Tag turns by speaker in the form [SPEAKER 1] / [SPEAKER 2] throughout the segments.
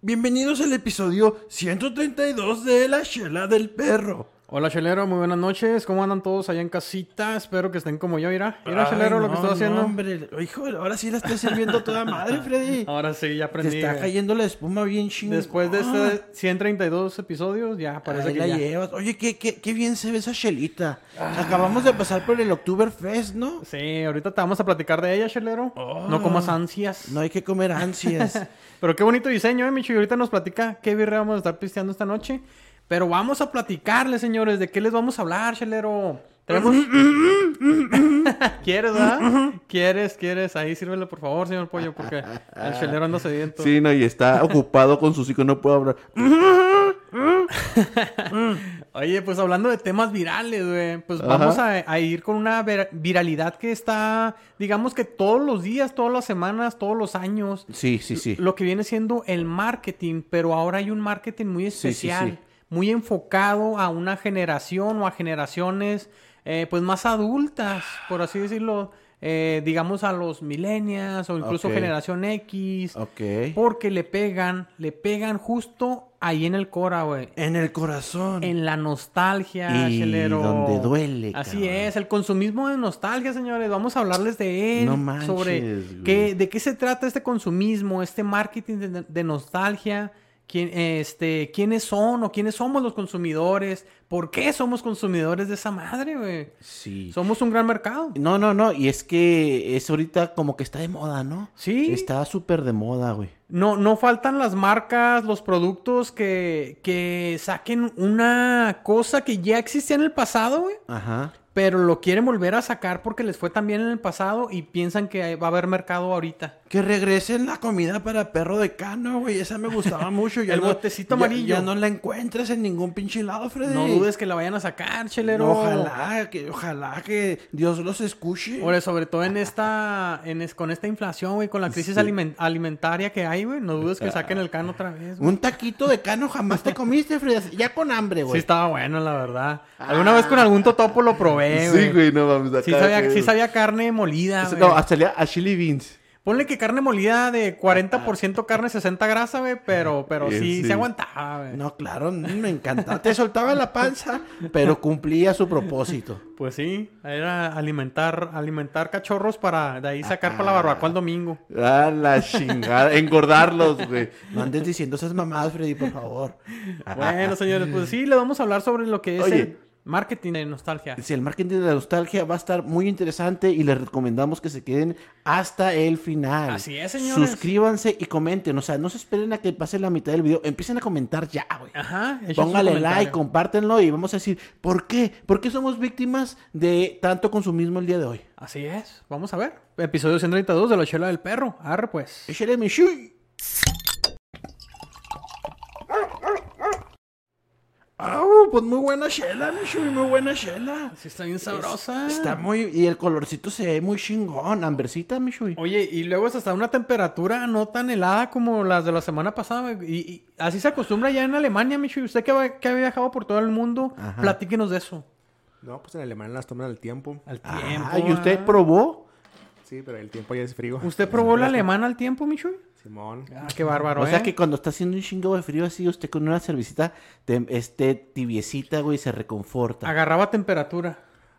[SPEAKER 1] Bienvenidos al episodio 132 de La Chela del Perro.
[SPEAKER 2] Hola, chelero, muy buenas noches. ¿Cómo andan todos allá en casita? Espero que estén como yo, mira. Mira,
[SPEAKER 1] Ay,
[SPEAKER 2] chelero, lo que
[SPEAKER 1] no,
[SPEAKER 2] estoy haciendo.
[SPEAKER 1] No, hombre, hijo, ahora sí la estoy sirviendo a toda madre, Freddy.
[SPEAKER 2] Ahora sí, ya
[SPEAKER 1] Te
[SPEAKER 2] aprendí.
[SPEAKER 1] está
[SPEAKER 2] eh.
[SPEAKER 1] cayendo la espuma bien chingón. Ah,
[SPEAKER 2] Después de este 132 episodios, ya parece
[SPEAKER 1] Ahí
[SPEAKER 2] que
[SPEAKER 1] la
[SPEAKER 2] ya.
[SPEAKER 1] llevas. Oye, qué, qué, qué bien se ve esa chelita. Acabamos de pasar por el Oktoberfest, ¿no?
[SPEAKER 2] Sí, ahorita te vamos a platicar de ella, chelero. No comas ansias.
[SPEAKER 1] Oh. No hay que comer ansias.
[SPEAKER 2] Pero qué bonito diseño, eh, Micho. Y ahorita nos platica qué birra vamos a estar pisteando esta noche. Pero vamos a platicarles, señores, de qué les vamos a hablar, chelero. Tenemos... ¿Quieres, verdad? ¿Quieres, quieres? Ahí sírvele, por favor, señor Pollo, porque el chelero anda sediento.
[SPEAKER 3] Sí, no, y está ocupado con sus hijos, no puede hablar.
[SPEAKER 2] Oye, pues hablando de temas virales, güey, pues vamos a, a ir con una ver- viralidad que está, digamos que todos los días, todas las semanas, todos los años,
[SPEAKER 3] Sí, sí, sí.
[SPEAKER 2] lo que viene siendo el marketing, pero ahora hay un marketing muy
[SPEAKER 3] sí,
[SPEAKER 2] especial,
[SPEAKER 3] sí.
[SPEAKER 2] muy enfocado a una generación o a generaciones, eh, pues más adultas, por así decirlo, eh, digamos a los millennials o incluso
[SPEAKER 3] Ok.
[SPEAKER 2] generación X,
[SPEAKER 3] Ok.
[SPEAKER 2] porque le pegan, le pegan justo ahí en el cora, güey.
[SPEAKER 1] en el corazón.
[SPEAKER 2] En la nostalgia,
[SPEAKER 3] Y
[SPEAKER 2] chelero.
[SPEAKER 3] donde duele,
[SPEAKER 2] Así
[SPEAKER 3] cabrón.
[SPEAKER 2] es, el consumismo de nostalgia, señores. Vamos a hablarles de él.
[SPEAKER 3] No manches,
[SPEAKER 2] sobre
[SPEAKER 3] güey.
[SPEAKER 2] qué, de qué se trata este consumismo, este marketing de, de nostalgia. Quién, este, quiénes son o quiénes somos los consumidores. ¿Por qué somos consumidores de esa madre, güey?
[SPEAKER 3] Sí.
[SPEAKER 2] Somos un gran mercado.
[SPEAKER 3] No, no, no, y es que es ahorita como que está de moda, ¿no?
[SPEAKER 2] Sí.
[SPEAKER 3] Está súper de moda, güey.
[SPEAKER 2] No, no faltan las marcas, los productos que, que saquen una cosa que ya existía en el pasado, güey.
[SPEAKER 3] Ajá.
[SPEAKER 2] pero lo quieren volver a sacar porque les fue tan bien en el pasado y piensan que va a haber mercado ahorita.
[SPEAKER 1] Que regresen la comida para perro de cano, güey. Esa me gustaba mucho. Ya
[SPEAKER 2] El
[SPEAKER 1] no-
[SPEAKER 2] botecito
[SPEAKER 1] ya-
[SPEAKER 2] amarillo.
[SPEAKER 1] Ya, no la encuentras en ningún pinche lado, Freddy.
[SPEAKER 2] No dudes que la vayan a sacar, chelero.
[SPEAKER 1] No, ojalá, que, ojalá que Dios los escuche.
[SPEAKER 2] Ahora, sobre todo en esta, en es- con esta inflación, güey, con la crisis alimen- alimentaria que hay, güey, no dudes que saquen el can otra vez. güey.
[SPEAKER 1] Un taquito de cano jamás te comiste, Freddy. Ya con hambre,
[SPEAKER 2] Sí
[SPEAKER 1] güey.
[SPEAKER 2] estaba bueno, la verdad. Alguna vez con algún totopo lo probé, Eh, güey.
[SPEAKER 3] Sí, güey, no mames. acá
[SPEAKER 2] Sí sabía,
[SPEAKER 3] que-
[SPEAKER 1] eh,
[SPEAKER 2] sí sabía carne molida,
[SPEAKER 3] Ese-
[SPEAKER 2] güey.
[SPEAKER 1] ah.
[SPEAKER 3] No, hasta salía a Chili Beans.
[SPEAKER 2] Ponle que carne molida de 40% carne, 60 grasa, güey, pero, pero sí,
[SPEAKER 3] Bien,
[SPEAKER 2] sí,
[SPEAKER 3] sí.
[SPEAKER 2] aguantaba, güey.
[SPEAKER 1] No, claro, mm, me encantaba. Te soltaba la panza, pero cumplía su propósito.
[SPEAKER 2] Pues sí, era alimentar, alimentar cachorros para de ahí sacar para la barbacoa el domingo.
[SPEAKER 3] Ah, la chingada. Engordarlos, güey.
[SPEAKER 1] No andes diciendo esas mamadas, Freddy, por favor.
[SPEAKER 2] Bueno, señores, pues sí, le vamos a hablar sobre lo que es
[SPEAKER 3] Oye.
[SPEAKER 2] el marketing de nostalgia.
[SPEAKER 3] Si el marketing de la nostalgia va a estar muy interesante y les recomendamos que se queden hasta el final.
[SPEAKER 2] Así es, señores.
[SPEAKER 3] Suscríbanse y comenten. O sea, no se esperen a que pase la mitad del video. Empiecen a comentar ya, güey.
[SPEAKER 2] Ajá, echen su
[SPEAKER 3] Póngale like,
[SPEAKER 2] Ah, comentario.
[SPEAKER 3] compártenlo y vamos a decir por qué. ¿Por qué somos víctimas de tanto consumismo el día de hoy?
[SPEAKER 2] Así es, vamos a ver. Episodio 132 de la chela del perro. Arre pues.
[SPEAKER 3] Échale mi shui.
[SPEAKER 1] Ah, pues muy buena chela, mi Shui, muy buena chela.
[SPEAKER 2] Sí, está bien sabrosa.
[SPEAKER 3] Está muy. Y el colorcito se ve muy chingón. Ambercita, mi shui.
[SPEAKER 2] Oye, y luego es hasta una temperatura no tan helada como las de la semana pasada. güey. Y, y así se acostumbra ya en Alemania, Michu. Usted que, va- que ha viajado por todo el mundo, platíquenos de eso.
[SPEAKER 4] No, pues en Alemán las toman al tiempo.
[SPEAKER 2] Al
[SPEAKER 3] Ah,
[SPEAKER 2] tiempo.
[SPEAKER 3] ¿Y usted
[SPEAKER 2] ah.
[SPEAKER 3] probó?
[SPEAKER 4] Sí, pero el tiempo ya es frío.
[SPEAKER 2] ¿Usted probó la alemana al tiempo, Michuy?
[SPEAKER 4] Simón.
[SPEAKER 2] Ah, qué bárbaro,
[SPEAKER 3] O sea
[SPEAKER 2] ¿eh?
[SPEAKER 3] que cuando está haciendo un chingo de frío así, usted con una cervecita te- este, tibiecita, güey, se reconforta.
[SPEAKER 2] Agarraba temperatura.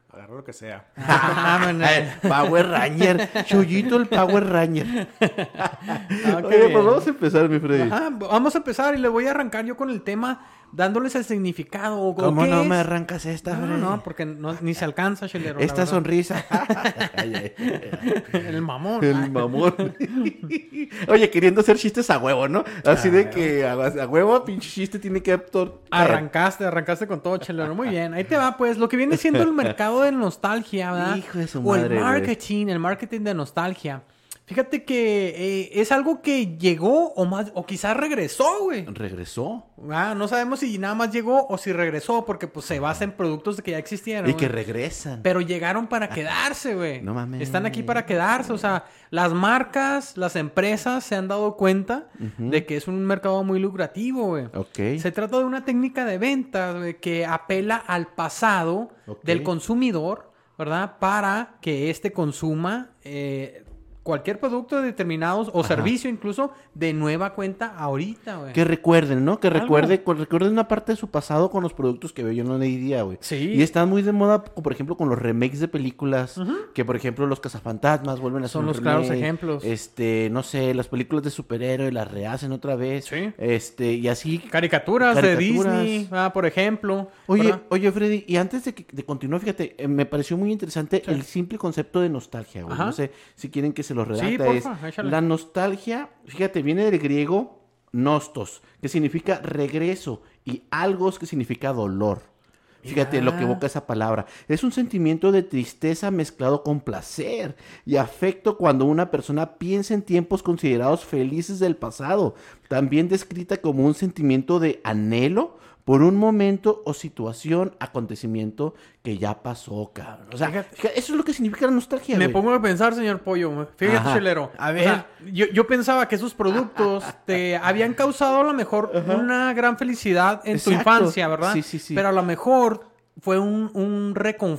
[SPEAKER 4] Agarra lo que sea.
[SPEAKER 2] Ah, mané.
[SPEAKER 3] Power Ranger, Chuyito el Power Ranger.
[SPEAKER 2] Ah, qué
[SPEAKER 3] Oye, pues
[SPEAKER 2] bien.
[SPEAKER 3] vamos a empezar, mi Freddy.
[SPEAKER 2] Ajá, vamos a empezar y le voy a arrancar yo con el tema dándoles el significado. o- o
[SPEAKER 3] ¿Cómo
[SPEAKER 2] qué
[SPEAKER 3] no
[SPEAKER 2] es?
[SPEAKER 3] me arrancas esta,
[SPEAKER 2] No,
[SPEAKER 3] Freddy?
[SPEAKER 2] no, porque no- ni se alcanza, Chelero. la
[SPEAKER 3] Esta
[SPEAKER 2] verdad.
[SPEAKER 3] sonrisa. Ay, ay.
[SPEAKER 2] El mamón. Ah.
[SPEAKER 3] El mamón. Oye, queriendo hacer chistes a huevo, ¿no? Así de que a, a huevo, pinche chiste tiene que actor.
[SPEAKER 2] Arrancaste, arrancaste con todo, Chelero. Muy bien. Ahí te va, pues. Lo que viene siendo el mercado de nostalgia, ¿verdad?
[SPEAKER 3] Hijo de su
[SPEAKER 2] O
[SPEAKER 3] madre, güey.
[SPEAKER 2] el marketing, el marketing de nostalgia. Fíjate que eh, es algo que llegó o más, o quizás regresó, güey.
[SPEAKER 3] Regresó.
[SPEAKER 2] Ah, no sabemos si nada más llegó o si regresó, porque pues se basa en productos que ya existieron.
[SPEAKER 3] y que
[SPEAKER 2] güey.
[SPEAKER 3] regresan.
[SPEAKER 2] Pero llegaron para quedarse, güey.
[SPEAKER 3] No mames.
[SPEAKER 2] Están aquí para quedarse. O sea, las marcas, las empresas se han dado cuenta de que es un mercado muy lucrativo, güey.
[SPEAKER 3] Ok.
[SPEAKER 2] Se trata de una técnica de venta güey, que apela al pasado
[SPEAKER 3] Ok.
[SPEAKER 2] del consumidor, ¿verdad? Para que éste consuma este eh, cualquier producto de determinados o servicio incluso de nueva cuenta ahorita, güey.
[SPEAKER 3] Que recuerden, ¿no? Que
[SPEAKER 2] Algo.
[SPEAKER 3] recuerde, cu- recuerden una parte de su pasado con los productos que veo yo en la día, güey.
[SPEAKER 2] Sí.
[SPEAKER 3] Y están muy de moda, co- por ejemplo, con los remakes de películas, que por ejemplo los cazafantasmas vuelven a hacer
[SPEAKER 2] Son
[SPEAKER 3] un
[SPEAKER 2] los claros
[SPEAKER 3] remake.
[SPEAKER 2] ejemplos.
[SPEAKER 3] Este, no sé, las películas de superhéroe las rehacen otra vez.
[SPEAKER 2] Sí.
[SPEAKER 3] Este, y así.
[SPEAKER 2] Caricaturas,
[SPEAKER 3] Caricaturas.
[SPEAKER 2] de Disney, ah, por ejemplo.
[SPEAKER 3] Oye,
[SPEAKER 2] ¿verdad?
[SPEAKER 3] oye, Freddy, y antes de que de continuar, fíjate, eh, me pareció muy interesante el simple concepto de nostalgia, güey.
[SPEAKER 2] Ajá.
[SPEAKER 3] No sé si quieren que se lo redacta.
[SPEAKER 2] porfa,
[SPEAKER 3] es,
[SPEAKER 2] échale.
[SPEAKER 3] la nostalgia, fíjate, viene del griego nostos, que significa regreso, y algos, que significa dolor. Fíjate lo que evoca esa palabra. Es un sentimiento de tristeza mezclado con placer y afecto cuando una persona piensa en tiempos considerados felices del pasado, también descrita como un sentimiento de anhelo por un momento o situación, acontecimiento que ya pasó, cabrón. O sea,
[SPEAKER 2] Fíjate.
[SPEAKER 3] fija- eso es lo que significa la nostalgia.
[SPEAKER 2] Me
[SPEAKER 3] güey.
[SPEAKER 2] pongo a pensar, señor Pollo. güey. Fíjate,
[SPEAKER 3] Ajá.
[SPEAKER 2] chelero.
[SPEAKER 1] A
[SPEAKER 2] O
[SPEAKER 1] ver.
[SPEAKER 2] sea, yo, yo pensaba que esos productos te habían causado a lo mejor una gran felicidad en
[SPEAKER 3] Exacto.
[SPEAKER 2] tu infancia, ¿verdad?
[SPEAKER 3] Sí, sí, sí.
[SPEAKER 2] Pero a lo mejor fue un, un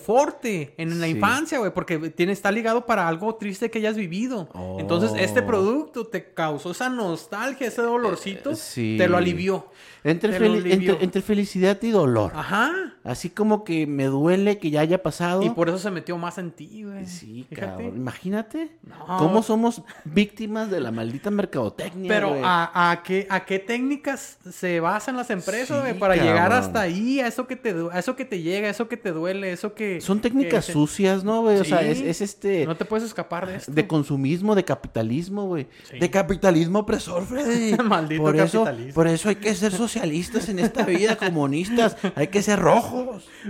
[SPEAKER 2] reconforte en la
[SPEAKER 3] Sí.
[SPEAKER 2] infancia, güey, porque tiene, está ligado para algo triste que hayas vivido.
[SPEAKER 3] Oh.
[SPEAKER 2] Entonces, este producto te causó esa nostalgia, ese dolorcito,
[SPEAKER 3] Eh, sí.
[SPEAKER 2] te lo alivió.
[SPEAKER 3] Entre,
[SPEAKER 2] Te lo
[SPEAKER 3] fel-
[SPEAKER 2] alivió.
[SPEAKER 3] entre- entre felicidad y dolor.
[SPEAKER 2] Ah. Ajá.
[SPEAKER 3] Así como que me duele que ya haya pasado. Eh,
[SPEAKER 2] Y por eso se metió más en ti, güey.
[SPEAKER 3] Sí,
[SPEAKER 2] Fíjate.
[SPEAKER 3] cabrón. Imagínate
[SPEAKER 2] No.
[SPEAKER 3] cómo somos víctimas de la maldita mercadotecnia.
[SPEAKER 2] Pero ah,
[SPEAKER 3] güey.
[SPEAKER 2] a, a qué, ¿a qué técnicas se basan las empresas
[SPEAKER 3] Sí,
[SPEAKER 2] güey, para llegar
[SPEAKER 3] cabrón.
[SPEAKER 2] hasta ahí? A eso que te du- a eso que te llega, a eso que te duele, eso que
[SPEAKER 3] son técnicas
[SPEAKER 2] que-
[SPEAKER 3] sucias, ¿no, güey? O sea,
[SPEAKER 2] Sí.
[SPEAKER 3] es, es este
[SPEAKER 2] No te puedes escapar de esto.
[SPEAKER 3] de consumismo, de capitalismo, güey.
[SPEAKER 2] Sí.
[SPEAKER 1] De capitalismo opresor, Freddy.
[SPEAKER 2] Maldito
[SPEAKER 1] por
[SPEAKER 2] capitalismo.
[SPEAKER 1] Eso, por eso hay que ser socialistas en esta vida, comunistas. Hay que ser rojos.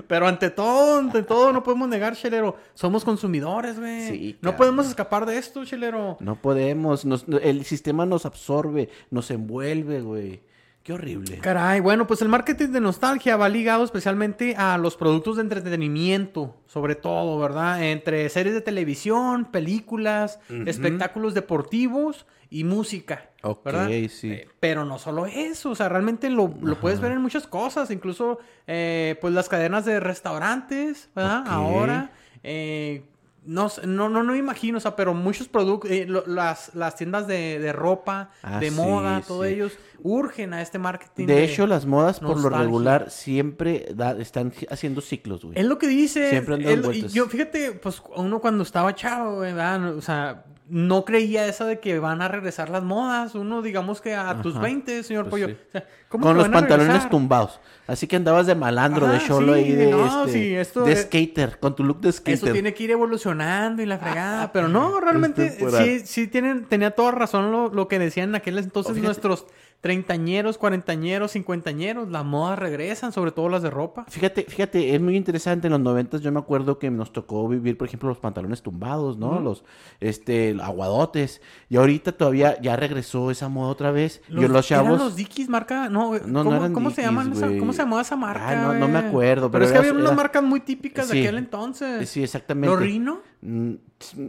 [SPEAKER 2] Pero ante todo, ante todo no podemos negar, chelero, somos consumidores, güey.
[SPEAKER 3] Sí,
[SPEAKER 2] no
[SPEAKER 3] cabrón.
[SPEAKER 2] podemos escapar de esto, chelero.
[SPEAKER 3] No podemos, nos- no- el sistema nos absorbe, nos envuelve, güey. Qué horrible.
[SPEAKER 2] Caray, bueno, pues el marketing de nostalgia va ligado especialmente a los productos de entretenimiento, sobre todo, ¿verdad? Entre series de televisión, películas, espectáculos deportivos y música.
[SPEAKER 3] Ok,
[SPEAKER 2] ¿verdad?
[SPEAKER 3] sí.
[SPEAKER 2] Eh, pero no solo eso, o sea, realmente lo, lo puedes ver en muchas cosas, incluso eh, pues las cadenas de restaurantes, ¿verdad?
[SPEAKER 3] Ok.
[SPEAKER 2] Ahora, eh, no, sé, no, no, no me imagino, o sea, pero muchos productos, las, las tiendas de, de ropa,
[SPEAKER 3] Ah,
[SPEAKER 2] de
[SPEAKER 3] sí,
[SPEAKER 2] moda, todo
[SPEAKER 3] sí.
[SPEAKER 2] ellos urgen a este marketing.
[SPEAKER 3] De hecho, las modas por lo
[SPEAKER 2] nostalgia.
[SPEAKER 3] regular siempre da- están haciendo ciclos, güey.
[SPEAKER 2] Es lo que dice.
[SPEAKER 3] Siempre han dado
[SPEAKER 2] es lo- y
[SPEAKER 3] vueltas.
[SPEAKER 2] Yo, fíjate, pues uno cuando estaba chavo, güey, ¿verdad? No, O sea, no creía esa de que van a regresar las modas. Uno, digamos que a tus
[SPEAKER 3] Ajá.
[SPEAKER 2] 20, señor
[SPEAKER 3] Pues
[SPEAKER 2] Pollo.
[SPEAKER 3] sí.
[SPEAKER 2] O sea, ¿cómo
[SPEAKER 3] Con
[SPEAKER 2] que
[SPEAKER 3] los
[SPEAKER 2] van a
[SPEAKER 3] pantalones
[SPEAKER 2] regresar?
[SPEAKER 3] tumbados. Así que andabas de malandro, de
[SPEAKER 2] Ajá,
[SPEAKER 3] cholo
[SPEAKER 2] sí,
[SPEAKER 3] ahí de,
[SPEAKER 2] no,
[SPEAKER 3] este,
[SPEAKER 2] sí, esto
[SPEAKER 3] de
[SPEAKER 2] es-
[SPEAKER 3] skater, con tu look de skater.
[SPEAKER 2] Eso tiene que ir evolucionando y la fregada. Pero no, realmente
[SPEAKER 3] temporal.
[SPEAKER 2] sí, sí tienen, tenía toda razón lo, lo que decían en aquel entonces
[SPEAKER 3] Oh, fíjate.
[SPEAKER 2] nuestros treintañeros, cuarentañeros, cincuentañeros. Las modas regresan, sobre todo las de ropa.
[SPEAKER 3] Fíjate, fíjate, es muy interesante. En los noventas yo me acuerdo que nos tocó vivir, por ejemplo, los pantalones tumbados, ¿no? Los, este, aguadotes. Y ahorita todavía ya regresó esa moda otra vez. y los
[SPEAKER 2] eran
[SPEAKER 3] chavos...
[SPEAKER 2] los Dickies marca, no, güey,
[SPEAKER 3] No, no
[SPEAKER 2] ¿cómo,
[SPEAKER 3] eran
[SPEAKER 2] cómo se
[SPEAKER 3] Dickies,
[SPEAKER 2] llaman esa-
[SPEAKER 3] güey.
[SPEAKER 2] cómo se llamaba esa marca?
[SPEAKER 3] Ah, no, no me
[SPEAKER 2] güey?
[SPEAKER 3] acuerdo,
[SPEAKER 2] Pero,
[SPEAKER 3] pero
[SPEAKER 2] es que
[SPEAKER 3] era-
[SPEAKER 2] había unas
[SPEAKER 3] era-
[SPEAKER 2] marcas muy típicas
[SPEAKER 3] Sí.
[SPEAKER 2] de aquel entonces.
[SPEAKER 3] Sí, exactamente.
[SPEAKER 2] ¿Los Rino?
[SPEAKER 3] Mm,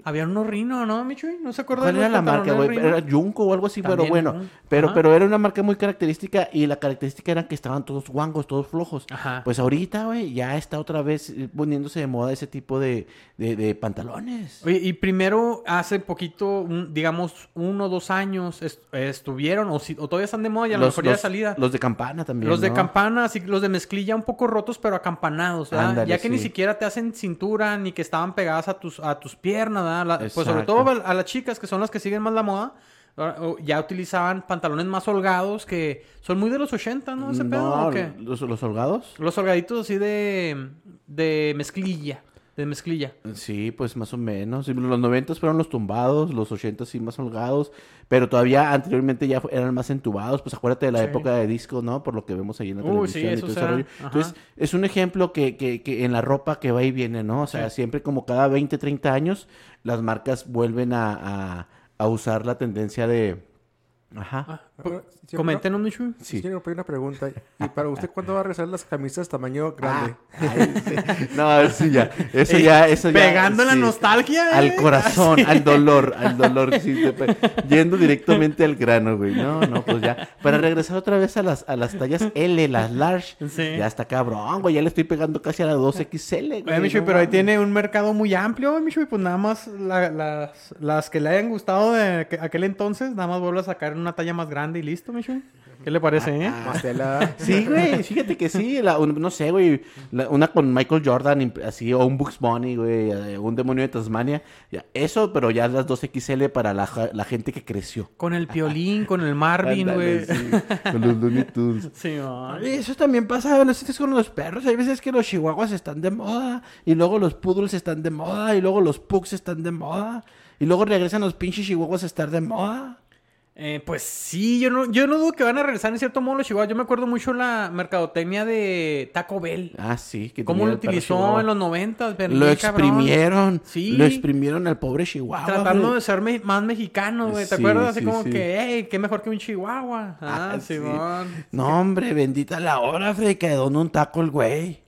[SPEAKER 2] Había unos Rino, ¿no, Michui? ¿No se acuerda
[SPEAKER 3] ¿Cuál
[SPEAKER 2] de los
[SPEAKER 3] era la marca,
[SPEAKER 2] pantalones
[SPEAKER 3] güey?
[SPEAKER 2] Rhino?
[SPEAKER 3] Era Junco o algo así, pero
[SPEAKER 2] También,
[SPEAKER 3] bueno.
[SPEAKER 2] ¿no?
[SPEAKER 3] Pero,
[SPEAKER 2] Ajá.
[SPEAKER 3] pero era una marca muy característica y la característica era que estaban todos guangos, todos flojos.
[SPEAKER 2] Ajá.
[SPEAKER 3] Pues ahorita, güey, ya está otra vez eh, poniéndose de moda ese tipo de, de, de pantalones.
[SPEAKER 2] Oye, y primero, hace poquito, un- digamos, uno o dos años, est- estuvieron, o, si- o todavía están de moda, ya a lo mejor ya de salida.
[SPEAKER 3] los de campana también.
[SPEAKER 2] Los de
[SPEAKER 3] ¿no?
[SPEAKER 2] campana, sí, los de mezclilla un poco rotos, pero acampanados, ¿verdad?
[SPEAKER 3] Ándale,
[SPEAKER 2] ya que ni
[SPEAKER 3] sí.
[SPEAKER 2] siquiera te hacen cintura, ni que estaban pegadas a tus, a tus piernas, ¿verdad? La- pues sobre
[SPEAKER 3] Exacto.
[SPEAKER 2] todo a, a las chicas, que son las que siguen más la moda, ahora, o- ya utilizaban pantalones más holgados, que son muy de los 80, ¿no? Ese pedo, ¿o
[SPEAKER 3] No,
[SPEAKER 2] qué?
[SPEAKER 3] los, los holgados.
[SPEAKER 2] Los holgaditos así de, de mezclilla, de mezclilla.
[SPEAKER 3] Sí, pues más o menos. Sí, Los 90 fueron los tumbados, los 80 sí más holgados, pero todavía anteriormente ya fu- eran más entubados. Pues acuérdate de la
[SPEAKER 2] Sí.
[SPEAKER 3] época de discos, ¿no? Por lo que vemos ahí en la
[SPEAKER 2] Uy,
[SPEAKER 3] televisión
[SPEAKER 2] sí,
[SPEAKER 3] y
[SPEAKER 2] esos
[SPEAKER 3] todo ese
[SPEAKER 2] eran,
[SPEAKER 3] rollo.
[SPEAKER 2] ajá.
[SPEAKER 3] Entonces, es un ejemplo que, que, que en la ropa que va y viene, ¿no? O sea,
[SPEAKER 2] Sí.
[SPEAKER 3] siempre como cada 20, 30 años, las marcas vuelven a, a- a usar la tendencia de... Ajá.
[SPEAKER 2] Ah,
[SPEAKER 4] Siempre-
[SPEAKER 2] Coméntenos, Michu.
[SPEAKER 3] Sí.
[SPEAKER 4] Señor, pero hay una pregunta. ¿Y para usted cuándo va a regresar las camisas tamaño grande?
[SPEAKER 3] Ay, sí. No, a ver si ya. Eso ya, eso ya.
[SPEAKER 2] Eh, Pegando la
[SPEAKER 3] sí.
[SPEAKER 2] nostalgia. eh.
[SPEAKER 3] Al corazón, al dolor, al dolor. sí, te pe- yendo directamente al grano, güey. No, no, pues ya. Para regresar otra vez a las, a las tallas L, las large.
[SPEAKER 2] Sí.
[SPEAKER 3] Ya está cabrón, güey. Ya le estoy pegando casi a la 2XL, güey.
[SPEAKER 2] Oye, Michuy,
[SPEAKER 3] no
[SPEAKER 2] pero ahí
[SPEAKER 3] mames.
[SPEAKER 2] tiene un mercado muy amplio, eh, Michuy. Pues nada más la- las, las que le hayan gustado de aqu- aquel entonces, nada más vuelve a sacar en una talla más grande y listo, Michuy. ¿Qué le parece, eh?
[SPEAKER 4] Más tela.
[SPEAKER 3] Sí, güey, fíjate que sí, la- un- no sé, güey, la- una con Michael Jordan, imp- así, o un Bugs Bunny, güey, eh, un demonio de Tasmania, ya, eso, pero ya las 2XL para la, ja- la gente que creció.
[SPEAKER 2] Con el piolín, con el Marvin,
[SPEAKER 3] Ándale,
[SPEAKER 2] güey.
[SPEAKER 3] sí, con los Looney Tunes.
[SPEAKER 2] Sí,
[SPEAKER 1] Ay,
[SPEAKER 2] ay.
[SPEAKER 1] Eso también pasa, no sé si es con los perros. Hay veces que los chihuahuas están de moda, y luego los poodles están de moda, y luego los pugs están de moda, y luego regresan los pinches chihuahuas a estar de moda.
[SPEAKER 2] Eh, pues sí, yo no, yo no dudo que van a regresar en cierto modo los chihuahuas. Yo me acuerdo mucho la mercadotecnia de Taco Bell.
[SPEAKER 3] Ah, sí. Que
[SPEAKER 2] ¿Cómo
[SPEAKER 3] tenía
[SPEAKER 2] lo
[SPEAKER 3] el perro
[SPEAKER 2] utilizó
[SPEAKER 3] chihuahua.
[SPEAKER 2] en los noventas? bien
[SPEAKER 3] Lo
[SPEAKER 2] cabrón.
[SPEAKER 3] exprimieron.
[SPEAKER 2] Sí.
[SPEAKER 3] Lo exprimieron al pobre chihuahua.
[SPEAKER 2] Tratando
[SPEAKER 3] güey.
[SPEAKER 2] de ser me- más mexicano, güey. ¿Te
[SPEAKER 3] Sí,
[SPEAKER 2] acuerdas? Así
[SPEAKER 3] sí,
[SPEAKER 2] como
[SPEAKER 3] sí.
[SPEAKER 2] que, hey, qué mejor que un chihuahua. Ah,
[SPEAKER 3] Ah, sí.
[SPEAKER 2] Simón.
[SPEAKER 3] No, hombre, bendita la hora, Freddy, que donó un taco el güey.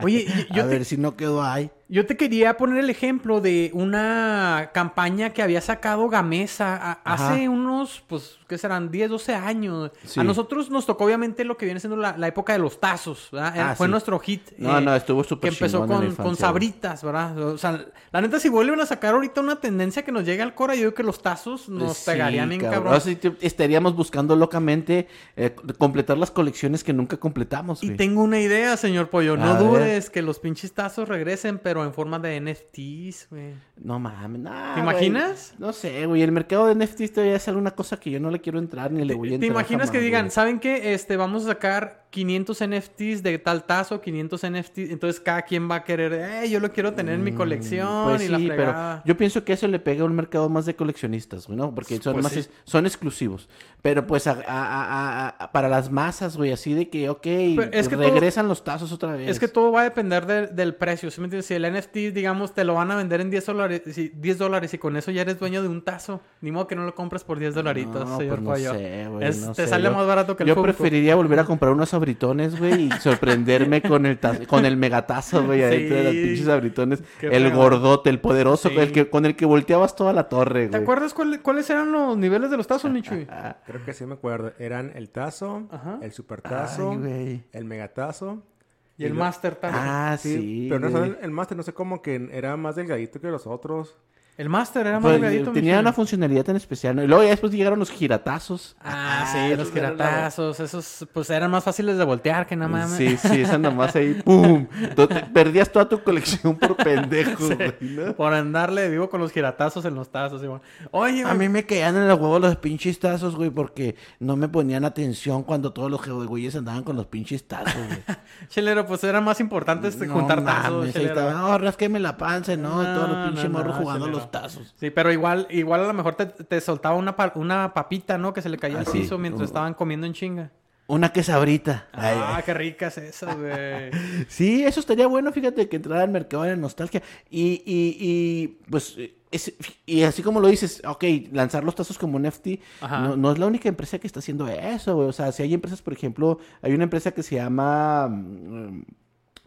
[SPEAKER 2] Oye, y-
[SPEAKER 3] A
[SPEAKER 2] yo, te,
[SPEAKER 3] ver si no quedó ahí.
[SPEAKER 2] yo te quería poner el ejemplo de una campaña que había sacado Gamesa a-
[SPEAKER 3] Ajá.
[SPEAKER 2] hace unos, pues, ¿qué serán? 10, 12 años.
[SPEAKER 3] Sí.
[SPEAKER 2] A nosotros nos tocó, obviamente, lo que viene siendo la, la época de los tazos, ¿verdad? Era-
[SPEAKER 3] Ah,
[SPEAKER 2] Fue
[SPEAKER 3] sí.
[SPEAKER 2] nuestro hit.
[SPEAKER 3] No, no, estuvo súper
[SPEAKER 2] Eh, Que empezó
[SPEAKER 3] chingón en la
[SPEAKER 2] con,
[SPEAKER 3] infancia,
[SPEAKER 2] con
[SPEAKER 3] güey.
[SPEAKER 2] sabritas, ¿verdad? O sea, la neta, si vuelven a sacar ahorita una tendencia que nos llegue al cora, yo creo que los tazos nos
[SPEAKER 3] Sí,
[SPEAKER 2] pegarían bien cabrón.
[SPEAKER 3] O sea, te- estaríamos buscando locamente eh, completar las colecciones que nunca completamos.
[SPEAKER 2] Y
[SPEAKER 3] güey.
[SPEAKER 2] tengo una idea, señor Pollo. No
[SPEAKER 3] A ver.
[SPEAKER 2] dudes que los pinches tazos regresen, pero en forma de NFTs, güey.
[SPEAKER 3] No mames, nah,
[SPEAKER 2] ¿Te
[SPEAKER 3] Ah, güey.
[SPEAKER 2] imaginas?
[SPEAKER 3] No sé, güey. El mercado de NFTs todavía es alguna cosa que yo no le quiero entrar ni le voy a
[SPEAKER 2] ¿Te
[SPEAKER 3] entrar.
[SPEAKER 2] imaginas que
[SPEAKER 3] jamás,
[SPEAKER 2] digan,
[SPEAKER 3] güey.
[SPEAKER 2] ¿saben qué? Este, vamos a sacar 500 NFTs de tal tazo, 500 NFTs. Entonces cada quien va a querer, eh, yo lo quiero tener en mi colección
[SPEAKER 3] Pues
[SPEAKER 2] y
[SPEAKER 3] sí,
[SPEAKER 2] la
[SPEAKER 3] pero
[SPEAKER 2] fregada.
[SPEAKER 3] yo pienso que eso le pega a un mercado más de coleccionistas, güey, ¿no? Porque son
[SPEAKER 2] Pues
[SPEAKER 3] más
[SPEAKER 2] sí.
[SPEAKER 3] es- son exclusivos. Pero pues a- a- a- a- a- para las masas, güey, así de que, ok, pues
[SPEAKER 2] es que
[SPEAKER 3] regresan los tazos otra vez.
[SPEAKER 2] Es que todo va a depender de- del precio, ¿sí me entiendes? Si el NFT, digamos, te lo van a vender en 10 dólares, si- 10 dólares y con eso ya eres dueño de un tazo, ni modo que no lo compras por 10 dolaritos,
[SPEAKER 3] No,
[SPEAKER 2] señor
[SPEAKER 3] pues no
[SPEAKER 2] Pollo.
[SPEAKER 3] sé, güey,
[SPEAKER 2] Es-
[SPEAKER 3] no
[SPEAKER 2] te
[SPEAKER 3] sé.
[SPEAKER 2] sale
[SPEAKER 3] Yo-
[SPEAKER 2] más barato que el
[SPEAKER 3] Yo
[SPEAKER 2] Funko.
[SPEAKER 3] preferiría volver a comprar unos abritones, güey, y sorprenderme con el taz- con el megatazo, güey, adentro de los
[SPEAKER 2] Sí.
[SPEAKER 3] pinches abritones.
[SPEAKER 2] Qué
[SPEAKER 3] El
[SPEAKER 2] fregado.
[SPEAKER 3] gordote, el poderoso,
[SPEAKER 2] Sí.
[SPEAKER 3] el que, con el que volteabas toda la torre,
[SPEAKER 2] ¿Te
[SPEAKER 3] güey.
[SPEAKER 2] acuerdas cuál- cuáles eran los niveles de los tazos, Michuy?
[SPEAKER 4] Creo que sí me acuerdo. Eran el tazo,
[SPEAKER 2] Ajá.
[SPEAKER 4] el supertazo,
[SPEAKER 3] Ay, güey.
[SPEAKER 4] el megatazo.
[SPEAKER 2] Y el Master Tazo.
[SPEAKER 3] Ah, sí.
[SPEAKER 4] pero no
[SPEAKER 3] güey.
[SPEAKER 4] saben, el máster no sé cómo que era más delgadito que los otros.
[SPEAKER 2] El Master era más
[SPEAKER 3] Pues,
[SPEAKER 2] delgadito,
[SPEAKER 3] tenía
[SPEAKER 2] Michuy.
[SPEAKER 3] una funcionalidad tan especial. ¿no? Y luego ya después llegaron los giratazos.
[SPEAKER 2] Ah, sí, los
[SPEAKER 3] esos eran la-
[SPEAKER 2] giratazos. Esos, pues, eran más fáciles de voltear
[SPEAKER 1] Eh,
[SPEAKER 2] que nada más.
[SPEAKER 3] Sí, sí, esa nomás ahí, ¡pum! Tú te- perdías toda tu colección por pendejo, güey, ¿no?
[SPEAKER 2] Por andarle de vivo con los giratazos en los tazos. Simón. Oye,
[SPEAKER 1] A mí me caían en los huevos los pinches tazos, güey, porque no me ponían atención cuando todos los jue- güeyes andaban con los pinches tazos, güey.
[SPEAKER 2] chelero, pues era más importante este,
[SPEAKER 1] No
[SPEAKER 2] juntar
[SPEAKER 1] mames,
[SPEAKER 2] tazos,
[SPEAKER 1] ahí
[SPEAKER 2] chelero.
[SPEAKER 1] estaban, "Oh, rásqueme la panza,
[SPEAKER 2] No,
[SPEAKER 1] ¿no? todos los pinches
[SPEAKER 2] no, no,
[SPEAKER 1] morros jugando
[SPEAKER 2] chelero.
[SPEAKER 1] los tazos.
[SPEAKER 2] Sí, pero igual, igual a lo mejor te, te soltaba una, pa- una papita, ¿no? Que se le cayó
[SPEAKER 3] Ah,
[SPEAKER 2] al
[SPEAKER 3] sí.
[SPEAKER 2] piso mientras estaban comiendo en chinga.
[SPEAKER 1] Una quesabrita. Ay,
[SPEAKER 2] Ah, qué ricas esas, güey.
[SPEAKER 3] Sí, eso estaría bueno, fíjate, que entrara al mercado de la nostalgia. Y, y, y pues, eh, es- y así como lo dices, ok, lanzar los tazos como un FT,
[SPEAKER 2] Ajá.
[SPEAKER 3] no, no es la única empresa que está haciendo eso, güey. O sea, si hay empresas, por ejemplo, hay una empresa que se llama, mm,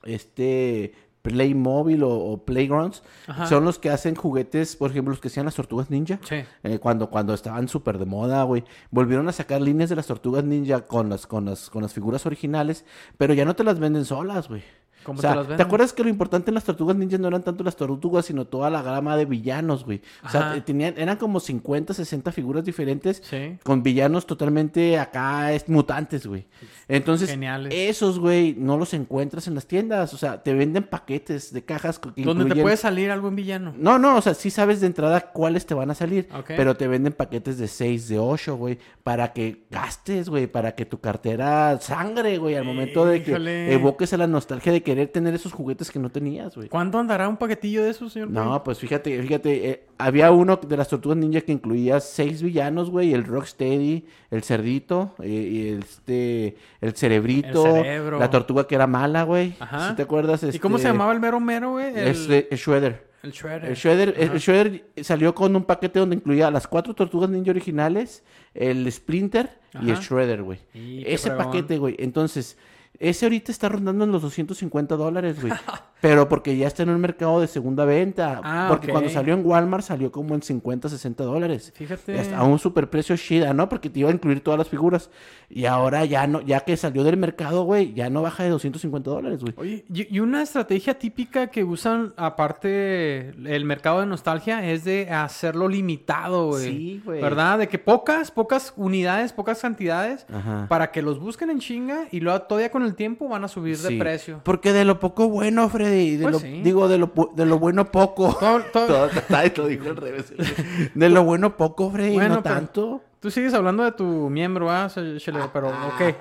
[SPEAKER 3] este, Playmobil o, o Playgrounds.
[SPEAKER 2] Ajá.
[SPEAKER 3] Son los que hacen juguetes, por ejemplo, los que hacían las tortugas ninja.
[SPEAKER 2] Sí.
[SPEAKER 3] Eh, cuando, cuando estaban súper de moda, güey. Volvieron a sacar líneas de las tortugas ninja con las, con las, con las figuras originales, pero ya no te las venden solas, güey.
[SPEAKER 2] ¿Cómo
[SPEAKER 3] O
[SPEAKER 2] te
[SPEAKER 3] sea,
[SPEAKER 2] las
[SPEAKER 3] te,
[SPEAKER 2] venden?
[SPEAKER 3] acuerdas que lo importante en las tortugas ninjas no eran tanto las tortugas, sino toda la gama de villanos, güey? O sea,
[SPEAKER 2] Ajá.
[SPEAKER 3] eh, tenían, eran como 50, 60 figuras diferentes
[SPEAKER 2] Sí.
[SPEAKER 3] con villanos totalmente acá, es, mutantes, güey. Entonces, eh,
[SPEAKER 2] Geniales.
[SPEAKER 3] esos, güey, no los encuentras en las tiendas. O sea, te venden paquetes de cajas co- que
[SPEAKER 2] Donde te
[SPEAKER 3] incluyen-
[SPEAKER 2] puede salir algún villano.
[SPEAKER 3] no, no, o sea, sí sabes de entrada cuáles te van a salir,
[SPEAKER 2] Ok.
[SPEAKER 3] pero te venden paquetes de 6, de 8, güey, para que gastes, güey, para que tu cartera sangre, güey, al momento de
[SPEAKER 2] Híjole.
[SPEAKER 3] que evoques a la nostalgia de querer tener esos juguetes que no tenías, güey.
[SPEAKER 2] ¿Cuánto andará un paquetillo de esos, señor?
[SPEAKER 3] No,
[SPEAKER 2] Pollo?
[SPEAKER 3] pues fíjate, fíjate, eh, había uno de las tortugas ninja que incluía seis villanos, güey, el Rocksteady, el Cerdito, eh, y el, este, el Cerebrito,
[SPEAKER 2] El cerebro.
[SPEAKER 3] la tortuga que era mala, güey.
[SPEAKER 2] Ajá.
[SPEAKER 3] ¿Sí te acuerdas?
[SPEAKER 2] ¿Y cómo se
[SPEAKER 3] Este,
[SPEAKER 2] llamaba el mero mero, güey? El-
[SPEAKER 3] Este, Shredder.
[SPEAKER 2] El Shredder.
[SPEAKER 1] El Shredder, el Shredder salió con un paquete donde incluía las cuatro tortugas ninja originales, el Splinter y el
[SPEAKER 2] Ajá.
[SPEAKER 1] Shredder, güey.
[SPEAKER 2] Y qué
[SPEAKER 1] Ese
[SPEAKER 2] fregón.
[SPEAKER 1] paquete, güey. Entonces, ese ahorita está rondando en los 250 dólares, güey. Pero porque ya está en un mercado de segunda venta.
[SPEAKER 2] Ah,
[SPEAKER 1] porque
[SPEAKER 2] ok.
[SPEAKER 1] cuando salió en Walmart salió como en 50, 60 dólares.
[SPEAKER 2] Fíjate.
[SPEAKER 1] Hasta A un superprecio chida, ¿no? Porque te iba a incluir todas las figuras. Y ahora ya no, ya que salió del mercado, güey, ya no baja de 250 dólares, güey.
[SPEAKER 2] Oye, y y una estrategia típica que usan, aparte el mercado de nostalgia, es de hacerlo limitado, güey.
[SPEAKER 1] Sí, güey.
[SPEAKER 2] ¿Verdad? De que pocas, pocas unidades, pocas cantidades,
[SPEAKER 1] Ajá.
[SPEAKER 2] para que los busquen en chinga y luego todavía con el tiempo van a subir
[SPEAKER 1] Sí.
[SPEAKER 2] de precio.
[SPEAKER 1] Porque de lo poco bueno, Freddy. de
[SPEAKER 2] Pues
[SPEAKER 1] lo-
[SPEAKER 2] sí.
[SPEAKER 1] Digo, de lo, pu- de lo bueno poco.
[SPEAKER 2] Todo- todo-
[SPEAKER 1] Todo- ay, lo dijo al revés. De lo bueno poco, Freddy,
[SPEAKER 2] Bueno,
[SPEAKER 1] no
[SPEAKER 2] pero-
[SPEAKER 1] tanto.
[SPEAKER 2] Tú sigues hablando de tu miembro, ¿ah? Sh- Shelley? Pero, ok.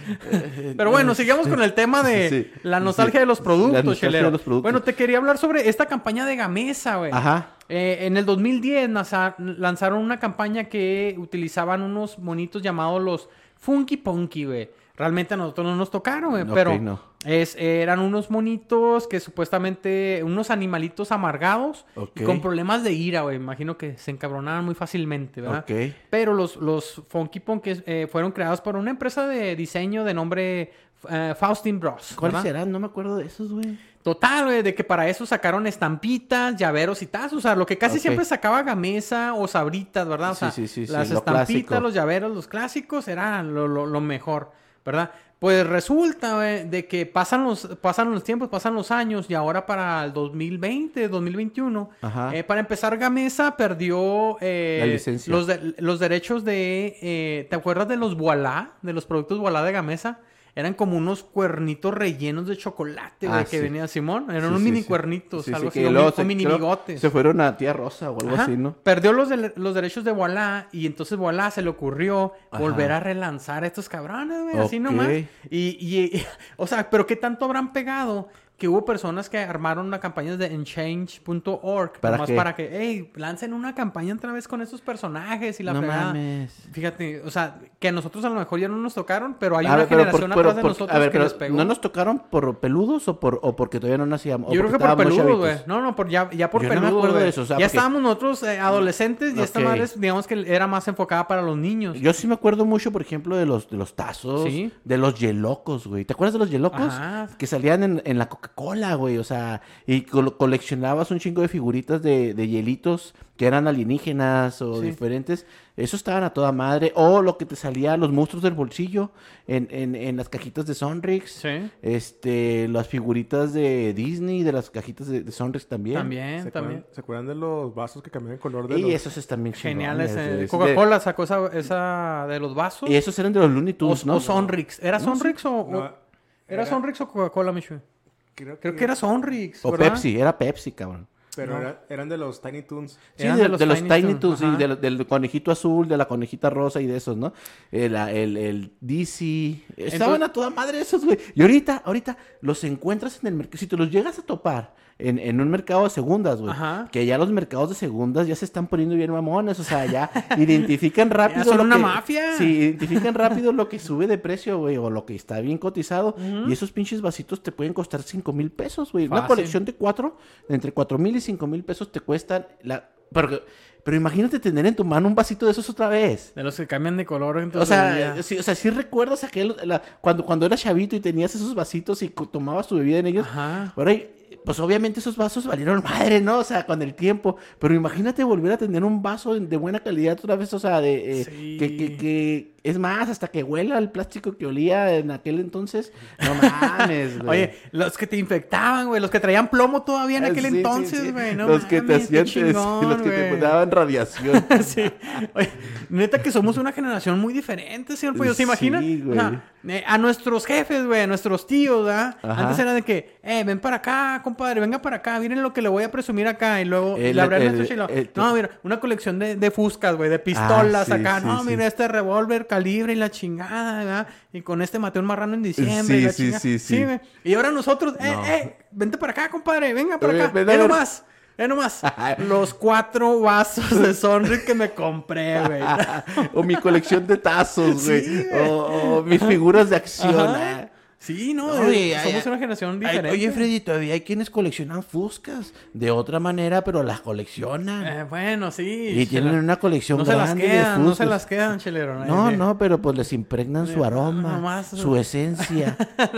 [SPEAKER 2] Pero bueno, sigamos con el tema de
[SPEAKER 1] ah. Sí, sí.
[SPEAKER 2] la nostalgia de los
[SPEAKER 1] La
[SPEAKER 2] productos,
[SPEAKER 1] nostalgia de
[SPEAKER 2] Chelero.
[SPEAKER 1] los productos.
[SPEAKER 2] Bueno, te quería hablar sobre esta campaña de Gamesa, güey.
[SPEAKER 1] Ajá.
[SPEAKER 2] Eh, en el 2010 naza- lanzaron una campaña que utilizaban unos monitos llamados los Funky Punky, güey. Realmente a nosotros no nos tocaron, güey,
[SPEAKER 1] Ok,
[SPEAKER 2] pero
[SPEAKER 1] no.
[SPEAKER 2] es, eran unos monitos que supuestamente, unos animalitos amargados y
[SPEAKER 1] Ok.
[SPEAKER 2] con problemas de ira, güey. Imagino que se encabronaban muy fácilmente, ¿verdad?
[SPEAKER 1] Ok.
[SPEAKER 2] Pero los, los Funky Punky eh, fueron creados por una empresa de diseño de nombre eh, Faustin Bros.
[SPEAKER 1] ¿Cuáles
[SPEAKER 2] ¿verdad?
[SPEAKER 1] serán? No me acuerdo de esos, güey.
[SPEAKER 2] Total, güey, de que para eso sacaron estampitas, llaveros y tazos. O sea, lo que casi
[SPEAKER 1] Ok.
[SPEAKER 2] siempre sacaba Gamesa o Sabritas, ¿verdad? O
[SPEAKER 1] Sí,
[SPEAKER 2] sea,
[SPEAKER 1] sí, sí, sí,
[SPEAKER 2] las
[SPEAKER 1] lo
[SPEAKER 2] estampitas,
[SPEAKER 1] clásico.
[SPEAKER 2] los llaveros, los clásicos, era lo, lo- lo mejor, ¿verdad? Pues resulta, güey, de que pasan los, pasan los tiempos, pasan los años y ahora para el 2020, 2021,
[SPEAKER 1] Ajá.
[SPEAKER 2] eh, para empezar, Gamesa perdió eh,
[SPEAKER 1] La licencia.
[SPEAKER 2] Los, de- los derechos de... eh, ¿Te acuerdas de los Voilà? De los productos Voilà de Gamesa. Eran como unos cuernitos rellenos de chocolate, güey,
[SPEAKER 1] Ah,
[SPEAKER 2] que
[SPEAKER 1] sí.
[SPEAKER 2] venía Simón. Eran
[SPEAKER 1] Sí,
[SPEAKER 2] unos
[SPEAKER 1] sí,
[SPEAKER 2] mini
[SPEAKER 1] sí.
[SPEAKER 2] cuernitos,
[SPEAKER 1] Sí, sí,
[SPEAKER 2] algo
[SPEAKER 1] que
[SPEAKER 2] así, o
[SPEAKER 1] luego
[SPEAKER 2] mini- o
[SPEAKER 1] se-
[SPEAKER 2] mini
[SPEAKER 1] creo-
[SPEAKER 2] bigotes.
[SPEAKER 1] Se fueron a Tía Rosa o algo
[SPEAKER 2] Ajá.
[SPEAKER 1] así, ¿no?
[SPEAKER 2] Perdió los, de- los derechos de Voilà y entonces Voilà se le ocurrió
[SPEAKER 1] Ajá.
[SPEAKER 2] volver a relanzar a estos cabrones, güey, así
[SPEAKER 1] Ok.
[SPEAKER 2] nomás. Y, y- o sea, pero qué tanto habrán pegado que hubo personas que armaron una campaña de enchange.org
[SPEAKER 1] ¿Para
[SPEAKER 2] nomás
[SPEAKER 1] qué?
[SPEAKER 2] para que, hey, lancen una campaña otra vez con estos personajes y la
[SPEAKER 1] no
[SPEAKER 2] fregada.
[SPEAKER 1] mames.
[SPEAKER 2] Fíjate, o sea, que a nosotros a lo mejor ya no nos tocaron, pero hay
[SPEAKER 1] A
[SPEAKER 2] una
[SPEAKER 1] ver, pero
[SPEAKER 2] generación
[SPEAKER 1] por- pero
[SPEAKER 2] atrás de
[SPEAKER 1] por-
[SPEAKER 2] nosotros
[SPEAKER 1] a ver,
[SPEAKER 2] que
[SPEAKER 1] pero
[SPEAKER 2] les pegó.
[SPEAKER 1] ¿No nos tocaron por peludos o, por, o porque todavía no nacíamos? O
[SPEAKER 2] Yo creo
[SPEAKER 1] porque
[SPEAKER 2] que por
[SPEAKER 1] estábamos
[SPEAKER 2] peludo,
[SPEAKER 1] chavitos?
[SPEAKER 2] güey. No, no, por, ya, ya por
[SPEAKER 1] Yo no me
[SPEAKER 2] peludo.
[SPEAKER 1] acuerdo de
[SPEAKER 2] güey.
[SPEAKER 1] eso, o sea,
[SPEAKER 2] ya
[SPEAKER 1] porque- Mm,
[SPEAKER 2] estábamos nosotros eh, adolescentes y esta
[SPEAKER 1] Ok.
[SPEAKER 2] madre, es, digamos que era más enfocada para los niños.
[SPEAKER 1] Yo sí me acuerdo mucho, por ejemplo, de los, de los tazos,
[SPEAKER 2] Sí.
[SPEAKER 1] de los yelocos, güey. ¿Te acuerdas de los yelocos?
[SPEAKER 2] Ajá.
[SPEAKER 1] Que salían en, en la Coca-Cola, güey. O sea, y col- coleccionabas un chingo de figuritas de, de hielitos que eran alienígenas o
[SPEAKER 2] Sí.
[SPEAKER 1] diferentes. Eso estaban a toda madre. O lo que te salía, los monstruos del bolsillo en, en, en las cajitas de Sonrix.
[SPEAKER 2] Sí.
[SPEAKER 1] Este, las figuritas de Disney, de las cajitas de, de Sonrix también.
[SPEAKER 2] También,
[SPEAKER 4] ¿Se
[SPEAKER 2] también.
[SPEAKER 4] acuerdan, ¿Se acuerdan de los vasos que cambian de color de
[SPEAKER 1] Y
[SPEAKER 4] los-
[SPEAKER 1] esos están bien
[SPEAKER 2] Genial
[SPEAKER 1] chingones,
[SPEAKER 2] ese.
[SPEAKER 1] güey.
[SPEAKER 2] eh, Coca-Cola sacó esa, esa de los vasos.
[SPEAKER 1] Y esos eran de los Looney
[SPEAKER 2] o,
[SPEAKER 1] Tunes, ¿no?
[SPEAKER 2] o Sonrix. ¿Era Sonrix o, o-
[SPEAKER 4] No,
[SPEAKER 2] ¿Era, Sonrix o Coca-Cola, Michu?
[SPEAKER 4] Creo,
[SPEAKER 2] Creo que era Sonrix.
[SPEAKER 1] O
[SPEAKER 2] ¿verdad?
[SPEAKER 1] Pepsi, era Pepsi, cabrón.
[SPEAKER 4] Pero
[SPEAKER 2] No.
[SPEAKER 4] era- eran de los Tiny Toons.
[SPEAKER 1] Sí,
[SPEAKER 2] Eran
[SPEAKER 1] de, de los, Tiny Toons, sí,
[SPEAKER 2] ajá.
[SPEAKER 1] del, del conejito azul, de la conejita rosa y de esos, ¿no? El, el, el DC. Estaban
[SPEAKER 2] Entonces-
[SPEAKER 1] a toda madre esos, güey. Y ahorita, ahorita los encuentras en el mercado. Si te los llegas a topar en, en un mercado de segundas, güey.
[SPEAKER 2] Ajá.
[SPEAKER 1] Que ya los mercados de segundas ya se están poniendo bien mamones. O sea, ya identifican rápido.
[SPEAKER 2] son
[SPEAKER 1] lo
[SPEAKER 2] una
[SPEAKER 1] que-
[SPEAKER 2] mafia.
[SPEAKER 1] Sí, identifican rápido lo que sube de precio, güey, o lo que está bien cotizado. Y esos pinches vasitos te pueden costar 5 mil pesos, güey. Una
[SPEAKER 2] Fácil.
[SPEAKER 1] colección de cuatro, de entre 4 mil y 5 mil pesos te cuestan la... Pero, pero imagínate tener en tu mano un vasito de esos otra vez.
[SPEAKER 2] De los que cambian de color. entonces,
[SPEAKER 1] O sea,
[SPEAKER 2] ya.
[SPEAKER 1] sí, o sea, sí recuerdas aquel, la- cuando, cuando eras chavito y tenías esos vasitos y co- tomabas tu bebida en ellos.
[SPEAKER 2] Ajá.
[SPEAKER 1] Ahora, pues obviamente esos vasos valieron madre, ¿no? O sea, con el tiempo. Pero imagínate volver a tener un vaso de buena calidad otra vez, o sea, de... eh,
[SPEAKER 2] Sí.
[SPEAKER 1] que, que, que- Es más, hasta que huela el plástico que olía en aquel entonces. No mames, güey.
[SPEAKER 2] Oye, los que te infectaban, güey, los que traían plomo todavía en
[SPEAKER 1] Ah,
[SPEAKER 2] aquel
[SPEAKER 1] sí, sí, sí.
[SPEAKER 2] entonces, güey. No
[SPEAKER 1] los que te
[SPEAKER 2] mames, qué
[SPEAKER 1] hacían te-
[SPEAKER 2] chingón,
[SPEAKER 1] los que te
[SPEAKER 2] güey.
[SPEAKER 1] daban radiación.
[SPEAKER 2] Sí. Oye, neta que somos una generación muy diferente, señor Pollo. ¿Se
[SPEAKER 1] Sí,
[SPEAKER 2] imagina? O sea, eh, a nuestros jefes, güey, a nuestros tíos, ¿verdad?
[SPEAKER 1] Ajá.
[SPEAKER 2] Antes era de que, eh, ven para acá, compadre, venga para acá, miren lo que le voy a presumir acá. Y luego
[SPEAKER 1] El-
[SPEAKER 2] le abrían
[SPEAKER 1] el-
[SPEAKER 2] nuestro chilo.
[SPEAKER 1] el-
[SPEAKER 2] No, mira, una colección de, de fuscas, güey, de pistolas
[SPEAKER 1] Ah, sí,
[SPEAKER 2] acá.
[SPEAKER 1] sí,
[SPEAKER 2] no,
[SPEAKER 1] sí.
[SPEAKER 2] mira, este revólver, calibre y la chingada, ¿verdad? Y con este maté un marrano en diciembre. y
[SPEAKER 1] Sí,
[SPEAKER 2] la
[SPEAKER 1] sí,
[SPEAKER 2] chingada.
[SPEAKER 1] sí, sí.
[SPEAKER 2] güey. Y ahora nosotros, eh, eh, vente para acá, compadre, venga para
[SPEAKER 1] Ven,
[SPEAKER 2] acá. Eh,
[SPEAKER 1] ven a
[SPEAKER 2] Ve
[SPEAKER 1] ver.
[SPEAKER 2] nomás. Ve nomás, los cuatro vasos de Sonrix que me compré, güey.
[SPEAKER 1] o mi colección de tazos, güey.
[SPEAKER 2] Sí, güey.
[SPEAKER 1] o, o mis figuras de acción.
[SPEAKER 2] Ajá.
[SPEAKER 1] ah.
[SPEAKER 2] eh, Sí, no,
[SPEAKER 1] No,
[SPEAKER 2] eh,
[SPEAKER 1] y hay-
[SPEAKER 2] somos una generación
[SPEAKER 1] Ay,
[SPEAKER 2] diferente.
[SPEAKER 1] oye, Freddy, todavía hay quienes coleccionan fuscas de otra manera, pero las coleccionan.
[SPEAKER 2] Eh, bueno, sí.
[SPEAKER 1] y tienen
[SPEAKER 2] chela.
[SPEAKER 1] una colección
[SPEAKER 2] No se las
[SPEAKER 1] grande de
[SPEAKER 2] quedan, no se
[SPEAKER 1] fuscas.
[SPEAKER 2] las quedan, chelero.
[SPEAKER 1] No,
[SPEAKER 2] Eh,
[SPEAKER 1] no, pero pues les impregnan su
[SPEAKER 2] eh,
[SPEAKER 1] aroma,
[SPEAKER 2] nomás-
[SPEAKER 1] su esencia,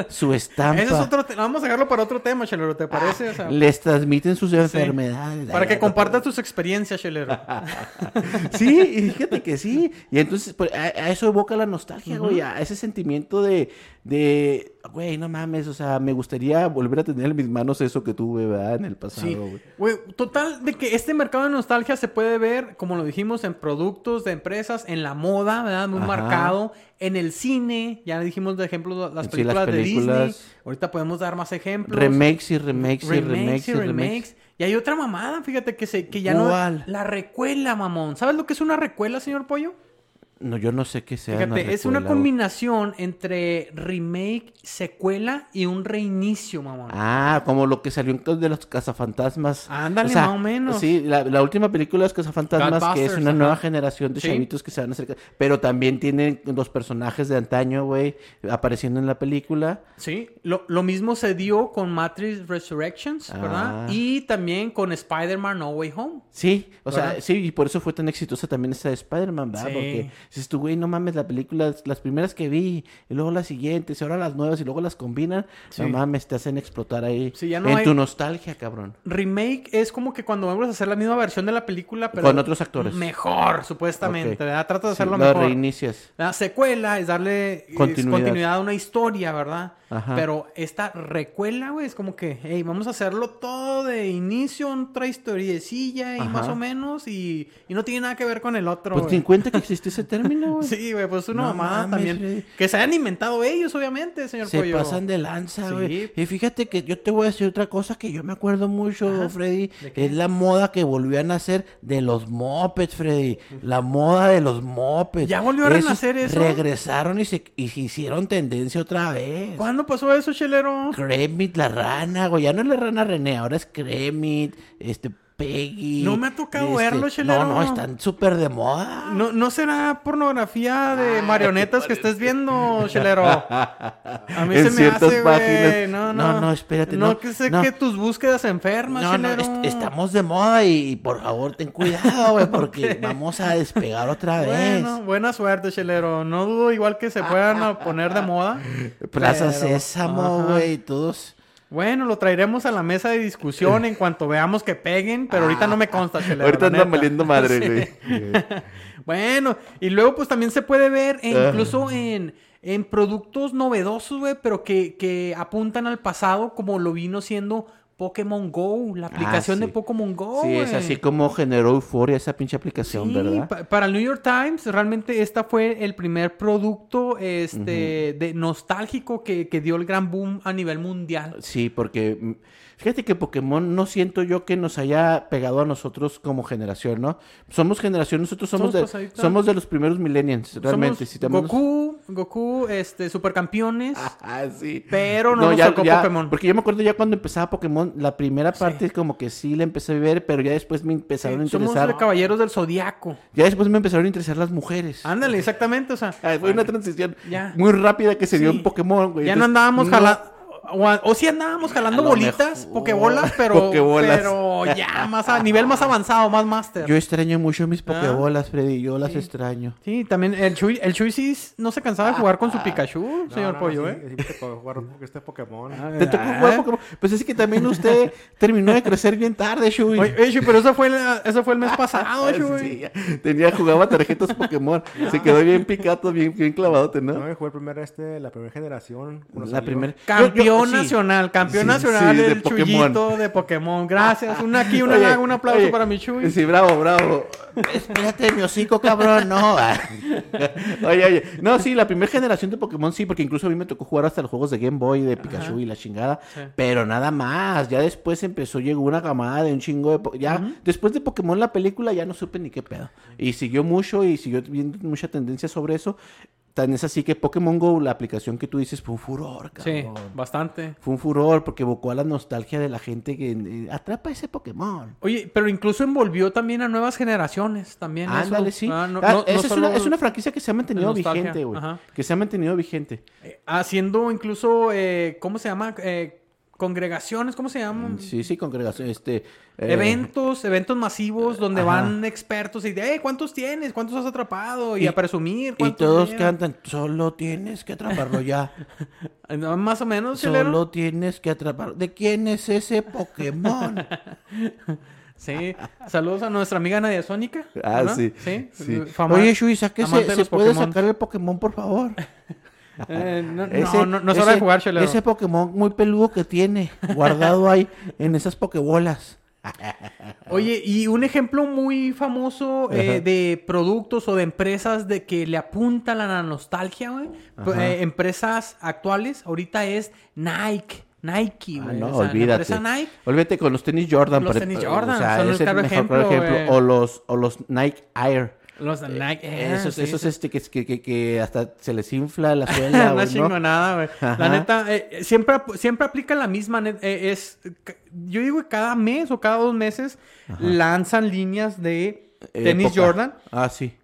[SPEAKER 1] su estampa.
[SPEAKER 2] Ese es otro te- Vamos a dejarlo para otro tema, chelero,
[SPEAKER 1] Ah,
[SPEAKER 2] ¿te parece? O sea,
[SPEAKER 1] Les transmiten sus enfermedades.
[SPEAKER 2] para
[SPEAKER 1] Ay,
[SPEAKER 2] que
[SPEAKER 1] no,
[SPEAKER 2] compartas tus experiencias, chelero.
[SPEAKER 1] Sí, y fíjate que sí. Y entonces, pues, a, a eso evoca la nostalgia, güey. A ese sentimiento de, de, güey, no mames, o sea, me gustaría volver a tener en mis manos eso que tuve, ¿verdad? En el pasado,
[SPEAKER 2] Sí,
[SPEAKER 1] güey.
[SPEAKER 2] güey, total de que este mercado de nostalgia se puede ver, como lo dijimos, en productos de empresas, en la moda, ¿verdad? Muy
[SPEAKER 1] Ajá.
[SPEAKER 2] marcado, en el cine, ya dijimos de ejemplo las
[SPEAKER 1] Sí, las
[SPEAKER 2] películas, de Disney,
[SPEAKER 1] películas.
[SPEAKER 2] ahorita podemos dar más ejemplos.
[SPEAKER 1] Remakes y remakes y
[SPEAKER 2] remakes
[SPEAKER 1] remakes y remakes.
[SPEAKER 2] Y hay otra mamada, fíjate que se que ya
[SPEAKER 1] ¿Cuál?
[SPEAKER 2] no la recuela, mamón. ¿Sabes lo que es una recuela, señor Pollo?
[SPEAKER 1] No, yo no sé qué sea.
[SPEAKER 2] Fíjate,
[SPEAKER 1] no
[SPEAKER 2] es
[SPEAKER 1] recuerdo,
[SPEAKER 2] una
[SPEAKER 1] güey.
[SPEAKER 2] combinación entre remake, secuela y un reinicio, mamón.
[SPEAKER 1] Ah, como lo que salió en- de los cazafantasmas.
[SPEAKER 2] Ándale, más o menos.
[SPEAKER 1] Sí, la, la última película de los cazafantasmas, que es
[SPEAKER 2] Ghostbusters,
[SPEAKER 1] una
[SPEAKER 2] ajá.
[SPEAKER 1] nueva generación de
[SPEAKER 2] Sí.
[SPEAKER 1] chavitos que se van a acercar. Pero también tienen los personajes de antaño, güey, apareciendo en la película.
[SPEAKER 2] Sí, lo, lo mismo se dio con Matrix Resurrections,
[SPEAKER 1] Ah.
[SPEAKER 2] ¿verdad? Y también con Spider-Man No Way Home.
[SPEAKER 1] Sí, o sea,
[SPEAKER 2] ¿Verdad?
[SPEAKER 1] sí, y por eso fue tan exitosa también esa de Spider-Man, ¿verdad?
[SPEAKER 2] Sí.
[SPEAKER 1] Porque dices tú, güey, no mames, la película, las primeras que vi, y luego las siguientes, y ahora las nuevas, y luego las combinan,
[SPEAKER 2] Sí.
[SPEAKER 1] no mames, te hacen explotar ahí
[SPEAKER 2] Sí, ya no
[SPEAKER 1] en
[SPEAKER 2] hay-
[SPEAKER 1] tu nostalgia, cabrón.
[SPEAKER 2] Remake es como que cuando vamos a hacer la misma versión de la película, pero
[SPEAKER 1] Con otros actores.
[SPEAKER 2] Mejor, supuestamente,
[SPEAKER 1] Ok.
[SPEAKER 2] ¿verdad? Trata de
[SPEAKER 1] Sí,
[SPEAKER 2] hacerlo
[SPEAKER 1] lo
[SPEAKER 2] mejor.
[SPEAKER 1] reinicias.
[SPEAKER 2] La secuela es darle es
[SPEAKER 1] Continuidad.
[SPEAKER 2] continuidad, a una historia, ¿verdad?
[SPEAKER 1] Ajá.
[SPEAKER 2] Pero esta recuela, güey, es como que, hey, vamos a hacerlo todo de inicio, otra historiecilla y
[SPEAKER 1] Ajá.
[SPEAKER 2] más o menos, y, y no tiene nada que ver con el otro.
[SPEAKER 1] Pues
[SPEAKER 2] güey.
[SPEAKER 1] te en cuenta que existe ese término, güey.
[SPEAKER 2] Sí, güey, pues una
[SPEAKER 1] No
[SPEAKER 2] mamada
[SPEAKER 1] mames,
[SPEAKER 2] también.
[SPEAKER 1] güey.
[SPEAKER 2] Que se hayan inventado ellos, obviamente, señor
[SPEAKER 1] Se
[SPEAKER 2] Pollo.
[SPEAKER 1] pasan de lanza,
[SPEAKER 2] Sí.
[SPEAKER 1] güey. Y fíjate que yo te voy a decir otra cosa que yo me acuerdo mucho,
[SPEAKER 2] Ajá.
[SPEAKER 1] Freddy.
[SPEAKER 2] ¿De qué?
[SPEAKER 1] Es la moda que volvían a hacer de los mopeds, Freddy. La moda de los mopeds.
[SPEAKER 2] ¿Ya volvió a
[SPEAKER 1] Esos
[SPEAKER 2] renacer eso?
[SPEAKER 1] Regresaron y se, y se hicieron tendencia otra vez.
[SPEAKER 2] ¿Cuándo pasó eso, chelero?
[SPEAKER 1] Kremit, la rana, güey. Ya no es la rana René, ahora es Kremit, este, Peggy.
[SPEAKER 2] No me ha tocado
[SPEAKER 1] este,
[SPEAKER 2] verlo,
[SPEAKER 1] No,
[SPEAKER 2] chelero.
[SPEAKER 1] no, están súper de moda.
[SPEAKER 2] ¿No, ¿No será pornografía de
[SPEAKER 1] Ay,
[SPEAKER 2] marionetas que estés viendo, chelero? A mí
[SPEAKER 3] En
[SPEAKER 2] se me
[SPEAKER 3] ciertas
[SPEAKER 2] hace, güey.
[SPEAKER 3] páginas.
[SPEAKER 2] No, no,
[SPEAKER 1] No, no, espérate,
[SPEAKER 2] No,
[SPEAKER 1] no,
[SPEAKER 2] que sé
[SPEAKER 1] no.
[SPEAKER 2] que tus búsquedas enfermas,
[SPEAKER 1] No, no,
[SPEAKER 2] chelero.
[SPEAKER 1] est- estamos de moda y, y por favor ten cuidado, güey, porque vamos a despegar otra vez.
[SPEAKER 2] Bueno, buena suerte, chelero. No dudo igual que se puedan a poner de moda.
[SPEAKER 1] Plaza
[SPEAKER 2] pero-
[SPEAKER 1] Sésamo,
[SPEAKER 2] ajá.
[SPEAKER 1] güey, todos.
[SPEAKER 2] Bueno, lo traeremos a la mesa de discusión en cuanto veamos que peguen, pero ahorita no me consta, chelero.
[SPEAKER 3] Ahorita
[SPEAKER 2] la
[SPEAKER 3] andan
[SPEAKER 2] neta.
[SPEAKER 3] valiendo madre, güey.
[SPEAKER 2] Bueno, y luego pues también se puede ver e
[SPEAKER 1] Ah.
[SPEAKER 2] incluso en, en productos novedosos, güey, pero que, que apuntan al pasado como lo vino siendo Pokémon Go, la aplicación
[SPEAKER 1] Ah, sí.
[SPEAKER 2] de Pokémon Go.
[SPEAKER 1] sí, es
[SPEAKER 2] güey.
[SPEAKER 1] así como generó euforia esa pinche aplicación,
[SPEAKER 2] Sí,
[SPEAKER 1] ¿verdad?
[SPEAKER 2] pa- para el New York Times realmente esta fue el primer producto este de nostálgico que, que dio el gran boom a nivel mundial.
[SPEAKER 1] Sí, porque mm, fíjate que Pokémon no siento yo que nos haya pegado a nosotros como generación, ¿no? Somos generación, nosotros somos,
[SPEAKER 2] Somos
[SPEAKER 1] de,
[SPEAKER 2] pasadita.
[SPEAKER 1] somos de los primeros millennials, realmente.
[SPEAKER 2] Somos
[SPEAKER 1] si también nos-
[SPEAKER 2] Goku, Goku, este, supercampeones,
[SPEAKER 3] Ah, sí.
[SPEAKER 2] pero no, nos
[SPEAKER 1] ya-
[SPEAKER 2] tocó
[SPEAKER 1] ya-
[SPEAKER 2] Pokémon.
[SPEAKER 1] Porque yo me acuerdo ya cuando empezaba Pokémon, la primera parte como que sí la empecé a ver, pero ya después me empezaron a
[SPEAKER 2] Sí, somos
[SPEAKER 1] interesar.
[SPEAKER 2] de caballeros del zodiaco.
[SPEAKER 1] Ya después me empezaron a interesar las mujeres.
[SPEAKER 2] Ándale, exactamente, o sea,
[SPEAKER 3] Ah, fue una transición
[SPEAKER 2] Ah, Ya.
[SPEAKER 3] muy rápida que se dio
[SPEAKER 2] Sí.
[SPEAKER 3] en Pokémon, güey.
[SPEAKER 2] ya no
[SPEAKER 3] Entonces,
[SPEAKER 2] andábamos jalando. O, si sí andábamos jalando
[SPEAKER 1] A lo
[SPEAKER 2] bolitas,
[SPEAKER 1] mejor.
[SPEAKER 2] pokebolas, pero,
[SPEAKER 3] Pokebolas.
[SPEAKER 2] pero ya más a nivel más avanzado, más máster.
[SPEAKER 1] Yo extraño mucho mis Pokébolas, Freddy. Yo las extraño.
[SPEAKER 2] Ah. Sí, también el Chuy, el Chuy sí no se cansaba de jugar con su Pikachu,
[SPEAKER 4] No,
[SPEAKER 2] señor
[SPEAKER 4] no, no,
[SPEAKER 2] Pollo,
[SPEAKER 4] sí,
[SPEAKER 2] ¿eh? Ah,
[SPEAKER 4] sí me tocó jugar porque este Pokémon.
[SPEAKER 1] ¿Te tocó jugar Pokémon? Pues es que también usted terminó de crecer bien tarde, Shui.
[SPEAKER 2] Oye, oye, Chuy, pero eso fue, la- eso fue el mes pasado,
[SPEAKER 3] ah, sí,
[SPEAKER 2] Chuy.
[SPEAKER 3] sí, ya. Tenía, jugaba tarjetas Pokémón. Se quedó bien picato, bien, bien clavadote,
[SPEAKER 4] No,
[SPEAKER 3] ¿no?
[SPEAKER 4] yo jugué primero este, la primera generación. cuando
[SPEAKER 1] La
[SPEAKER 4] salió.
[SPEAKER 1] primera.
[SPEAKER 2] Campeón
[SPEAKER 1] Yo- yo- sí.
[SPEAKER 2] nacional, campeón
[SPEAKER 3] Sí,
[SPEAKER 2] nacional
[SPEAKER 3] sí, de
[SPEAKER 2] el
[SPEAKER 3] Pokémon.
[SPEAKER 2] Chuyito de Pokémon. Gracias. Un aquí, un
[SPEAKER 3] Oye,
[SPEAKER 2] allá, un aplauso
[SPEAKER 3] oye,
[SPEAKER 2] para mi Chuy.
[SPEAKER 3] Sí, bravo, bravo.
[SPEAKER 1] Espérate, mi hocico, cabrón. No.
[SPEAKER 3] Oye, oye.
[SPEAKER 1] No, sí, la primera generación de Pokémon sí, porque incluso a mí me tocó jugar hasta los juegos de Game Boy, de Pikachu y la chingada.
[SPEAKER 2] Sí.
[SPEAKER 1] Pero nada más, ya después empezó, llegó una camada de un chingo de... po- Ya, después de Pokémon la película ya no supe ni qué pedo. Y siguió mucho y siguió viendo mucha tendencia sobre eso. Tan es así que Pokémon Go, la aplicación que tú dices, fue un furor,
[SPEAKER 2] Sí,
[SPEAKER 1] cabrón.
[SPEAKER 2] bastante.
[SPEAKER 1] Fue un furor porque evocó a la nostalgia de la gente que eh, atrapa ese Pokémon.
[SPEAKER 2] Oye, pero incluso envolvió también a nuevas generaciones también. eso.
[SPEAKER 1] Ándale, sí.
[SPEAKER 2] Ah, no-
[SPEAKER 1] Ah,
[SPEAKER 2] no- no
[SPEAKER 1] esa es,
[SPEAKER 2] solo-
[SPEAKER 1] una, es una franquicia que se ha mantenido
[SPEAKER 2] nostalgia,
[SPEAKER 1] vigente, güey.
[SPEAKER 2] ajá.
[SPEAKER 1] Que se ha mantenido vigente.
[SPEAKER 2] eh, haciendo incluso, eh, ¿cómo se llama? Eh, congregaciones, ¿cómo se llaman?
[SPEAKER 1] Mm, Sí, sí, congregación. Este, eh,
[SPEAKER 2] Eventos, eventos masivos donde
[SPEAKER 1] ajá.
[SPEAKER 2] van expertos y de, "Eh, ¿cuántos tienes? ¿Cuántos has atrapado? Y,
[SPEAKER 1] Y-
[SPEAKER 2] a presumir.
[SPEAKER 1] Y
[SPEAKER 2] ¿cuántos
[SPEAKER 1] todos
[SPEAKER 2] llevan?
[SPEAKER 1] cantan, solo tienes que atraparlo ya.
[SPEAKER 2] Ah, no, Más o menos, chilero.
[SPEAKER 1] solo tienes que atraparlo. ¿De quién es ese Pokémon?
[SPEAKER 2] Sí. Saludos a nuestra amiga Nadia Sónica.
[SPEAKER 1] Ah,
[SPEAKER 2] ¿verdad?
[SPEAKER 1] sí,
[SPEAKER 2] Sí.
[SPEAKER 1] sí.
[SPEAKER 2] Fama-
[SPEAKER 1] Oye, Shuiza, ¿qué
[SPEAKER 2] amante
[SPEAKER 1] se,
[SPEAKER 2] de
[SPEAKER 1] se
[SPEAKER 2] los
[SPEAKER 1] puede
[SPEAKER 2] Pokémon.
[SPEAKER 1] sacar el Pokémon, por favor?
[SPEAKER 2] Eh, no, no,
[SPEAKER 1] Ese-
[SPEAKER 2] no, no es hora de
[SPEAKER 1] ese-
[SPEAKER 2] jugar, Chelero.
[SPEAKER 1] Ese Pokémon muy peludo que tiene, guardado ahí en esas Pokébolas.
[SPEAKER 2] Oye, y un ejemplo muy famoso eh,
[SPEAKER 1] Ah. Ajá.
[SPEAKER 2] de productos o de empresas de que le apunta a la nostalgia, güey. Pues,
[SPEAKER 1] Ajá.
[SPEAKER 2] eh, empresas actuales, ahorita es Nike. Nike,
[SPEAKER 1] Ah,
[SPEAKER 2] güey.
[SPEAKER 1] no,
[SPEAKER 2] O sea, la
[SPEAKER 1] olvídate.
[SPEAKER 2] empresa Nike.
[SPEAKER 1] Olvídate con los tenis Jordan.
[SPEAKER 2] Los
[SPEAKER 1] por-
[SPEAKER 2] tenis
[SPEAKER 1] eh,
[SPEAKER 2] Jordan,
[SPEAKER 1] O sea,
[SPEAKER 2] son el
[SPEAKER 1] es el
[SPEAKER 2] claro
[SPEAKER 1] mejor
[SPEAKER 2] ejemplo, eh. güey.
[SPEAKER 1] ejemplo. O los, o los Nike Air.
[SPEAKER 2] Los de Nike. Air,
[SPEAKER 1] esos
[SPEAKER 2] Ah, sí,
[SPEAKER 1] esos
[SPEAKER 2] sí.
[SPEAKER 1] este, que, que, que- que hasta se les infla la suela.
[SPEAKER 2] Una
[SPEAKER 1] güey, ¿no?
[SPEAKER 2] chingonada, güey. La
[SPEAKER 1] Ajá.
[SPEAKER 2] neta, eh, eh, siempre, ap- siempre aplica la misma. net- eh, es, eh, ca- yo digo que cada mes o cada dos meses lanzan líneas de
[SPEAKER 1] Eh,
[SPEAKER 2] tenis
[SPEAKER 1] poca.
[SPEAKER 2] Jordan.
[SPEAKER 1] Ah, sí.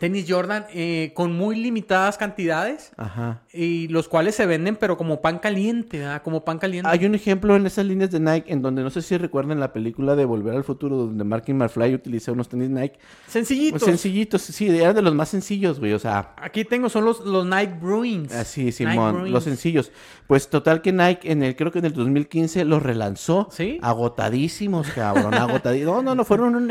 [SPEAKER 2] Tenis Jordan eh, con muy limitadas cantidades.
[SPEAKER 1] Ajá.
[SPEAKER 2] Y los cuales se venden, pero como pan caliente, ¿verdad? Como pan caliente.
[SPEAKER 1] Hay un ejemplo en esas líneas de Nike en donde no sé si recuerdan la película de Volver al Futuro donde Marky McFly utiliza unos tenis Nike.
[SPEAKER 2] Sencillitos.
[SPEAKER 1] Pues sencillitos, sí, eran de los más sencillos, güey. O sea,
[SPEAKER 2] Aquí tengo, son los, los Nike Bruins.
[SPEAKER 1] Así,
[SPEAKER 2] Nike
[SPEAKER 1] Ah, Simón,
[SPEAKER 2] Bruins.
[SPEAKER 1] los sencillos. Pues total que Nike en el creo que en el 2015 los relanzó
[SPEAKER 2] ¿Sí?
[SPEAKER 1] agotadísimos, cabrón, agotadísimos. No, no, no fueron un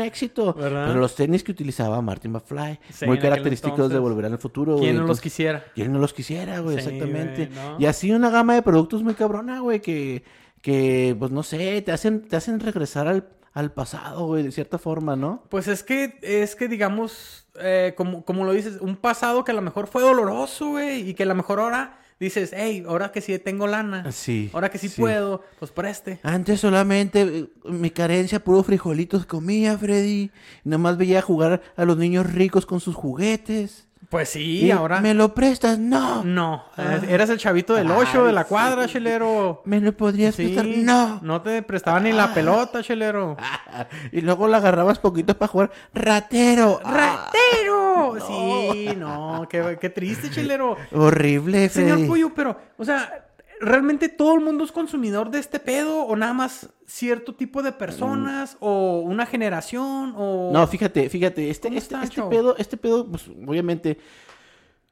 [SPEAKER 1] éxito,
[SPEAKER 2] ¿Verdad?
[SPEAKER 1] pero los tenis que utilizaba Martin McFly,
[SPEAKER 2] Ah. Sí,
[SPEAKER 1] muy
[SPEAKER 2] en aquel
[SPEAKER 1] característicos de
[SPEAKER 2] entonces.
[SPEAKER 1] Volver al Futuro, güey.
[SPEAKER 2] ¿Quién no los
[SPEAKER 1] Entonces,
[SPEAKER 2] quisiera?
[SPEAKER 1] ¿Quién no los quisiera, güey?
[SPEAKER 2] Sí,
[SPEAKER 1] Exactamente.
[SPEAKER 2] güey, ¿no?
[SPEAKER 1] Y así una gama de productos muy cabrona, güey, que que pues no sé, te hacen te hacen regresar al al pasado, güey, de cierta forma, ¿no?
[SPEAKER 2] Pues es que, es que digamos, eh, como, como lo dices, un pasado que a lo mejor fue doloroso, güey, y que a lo mejor ahora dices, hey, ahora que sí tengo lana,
[SPEAKER 1] Ah, Sí,
[SPEAKER 2] ahora que sí,
[SPEAKER 1] sí.
[SPEAKER 2] puedo, pues preste.
[SPEAKER 1] Antes solamente eh, mi carencia, puros frijolitos comía, Freddy. Nomás veía jugar a los niños ricos con sus juguetes.
[SPEAKER 2] Pues sí, ahora.
[SPEAKER 1] ¿Me Ah. lo prestas? No.
[SPEAKER 2] No, eh, eras el chavito del 8 de la cuadra, chelero.
[SPEAKER 1] ¿Me lo podrías
[SPEAKER 2] Sí, Mm.
[SPEAKER 1] prestar? No.
[SPEAKER 2] No te prestaban ni la pelota, chelero.
[SPEAKER 1] Y luego la agarrabas poquito para jugar. ¡Ratero! Ah,
[SPEAKER 2] ¡Ratero! Sí, no, qué, qué triste, chelero.
[SPEAKER 1] horrible, Freddy.
[SPEAKER 2] Señor Pollo, pero, o sea, ¿realmente todo el mundo es consumidor de este pedo? ¿O nada más cierto tipo de personas? ¿O una generación? ¿O
[SPEAKER 1] No, fíjate, fíjate, este,
[SPEAKER 2] ¿Cómo
[SPEAKER 1] este,
[SPEAKER 2] está,
[SPEAKER 1] este
[SPEAKER 2] chavo?
[SPEAKER 1] pedo, este pedo, pues, obviamente,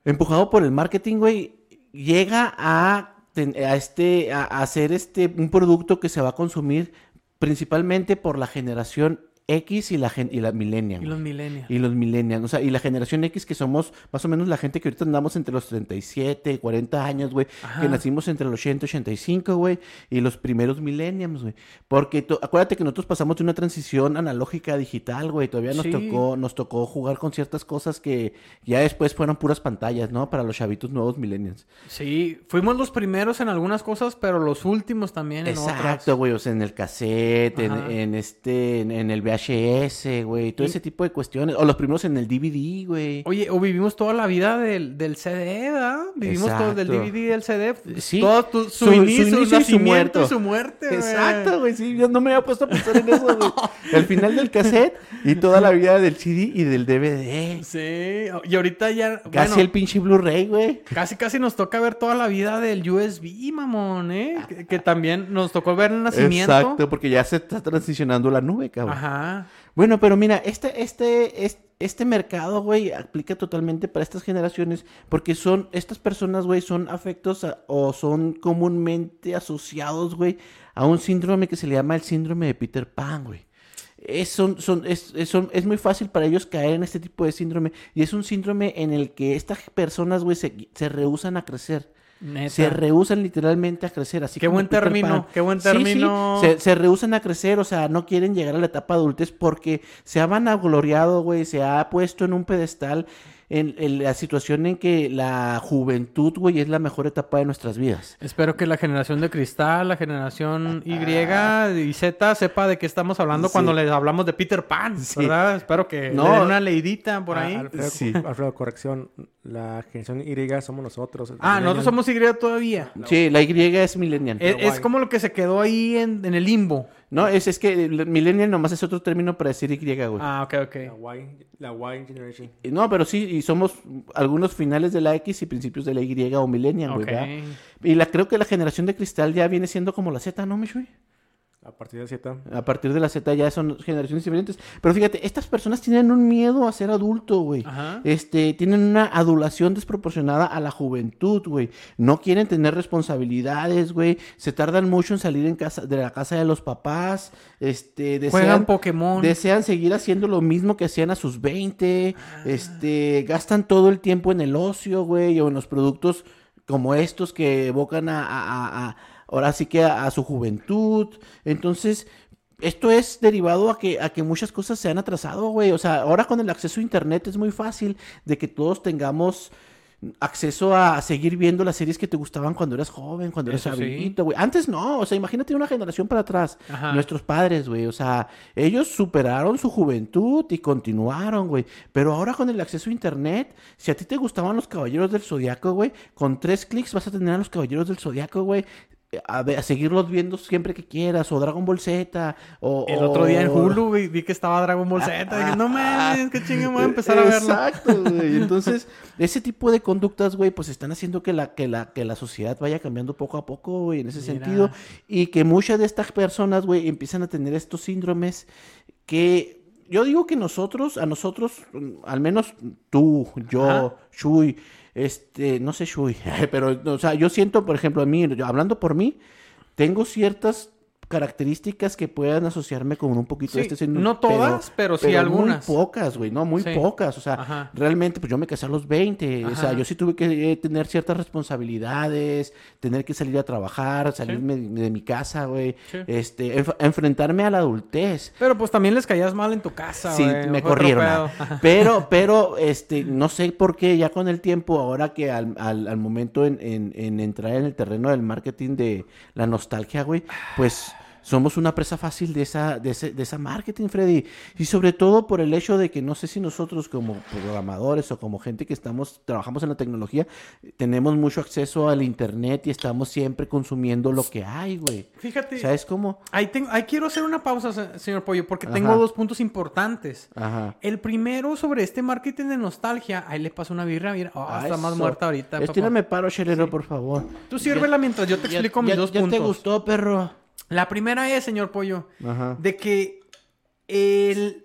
[SPEAKER 1] empujado por el marketing, güey, llega a, ten- a este, a, a hacer este, un producto que se va a consumir principalmente por la generación X y la, gen- y la millennial.
[SPEAKER 2] y
[SPEAKER 1] güey.
[SPEAKER 2] los millennials?
[SPEAKER 1] Y los millennials, o sea, y la generación X que somos más o menos la gente que ahorita andamos entre los 37, 40 años, güey,
[SPEAKER 2] Ajá.
[SPEAKER 1] que nacimos entre los 80, 85, güey, y los primeros millennials, güey. Porque to- acuérdate que nosotros pasamos de una transición analógica a digital, güey, todavía nos
[SPEAKER 2] Sí.
[SPEAKER 1] tocó nos tocó jugar con ciertas cosas que ya después fueron puras pantallas, ¿no? Para los chavitos nuevos millennials.
[SPEAKER 2] Sí, fuimos los primeros en algunas cosas, pero los últimos también en
[SPEAKER 1] Exacto,
[SPEAKER 2] otras.
[SPEAKER 1] güey, o sea, en el cassette, en,
[SPEAKER 2] Ajá.
[SPEAKER 1] en este, en, en el VHS, güey, todo
[SPEAKER 2] Y-
[SPEAKER 1] ese tipo de cuestiones, o los primeros en el DVD, güey.
[SPEAKER 2] Oye, o vivimos toda la vida del, del CD, ¿verdad? Vivimos todo del
[SPEAKER 1] Exacto.
[SPEAKER 2] DVD y del CD.
[SPEAKER 1] Sí.
[SPEAKER 2] Todo tu- su,
[SPEAKER 1] Su- su
[SPEAKER 2] inicio,
[SPEAKER 1] inicio y
[SPEAKER 2] su
[SPEAKER 1] su
[SPEAKER 2] nacimiento y
[SPEAKER 1] muerto.
[SPEAKER 2] su muerte, güey.
[SPEAKER 1] Exacto, güey, sí, yo no me había puesto a pensar en eso, güey. El final del cassette y toda la vida del CD y del DVD.
[SPEAKER 2] Sí, y ahorita ya...
[SPEAKER 1] Casi
[SPEAKER 2] bueno,
[SPEAKER 1] el pinche Blu-ray, güey.
[SPEAKER 2] Casi, casi nos toca ver toda la vida del USB, mamón, ¿eh? Que, que también nos tocó ver el nacimiento.
[SPEAKER 1] Ah. Exacto, porque ya se está transicionando la nube, cabrón.
[SPEAKER 2] Ajá.
[SPEAKER 1] Bueno, pero mira, este, este, es- este mercado, güey, aplica totalmente para estas generaciones porque son, estas personas, güey, son afectos a- o son comúnmente asociados, güey, a un síndrome que se le llama el síndrome de Peter Pan, güey. Es, son, son, es, es- son- es muy fácil para ellos caer en este tipo de síndrome y es un síndrome en el que estas personas, güey, se, se rehúsan a crecer.
[SPEAKER 2] Neta.
[SPEAKER 1] Se rehusan literalmente a crecer. Así
[SPEAKER 2] Qué
[SPEAKER 1] como
[SPEAKER 2] buen
[SPEAKER 1] Peter
[SPEAKER 2] término,
[SPEAKER 1] Pan.
[SPEAKER 2] qué buen
[SPEAKER 1] Sí, sí,
[SPEAKER 2] término.
[SPEAKER 1] Se, se rehusan a crecer, o sea, no quieren llegar a la etapa adultez porque se ha vanagloriado, güey, se ha puesto en un pedestal en, en la situación en que la juventud, güey, es la mejor etapa de nuestras vidas.
[SPEAKER 2] Espero que la generación de cristal, la generación Y y Z sepa de qué estamos hablando cuando les hablamos de Peter Pan, ¿verdad? Espero que
[SPEAKER 1] No.
[SPEAKER 2] no, den una leidita por
[SPEAKER 4] Ah,
[SPEAKER 2] ahí.
[SPEAKER 4] Alfredo,
[SPEAKER 1] Sí.
[SPEAKER 4] Alfredo, corrección. La generación Y somos nosotros.
[SPEAKER 2] Ah, nosotros somos Y todavía. E,
[SPEAKER 1] Sí, la Y es millennial.
[SPEAKER 2] Es, es
[SPEAKER 4] guay.
[SPEAKER 2] como lo que se quedó ahí en, en el limbo.
[SPEAKER 1] no, es, es que el millennial nomás es otro término para decir Y, güey.
[SPEAKER 2] Ah, ok,
[SPEAKER 4] La
[SPEAKER 2] ok.
[SPEAKER 4] Y, la Y Generation.
[SPEAKER 1] Y No, pero sí, y somos algunos finales de la X y principios de la Y o millennial, güey,
[SPEAKER 2] Ok.
[SPEAKER 1] ¿verdad? Y la, creo que la generación de cristal ya viene siendo como la Z, ¿no, Mishui?
[SPEAKER 4] A partir de 7.
[SPEAKER 1] A partir de la Z ya son generaciones diferentes. Pero fíjate, estas personas tienen un miedo a ser adulto, güey.
[SPEAKER 2] Ajá.
[SPEAKER 1] Este, tienen una adulación desproporcionada a la juventud, güey. No quieren tener responsabilidades, güey. Se tardan mucho en salir en casa, de la casa de los papás. Este, desean,
[SPEAKER 2] Juegan Pokémon.
[SPEAKER 1] Desean seguir haciendo lo mismo que hacían a sus 20. Este, gastan todo el tiempo en el ocio, güey, o en los productos como estos que evocan a, a- a- a- ahora sí que a, a su juventud. Entonces, esto es derivado a que, a que muchas cosas se han atrasado, güey. O sea, ahora con el acceso a internet es muy fácil de que todos tengamos acceso a seguir viendo las series que te gustaban cuando eras joven, cuando eras
[SPEAKER 2] Eso sí.
[SPEAKER 1] chavito, güey. Antes no, o sea, imagínate una generación para atrás.
[SPEAKER 2] Ajá.
[SPEAKER 1] Nuestros padres, güey, o sea, ellos superaron su juventud y continuaron, güey. Pero ahora con el acceso a internet, si a ti te gustaban los Caballeros del Zodiaco, güey, con tres clics vas a tener a los Caballeros del Zodiaco, güey. eh, A, ver- a seguirlos viendo siempre que quieras, o Dragon Ball Z, o...
[SPEAKER 2] El otro día en
[SPEAKER 1] o-
[SPEAKER 2] Hulu vi, vi que estaba Dragon Ball Z. Dije, no mames, qué chingue, voy a empezar a verlo.
[SPEAKER 1] Exacto, güey. Entonces, ese tipo de conductas, güey, pues están haciendo que la, que la, que la sociedad vaya cambiando poco a poco, güey, en ese
[SPEAKER 2] Mira.
[SPEAKER 1] sentido. Y que muchas de estas personas, güey, empiezan a tener estos síndromes que yo digo que nosotros, a nosotros, mm, al menos tú, yo,
[SPEAKER 2] Ajá.
[SPEAKER 1] Shui, este, no sé Shui, pero, no, o sea, yo siento, por ejemplo, a mí, yo- hablando por mí, tengo ciertas características que puedan asociarme con un poquito de
[SPEAKER 2] Sí,
[SPEAKER 1] este síndrome.
[SPEAKER 2] no todas, pero sí algunas.
[SPEAKER 1] Muy pocas, güey, no, muy
[SPEAKER 2] Sí.
[SPEAKER 1] pocas, o sea,
[SPEAKER 2] Ajá.
[SPEAKER 1] realmente, pues yo me casé a los 20, o sea,
[SPEAKER 2] Ajá.
[SPEAKER 1] yo sí tuve que eh, tener ciertas responsabilidades, tener que salir a trabajar, salirme de, de mi casa, güey,
[SPEAKER 2] Sí.
[SPEAKER 1] este, enf- enfrentarme a la adultez.
[SPEAKER 2] Pero pues también les caías mal en tu casa,
[SPEAKER 1] Sí,
[SPEAKER 2] güey,
[SPEAKER 1] me
[SPEAKER 2] fue otro
[SPEAKER 1] corrieron.
[SPEAKER 2] pedo.
[SPEAKER 1] ah. Pero, pero, este, no sé por qué ya con el tiempo, ahora que al, al- al momento en, en- en entrar en el terreno del marketing de la nostalgia, güey, pues somos una presa fácil de esa, de, ese- de esa marketing, Freddy. Y sobre todo por el hecho de que no sé si nosotros como programadores o como gente que estamos, trabajamos en la tecnología, tenemos mucho acceso al internet y estamos siempre consumiendo lo que hay, güey.
[SPEAKER 2] Fíjate,
[SPEAKER 1] O sea, es como,
[SPEAKER 2] ahí, tengo- ahí quiero hacer una pausa, se- señor Pollo, porque
[SPEAKER 1] Ajá.
[SPEAKER 2] tengo dos puntos importantes.
[SPEAKER 1] ajá.
[SPEAKER 2] El primero sobre este marketing de nostalgia. Ahí le pasó una birra, mira. Oh,
[SPEAKER 1] Ah,
[SPEAKER 2] está más
[SPEAKER 1] eso.
[SPEAKER 2] muerta ahorita. papá.
[SPEAKER 1] Estírame paro, chelero, por favor.
[SPEAKER 2] Tú sírvela mientras yo te explico mis dos puntos.
[SPEAKER 1] te gustó, perro.
[SPEAKER 2] La primera es, señor Pollo,
[SPEAKER 1] Ajá.
[SPEAKER 2] de que el-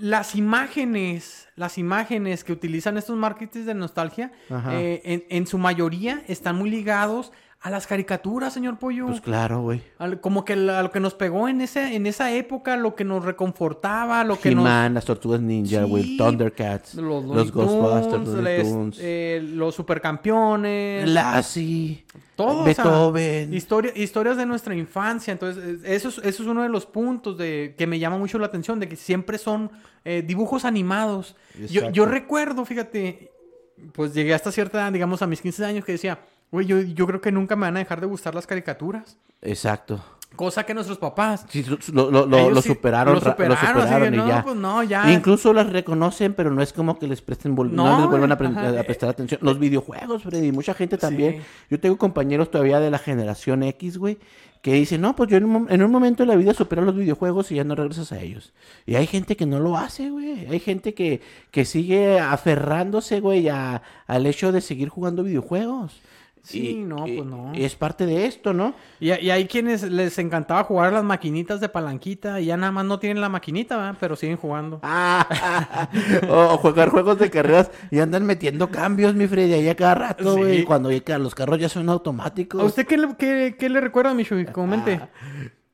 [SPEAKER 2] las imágenes, las imágenes que utilizan estos marketings de nostalgia,
[SPEAKER 1] Ajá.
[SPEAKER 2] eh, en, en su mayoría están muy ligados a las caricaturas, señor Pollo.
[SPEAKER 1] Pues claro, güey.
[SPEAKER 2] Al- como que la- lo que nos pegó en esa, en esa época, lo que nos reconfortaba, lo que nos...
[SPEAKER 1] He-Man, las Tortugas Ninja, güey.
[SPEAKER 2] Sí.
[SPEAKER 1] Thundercats.
[SPEAKER 2] Los,
[SPEAKER 1] Los,
[SPEAKER 2] Looney
[SPEAKER 1] Ghostbusters,
[SPEAKER 2] Tunes,
[SPEAKER 1] los Looney
[SPEAKER 2] les-
[SPEAKER 1] Tunes.
[SPEAKER 2] eh, los supercampeones.
[SPEAKER 1] Lassie.
[SPEAKER 2] todo, o sea,
[SPEAKER 1] Beethoven.
[SPEAKER 2] historia- historias de nuestra infancia. Entonces, eh, eso es, eso es uno de los puntos de, que me llama mucho la atención, de que siempre son eh, dibujos animados. Yo, yo
[SPEAKER 1] Exacto.
[SPEAKER 2] recuerdo, fíjate, pues llegué hasta cierta edad, digamos a mis 15 años, que decía, güey, yo, yo creo que nunca me van a dejar de gustar las caricaturas.
[SPEAKER 1] Exacto.
[SPEAKER 2] Cosa que nuestros papás...
[SPEAKER 1] Sí, su- su- lo, lo- lo-
[SPEAKER 2] ellos
[SPEAKER 1] lo
[SPEAKER 2] sí-
[SPEAKER 1] superaron,
[SPEAKER 2] lo
[SPEAKER 1] ra-
[SPEAKER 2] superaron, así de,
[SPEAKER 1] superaron y
[SPEAKER 2] no,
[SPEAKER 1] ya.
[SPEAKER 2] pues no, ya.
[SPEAKER 1] Incluso las reconocen, pero no es como que les presten vol- no,
[SPEAKER 2] No,
[SPEAKER 1] les vuelvan a, pre-
[SPEAKER 2] ajá.
[SPEAKER 1] a prestar atención. Los videojuegos, Freddy, mucha gente también.
[SPEAKER 2] Sí.
[SPEAKER 1] Yo tengo compañeros todavía de la generación X, güey, que dicen, no, pues yo en un, mom- en un momento de la vida supero los videojuegos y ya no regresas a ellos. Y hay gente que no lo hace, güey. Hay gente que, que sigue aferrándose, güey, a- al hecho de seguir jugando videojuegos.
[SPEAKER 2] Sí, no, pues no.
[SPEAKER 1] y es parte de esto, ¿no?
[SPEAKER 2] Y, y hay quienes les encantaba jugar a las maquinitas de palanquita y ya nada más no tienen la maquinita, ¿verdad? pero siguen jugando.
[SPEAKER 1] Ah, o jugar juegos de carreras y andan metiendo cambios, mi Freddy, ahí a cada rato,
[SPEAKER 2] Sí.
[SPEAKER 1] güey. Cuando ya-
[SPEAKER 4] Pues,
[SPEAKER 1] los carros ya son automáticos.
[SPEAKER 2] Ah, ¿A usted qué le, qué, qué le recuerda, Michu? Comente.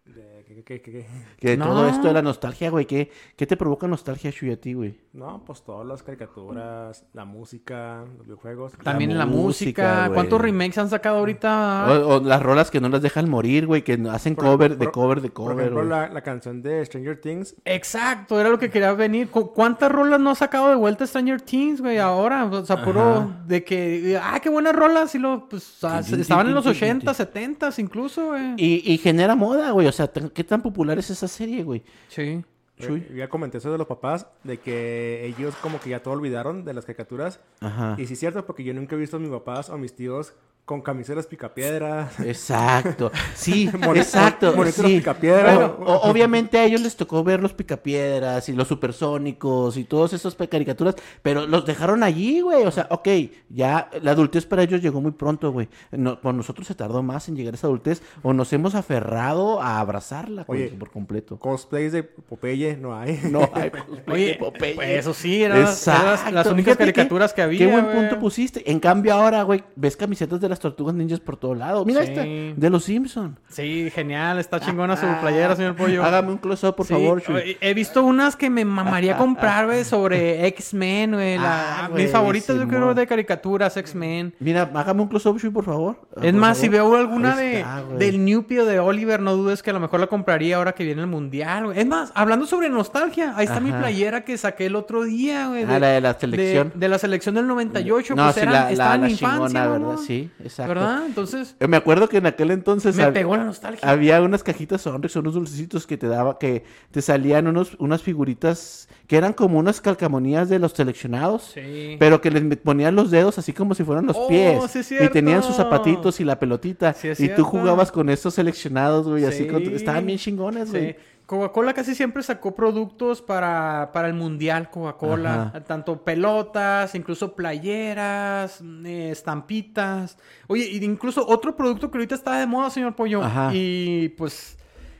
[SPEAKER 4] ¿Qué, qué, ¿Qué, qué, qué?
[SPEAKER 1] Que de
[SPEAKER 2] No.
[SPEAKER 1] todo esto de la nostalgia, güey, ¿qué, qué te provoca nostalgia, Shuy, a ti, güey?
[SPEAKER 4] No, pues todas las caricaturas, la música, los videojuegos.
[SPEAKER 2] También la,
[SPEAKER 1] música,
[SPEAKER 2] música.
[SPEAKER 1] güey. Oh.
[SPEAKER 2] ¿Cuántos remakes han sacado ahorita?
[SPEAKER 1] O, o las rolas que no las dejan morir, güey, que no- hacen
[SPEAKER 4] Ah. Por
[SPEAKER 1] cover
[SPEAKER 4] ejemplo,
[SPEAKER 1] de cover de
[SPEAKER 4] Por
[SPEAKER 1] cover,
[SPEAKER 4] ejemplo,
[SPEAKER 1] güey.
[SPEAKER 4] la, la canción de Stranger Things.
[SPEAKER 2] Exacto, era lo que quería venir. ¿Cu- ¿Cuántas rolas no ha sacado de vuelta Stranger Things, güey? Ahora, o sea, puro de que, ah, qué buenas rolas. Y lo, pues, ah, se- estaban en los 80, 70 incluso, güey.
[SPEAKER 1] Y, y genera moda, güey. O sea, tan- ¿qué tan popular es esa serie, güey?
[SPEAKER 2] Sí.
[SPEAKER 1] Chuy.
[SPEAKER 4] eh, Ya comenté eso de los papás, de que ellos como que ya todo olvidaron de las caricaturas.
[SPEAKER 1] Ajá.
[SPEAKER 4] Y sí es cierto, porque yo nunca he visto a mis papás o a mis tíos con camisetas picapiedras.
[SPEAKER 1] Exacto. Sí,
[SPEAKER 4] Mon-
[SPEAKER 1] exacto.
[SPEAKER 4] mon-
[SPEAKER 1] sí.
[SPEAKER 4] moneteros picapiedra.
[SPEAKER 1] Bueno, o- obviamente a ellos les tocó ver los picapiedras y los supersónicos y todas esas pe- caricaturas, pero los dejaron allí, güey. O sea, ok, ya la adultez para ellos llegó muy pronto, güey. No, con nosotros se tardó más en llegar a esa adultez o nos hemos aferrado a abrazarla güey,
[SPEAKER 4] Oye,
[SPEAKER 1] por completo.
[SPEAKER 4] Cosplays de Popeye no hay.
[SPEAKER 1] No, hay cosplay de
[SPEAKER 2] Oye,
[SPEAKER 1] Popeye.
[SPEAKER 2] pues, eso sí, eran las, eran las- las
[SPEAKER 1] Exacto,
[SPEAKER 2] únicas
[SPEAKER 1] fíjate qué-
[SPEAKER 2] caricaturas que había.
[SPEAKER 1] Qué buen
[SPEAKER 2] güey.
[SPEAKER 1] punto pusiste. En cambio ahora, güey, ves camisetas de las tortugas ninjas por todo lado. Mira
[SPEAKER 2] Sí.
[SPEAKER 1] esta, de los Simpson.
[SPEAKER 2] Sí, genial, está chingona su playera, señor Pollo.
[SPEAKER 1] Hágame un close-up, por
[SPEAKER 2] Sí,
[SPEAKER 1] favor, Shui.
[SPEAKER 2] oye, He visto unas que me mamaría comprar, güey, sobre X-Men, güey. la-
[SPEAKER 1] Ah, güey,
[SPEAKER 2] mis favoritas, yo creo,
[SPEAKER 1] Simón.
[SPEAKER 2] de caricaturas, X-Men.
[SPEAKER 1] Mira, hágame un close-up, Shui, por favor. Ah,
[SPEAKER 2] Es
[SPEAKER 1] por
[SPEAKER 2] más, si
[SPEAKER 1] favor.
[SPEAKER 2] veo alguna
[SPEAKER 1] Ahí
[SPEAKER 2] de,
[SPEAKER 1] está, güey.
[SPEAKER 2] del Newpio de Oliver, no dudes que a lo mejor la compraría ahora que viene el mundial, güey. Es más, hablando sobre nostalgia, ahí está mi
[SPEAKER 1] Ajá.
[SPEAKER 2] playera que saqué el otro día, güey.
[SPEAKER 1] Ah, la de la selección.
[SPEAKER 2] De, de la selección del 98,
[SPEAKER 1] No,
[SPEAKER 2] pues
[SPEAKER 1] sí,
[SPEAKER 2] eran,
[SPEAKER 1] la,
[SPEAKER 2] estaba
[SPEAKER 1] la,
[SPEAKER 2] en
[SPEAKER 1] la
[SPEAKER 2] mi infancia,
[SPEAKER 1] chingona, ¿verdad?
[SPEAKER 2] mamón.
[SPEAKER 1] Sí, exacto. Pues
[SPEAKER 2] ¿Verdad? Entonces,
[SPEAKER 1] Eh, Me acuerdo que en aquel entonces
[SPEAKER 2] me
[SPEAKER 1] hab-
[SPEAKER 2] pegó la nostalgia.
[SPEAKER 1] había unas cajitas Sonrix, unos dulcecitos que te daba, que te salían unos, unas figuritas que eran como unas calcamonías de los seleccionados.
[SPEAKER 2] Sí.
[SPEAKER 1] Pero que les met- ponían los dedos así como si fueran los
[SPEAKER 2] Oh,
[SPEAKER 1] pies.
[SPEAKER 2] sí es
[SPEAKER 1] y tenían sus
[SPEAKER 2] cierto.
[SPEAKER 1] zapatitos y la pelotita.
[SPEAKER 2] Sí es
[SPEAKER 1] y tú
[SPEAKER 2] cierto.
[SPEAKER 1] jugabas con estos seleccionados, güey. Así con-
[SPEAKER 2] Sí.
[SPEAKER 1] Estaban bien chingones, güey.
[SPEAKER 2] Sí. Coca-Cola casi siempre sacó productos para, para el mundial, Coca-Cola.
[SPEAKER 1] Ajá.
[SPEAKER 2] Tanto pelotas, incluso playeras, eh, estampitas. Oye, y incluso otro producto que ahorita está de moda, señor Pollo.
[SPEAKER 1] Ajá.
[SPEAKER 2] Y pues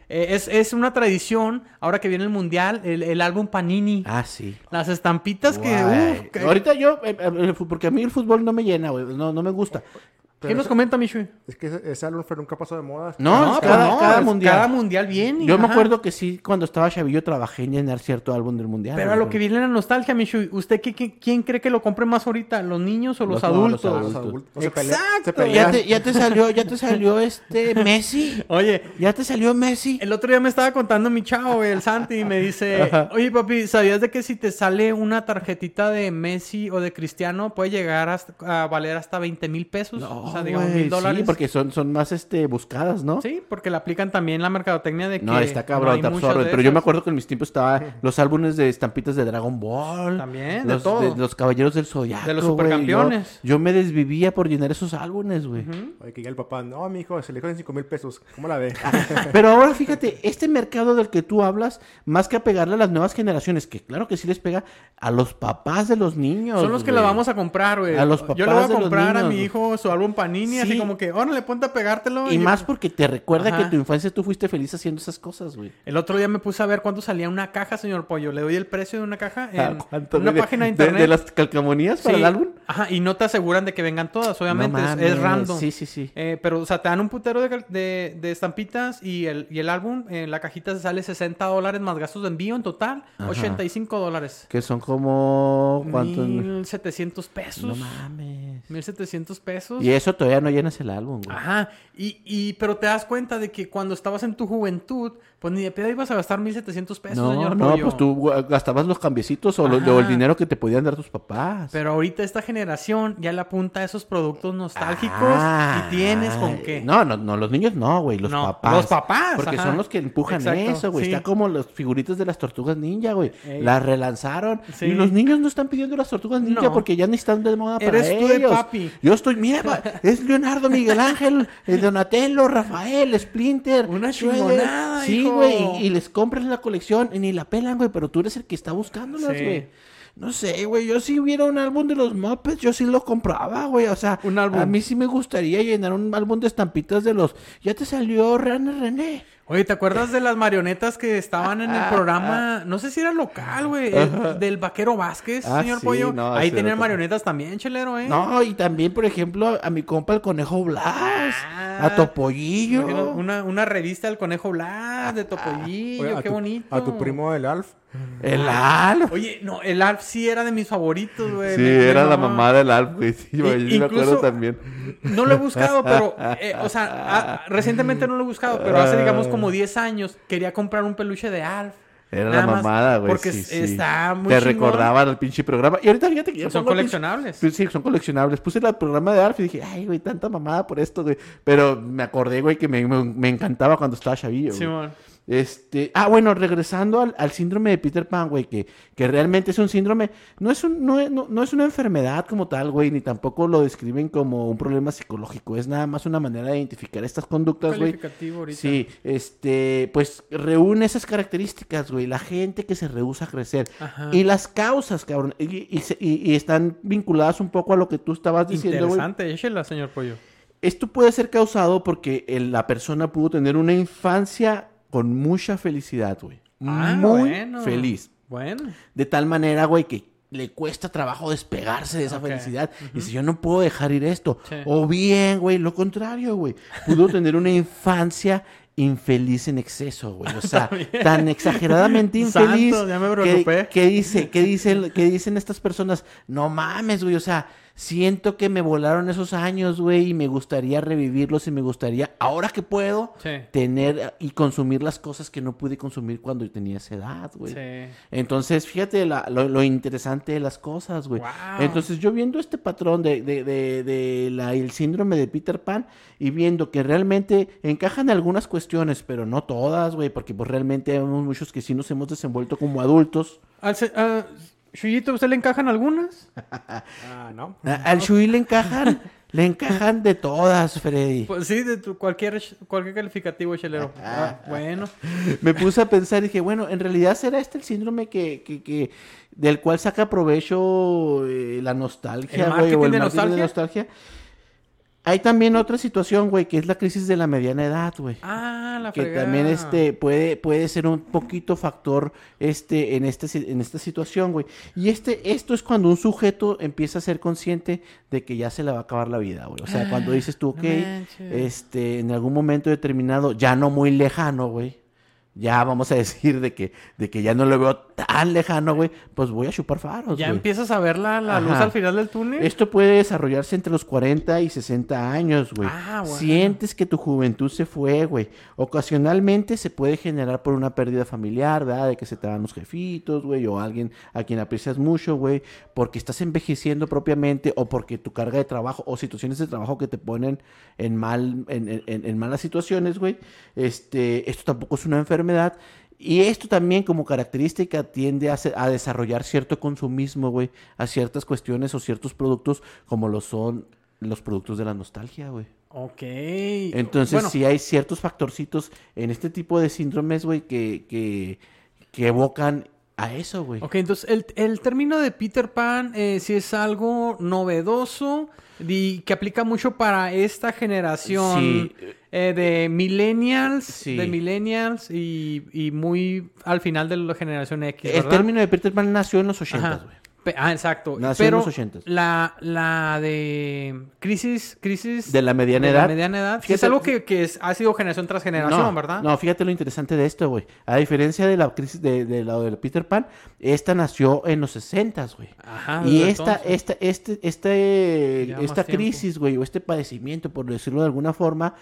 [SPEAKER 2] eh, es, es una tradición, ahora que viene el mundial, el, el álbum Panini.
[SPEAKER 1] Ah, sí.
[SPEAKER 2] Las estampitas
[SPEAKER 1] Guay.
[SPEAKER 2] que... uf, que-
[SPEAKER 1] Ahorita yo, eh, eh, el fu- porque a mí el fútbol no me llena, güey. No, no me gusta.
[SPEAKER 2] ¿Qué nos comenta, Michu?
[SPEAKER 4] Es que ese, ese álbum fue- nunca pasó de moda.
[SPEAKER 1] No,
[SPEAKER 2] pues
[SPEAKER 1] cada- cada
[SPEAKER 2] es-
[SPEAKER 1] mundial.
[SPEAKER 2] Cada mundial viene.
[SPEAKER 1] Yo me
[SPEAKER 2] ajá.
[SPEAKER 1] acuerdo que sí, cuando estaba chavillo trabajé en llenar cierto álbum del mundial.
[SPEAKER 2] Pero a
[SPEAKER 1] güey.
[SPEAKER 2] lo que viene la nostalgia, Michu, ¿usted qué, qué- quién cree que lo compre más ahorita? ¿Los niños o los
[SPEAKER 1] Los- no,
[SPEAKER 2] adultos?
[SPEAKER 1] los
[SPEAKER 4] Ah, los
[SPEAKER 1] adultos.
[SPEAKER 4] adultos se pelean-
[SPEAKER 2] Exacto.
[SPEAKER 4] se pelean.
[SPEAKER 1] Ya te, ya te salió, ya te salió este Messi.
[SPEAKER 2] Oye,
[SPEAKER 1] Ya te salió Messi.
[SPEAKER 2] el otro día me estaba contando mi chavo, güey, el Santi, y me dice, oye papi, ¿sabías de que si te sale una tarjetita de Messi o de Cristiano puede llegar hasta- a valer hasta 20 mil pesos?
[SPEAKER 1] No,
[SPEAKER 2] o sea, digamos
[SPEAKER 1] güey,
[SPEAKER 2] mil dólares.
[SPEAKER 1] Sí, porque son, son más este, buscadas, ¿no?
[SPEAKER 2] Sí, porque le aplican también la mercadotecnia de que...
[SPEAKER 1] No, está
[SPEAKER 2] no
[SPEAKER 1] cabrón,
[SPEAKER 2] hay
[SPEAKER 1] te
[SPEAKER 2] muchas
[SPEAKER 1] absorben.
[SPEAKER 2] de
[SPEAKER 1] Pero yo me
[SPEAKER 2] esas.
[SPEAKER 1] acuerdo que en mis tiempos estaba los álbumes de estampitas de Dragon Ball.
[SPEAKER 2] También, de
[SPEAKER 1] los,
[SPEAKER 2] todo.
[SPEAKER 1] los Caballeros del Zodiaco.
[SPEAKER 2] De los
[SPEAKER 1] güey. Yo-
[SPEAKER 2] supercampeones.
[SPEAKER 1] Yo, me desvivía por llenar esos álbumes, güey.
[SPEAKER 4] Oye, que ya el papá, no, mi hijo, se le cogen 5 mil pesos. ¿Cómo la ve?
[SPEAKER 1] Pero ahora fíjate, este mercado del que tú hablas, más que apegarle a las nuevas generaciones, que claro que sí les pega, a los papás de los niños.
[SPEAKER 2] Son los que la
[SPEAKER 1] güey.
[SPEAKER 2] vamos a comprar, güey.
[SPEAKER 1] A los
[SPEAKER 2] Yo le voy
[SPEAKER 1] papás
[SPEAKER 2] a
[SPEAKER 1] de los
[SPEAKER 2] comprar a
[SPEAKER 1] niños,
[SPEAKER 2] mi
[SPEAKER 1] güey.
[SPEAKER 2] hijo su álbum Panini, así
[SPEAKER 1] Sí.
[SPEAKER 2] como que, órale, ponte a pegártelo.
[SPEAKER 1] Y más porque te recuerda
[SPEAKER 2] Ajá.
[SPEAKER 1] que tu infancia tú fuiste feliz haciendo esas cosas, güey.
[SPEAKER 2] El otro día me puse a ver cuánto salía una caja, señor Pollo. Le doy el precio de una caja en
[SPEAKER 1] Ah, ¿Cuánto,
[SPEAKER 2] una
[SPEAKER 1] güey? De-
[SPEAKER 2] página de
[SPEAKER 1] de-
[SPEAKER 2] internet.
[SPEAKER 1] De, las calcamonías para
[SPEAKER 2] Sí.
[SPEAKER 1] el álbum.
[SPEAKER 2] Ajá, y no te aseguran de que vengan todas, obviamente.
[SPEAKER 1] No
[SPEAKER 2] es- es,
[SPEAKER 1] mames,
[SPEAKER 2] random.
[SPEAKER 1] Sí, sí, sí.
[SPEAKER 2] Eh, pero, o sea, te dan un putero de, cal- de- de estampitas y el, y el álbum, en la cajita se sale 60 dólares más gastos de envío en total,
[SPEAKER 1] Ajá.
[SPEAKER 2] 85 dólares.
[SPEAKER 1] Que son como... ¿Cuántos?
[SPEAKER 2] 1700 pesos.
[SPEAKER 1] No mames.
[SPEAKER 2] 1700 pesos.
[SPEAKER 1] Y eso todavía no llenas el álbum, güey.
[SPEAKER 2] Ajá, y, y, pero te das cuenta de que cuando estabas en tu juventud, pues ni de pedo ibas a gastar 1700 pesos,
[SPEAKER 1] no,
[SPEAKER 2] señor
[SPEAKER 1] no,
[SPEAKER 2] Pollo.
[SPEAKER 1] pues tú güey, gastabas los cambiecitos o, lo-
[SPEAKER 2] Ajá.
[SPEAKER 1] o el dinero que te podían dar tus papás.
[SPEAKER 2] Pero ahorita esta generación ya le apunta a esos productos nostálgicos
[SPEAKER 1] Ah,
[SPEAKER 2] y tienes con qué.
[SPEAKER 1] No, no, no, los niños no, güey, los
[SPEAKER 2] No,
[SPEAKER 1] papás.
[SPEAKER 2] los papás,
[SPEAKER 1] Porque
[SPEAKER 2] ajá.
[SPEAKER 1] son los que empujan
[SPEAKER 2] Exacto,
[SPEAKER 1] eso, güey.
[SPEAKER 2] sí.
[SPEAKER 1] Está como las figuritas de las tortugas ninja, güey.
[SPEAKER 2] Ey.
[SPEAKER 1] Las relanzaron.
[SPEAKER 2] Sí.
[SPEAKER 1] Y los niños no están pidiendo las tortugas ninja
[SPEAKER 2] No.
[SPEAKER 1] porque ya ni están de moda para
[SPEAKER 2] Eres tú de
[SPEAKER 1] ellos.
[SPEAKER 2] papi.
[SPEAKER 1] Yo estoy, mira, pa- es Leonardo, Miguel Ángel, eh, Donatello, Rafael, Splinter.
[SPEAKER 2] Una
[SPEAKER 1] Shredder.
[SPEAKER 2] chingonada,
[SPEAKER 1] Sí,
[SPEAKER 2] hijo.
[SPEAKER 1] güey. Y, y les compras la colección y ni la pelan, güey. Pero tú eres el que está buscándolas,
[SPEAKER 2] Sí.
[SPEAKER 1] güey. No sé, güey. Yo si hubiera un álbum de los Muppets, yo sí lo compraba, güey. O sea,
[SPEAKER 2] Un álbum.
[SPEAKER 1] a mí sí me gustaría llenar un álbum de estampitas de los. Ya te salió René René.
[SPEAKER 2] Oye, ¿te acuerdas de las marionetas que estaban en el
[SPEAKER 1] Ah,
[SPEAKER 2] programa? No sé si era local, güey. el- Del vaquero Vázquez,
[SPEAKER 1] Ah,
[SPEAKER 2] señor
[SPEAKER 1] sí,
[SPEAKER 2] Pollo.
[SPEAKER 1] no,
[SPEAKER 2] Ahí
[SPEAKER 1] sí,
[SPEAKER 2] tenían
[SPEAKER 1] local.
[SPEAKER 2] marionetas también, chelero, ¿eh?
[SPEAKER 1] No, y también, por ejemplo, a mi compa el conejo Blas,
[SPEAKER 2] Ah,
[SPEAKER 1] a Topollillo.
[SPEAKER 2] Imagina Una, una revista del Conejo Blas, de
[SPEAKER 1] Ah,
[SPEAKER 2] Topollillo,
[SPEAKER 4] Oye, a
[SPEAKER 2] qué
[SPEAKER 4] tu-
[SPEAKER 2] bonito.
[SPEAKER 4] A tu primo el Alf.
[SPEAKER 1] El Alf.
[SPEAKER 2] Oye, no, el Alf sí era de mis favoritos, güey.
[SPEAKER 1] Sí,
[SPEAKER 2] Me- me
[SPEAKER 1] era la
[SPEAKER 2] mamaba.
[SPEAKER 1] mamá del Alf, güey. Sí, yo sí me acuerdo
[SPEAKER 2] incluso-
[SPEAKER 1] también.
[SPEAKER 2] No lo he buscado, pero, eh, o sea, a- a- recientemente no lo he buscado, pero
[SPEAKER 1] Ah.
[SPEAKER 2] hace, digamos, como 10 años quería comprar un peluche de Alf.
[SPEAKER 1] Era
[SPEAKER 2] Nada
[SPEAKER 1] la
[SPEAKER 2] más,
[SPEAKER 1] mamada, güey.
[SPEAKER 2] Porque
[SPEAKER 1] sí,
[SPEAKER 2] es-
[SPEAKER 1] sí.
[SPEAKER 2] está muy
[SPEAKER 1] Te
[SPEAKER 2] chingón.
[SPEAKER 1] recordaban el pinche programa. Y ahorita fíjate que yo
[SPEAKER 2] Son
[SPEAKER 1] pongo el pinche-
[SPEAKER 2] coleccionables.
[SPEAKER 1] pues Sí, son coleccionables. Puse el programa de Alf y dije, ay, güey, tanta mamada por esto, güey. Pero me acordé, güey, que me, me- me encantaba cuando estaba chavillo. güey.
[SPEAKER 2] Simón.
[SPEAKER 1] Este, ah, bueno, regresando al, al síndrome de Peter Pan, güey, que, que realmente es un síndrome, no es, un, no, es- no- no es una enfermedad como tal, güey, ni tampoco lo describen como un problema psicológico, es nada más una manera de identificar estas conductas, güey.
[SPEAKER 2] Calificativo ahorita.
[SPEAKER 1] Sí, este, pues reúne esas características, güey, la gente que se rehúsa a crecer
[SPEAKER 2] Ajá.
[SPEAKER 1] y las causas, cabrón, y, y se- y- y están vinculadas un poco a lo que tú estabas diciendo, güey.
[SPEAKER 2] Interesante, échela, señor Pollo.
[SPEAKER 1] Esto puede ser causado porque el- la persona pudo tener una infancia con mucha felicidad, güey.
[SPEAKER 2] Ah,
[SPEAKER 1] Muy
[SPEAKER 2] bueno.
[SPEAKER 1] feliz.
[SPEAKER 2] Bueno.
[SPEAKER 1] De tal manera, güey, que le cuesta trabajo despegarse de esa
[SPEAKER 2] Ok.
[SPEAKER 1] felicidad. Y dice, yo no puedo dejar ir esto.
[SPEAKER 2] Sí.
[SPEAKER 1] O bien, güey, lo contrario, güey. Pudo tener una infancia infeliz en exceso, güey. O sea, tan exageradamente
[SPEAKER 2] Santo,
[SPEAKER 1] infeliz.
[SPEAKER 2] ya me
[SPEAKER 1] que-
[SPEAKER 2] preocupé.
[SPEAKER 1] ¿Qué dice? ¿Qué dicen, qué dicen estas personas? No mames, güey. O sea, siento que me volaron esos años, güey, y me gustaría revivirlos y me gustaría, ahora que puedo,
[SPEAKER 2] Sí.
[SPEAKER 1] tener y consumir las cosas que no pude consumir cuando tenía esa edad, güey.
[SPEAKER 2] Sí.
[SPEAKER 1] Entonces, fíjate la- lo, lo interesante de las cosas, güey.
[SPEAKER 2] Guau.
[SPEAKER 1] Entonces, yo viendo este patrón de, de, de- de la- el síndrome de Peter Pan y viendo que realmente encajan algunas cuestiones, pero no todas, güey, porque pues realmente vemos muchos que sí nos hemos desenvuelto como adultos.
[SPEAKER 2] Al se- ah, Chuyito, ¿usted le encajan algunas?
[SPEAKER 4] Ah, no.
[SPEAKER 1] A- Al Shui le encajan, le encajan de todas, Freddy.
[SPEAKER 2] Pues sí, de tu- cualquier, cualquier calificativo, chelero. Ah, bueno.
[SPEAKER 1] Me puse a pensar y dije, bueno, en realidad será este el síndrome que, que, que- del cual saca provecho eh, la nostalgia,
[SPEAKER 2] ¿El
[SPEAKER 1] güey, o
[SPEAKER 2] marketing
[SPEAKER 1] el
[SPEAKER 2] de
[SPEAKER 1] marketing
[SPEAKER 2] nostalgia?
[SPEAKER 1] de nostalgia. Hay también otra situación, güey, que es la crisis de la mediana edad, güey.
[SPEAKER 2] Ah, la
[SPEAKER 1] que
[SPEAKER 2] fregada.
[SPEAKER 1] también este puede puede ser un poquito factor este en este si- en esta situación, güey. Y este esto es cuando un sujeto empieza a ser consciente de que ya se le va a acabar la vida, güey. O sea, cuando dices tú, ok,
[SPEAKER 2] Ah, manches.
[SPEAKER 1] este en algún momento determinado, ya no muy lejano, güey. Ya vamos a decir de que de que ya no lo veo tan lejano, güey, pues voy a chupar faros,
[SPEAKER 2] Ya
[SPEAKER 1] güey.
[SPEAKER 2] empiezas a ver la, la luz
[SPEAKER 1] Ajá.
[SPEAKER 2] al final del túnel.
[SPEAKER 1] Esto puede desarrollarse entre los 40 y 60 años, güey.
[SPEAKER 2] Ah, bueno.
[SPEAKER 1] Sientes que tu juventud se fue, güey. Ocasionalmente se puede generar por una pérdida familiar, ¿verdad? De que se te van los jefitos, güey, o alguien a quien aprecias mucho, güey, porque estás envejeciendo propiamente o porque tu carga de trabajo o situaciones de trabajo que te ponen en mal en, en- en- en malas situaciones, güey. Este, esto tampoco es una enfermedad. Y esto también como característica tiende a, se- a desarrollar cierto consumismo, güey, a ciertas cuestiones o ciertos productos como lo son los productos de la nostalgia, güey.
[SPEAKER 2] Ok.
[SPEAKER 1] Entonces
[SPEAKER 2] Bueno,
[SPEAKER 1] sí hay ciertos factorcitos en este tipo de síndromes, güey, que, que, que evocan a eso, güey.
[SPEAKER 2] Ok, entonces el, el término de Peter Pan eh, sí es algo novedoso y que aplica mucho para esta generación
[SPEAKER 1] Sí.
[SPEAKER 2] eh, de millennials,
[SPEAKER 1] Sí.
[SPEAKER 2] de millennials y, y muy al final de la generación X.
[SPEAKER 1] El
[SPEAKER 2] ¿verdad?
[SPEAKER 1] término de Peter Pan nació en los 80,
[SPEAKER 2] Ajá.
[SPEAKER 1] güey.
[SPEAKER 2] Pe- Ah, exacto.
[SPEAKER 1] Nació en
[SPEAKER 2] Pero
[SPEAKER 1] los 80s.
[SPEAKER 2] La, la de crisis, crisis
[SPEAKER 1] De la mediana
[SPEAKER 2] de
[SPEAKER 1] edad.
[SPEAKER 2] mediana edad. sí es
[SPEAKER 1] Fíjate-
[SPEAKER 2] algo que, que es- ha sido generación tras generación,
[SPEAKER 1] no,
[SPEAKER 2] ¿verdad?
[SPEAKER 1] No, fíjate lo interesante de esto, güey. A diferencia de la crisis de, de la de Peter Pan, esta nació en los 60, güey.
[SPEAKER 2] Ajá,
[SPEAKER 1] y
[SPEAKER 2] desde
[SPEAKER 1] esta,
[SPEAKER 2] Ah, entonces.
[SPEAKER 1] esta, este, este,
[SPEAKER 2] Ya
[SPEAKER 1] esta
[SPEAKER 2] más tiempo.
[SPEAKER 1] crisis, güey, o este padecimiento, por decirlo de alguna forma,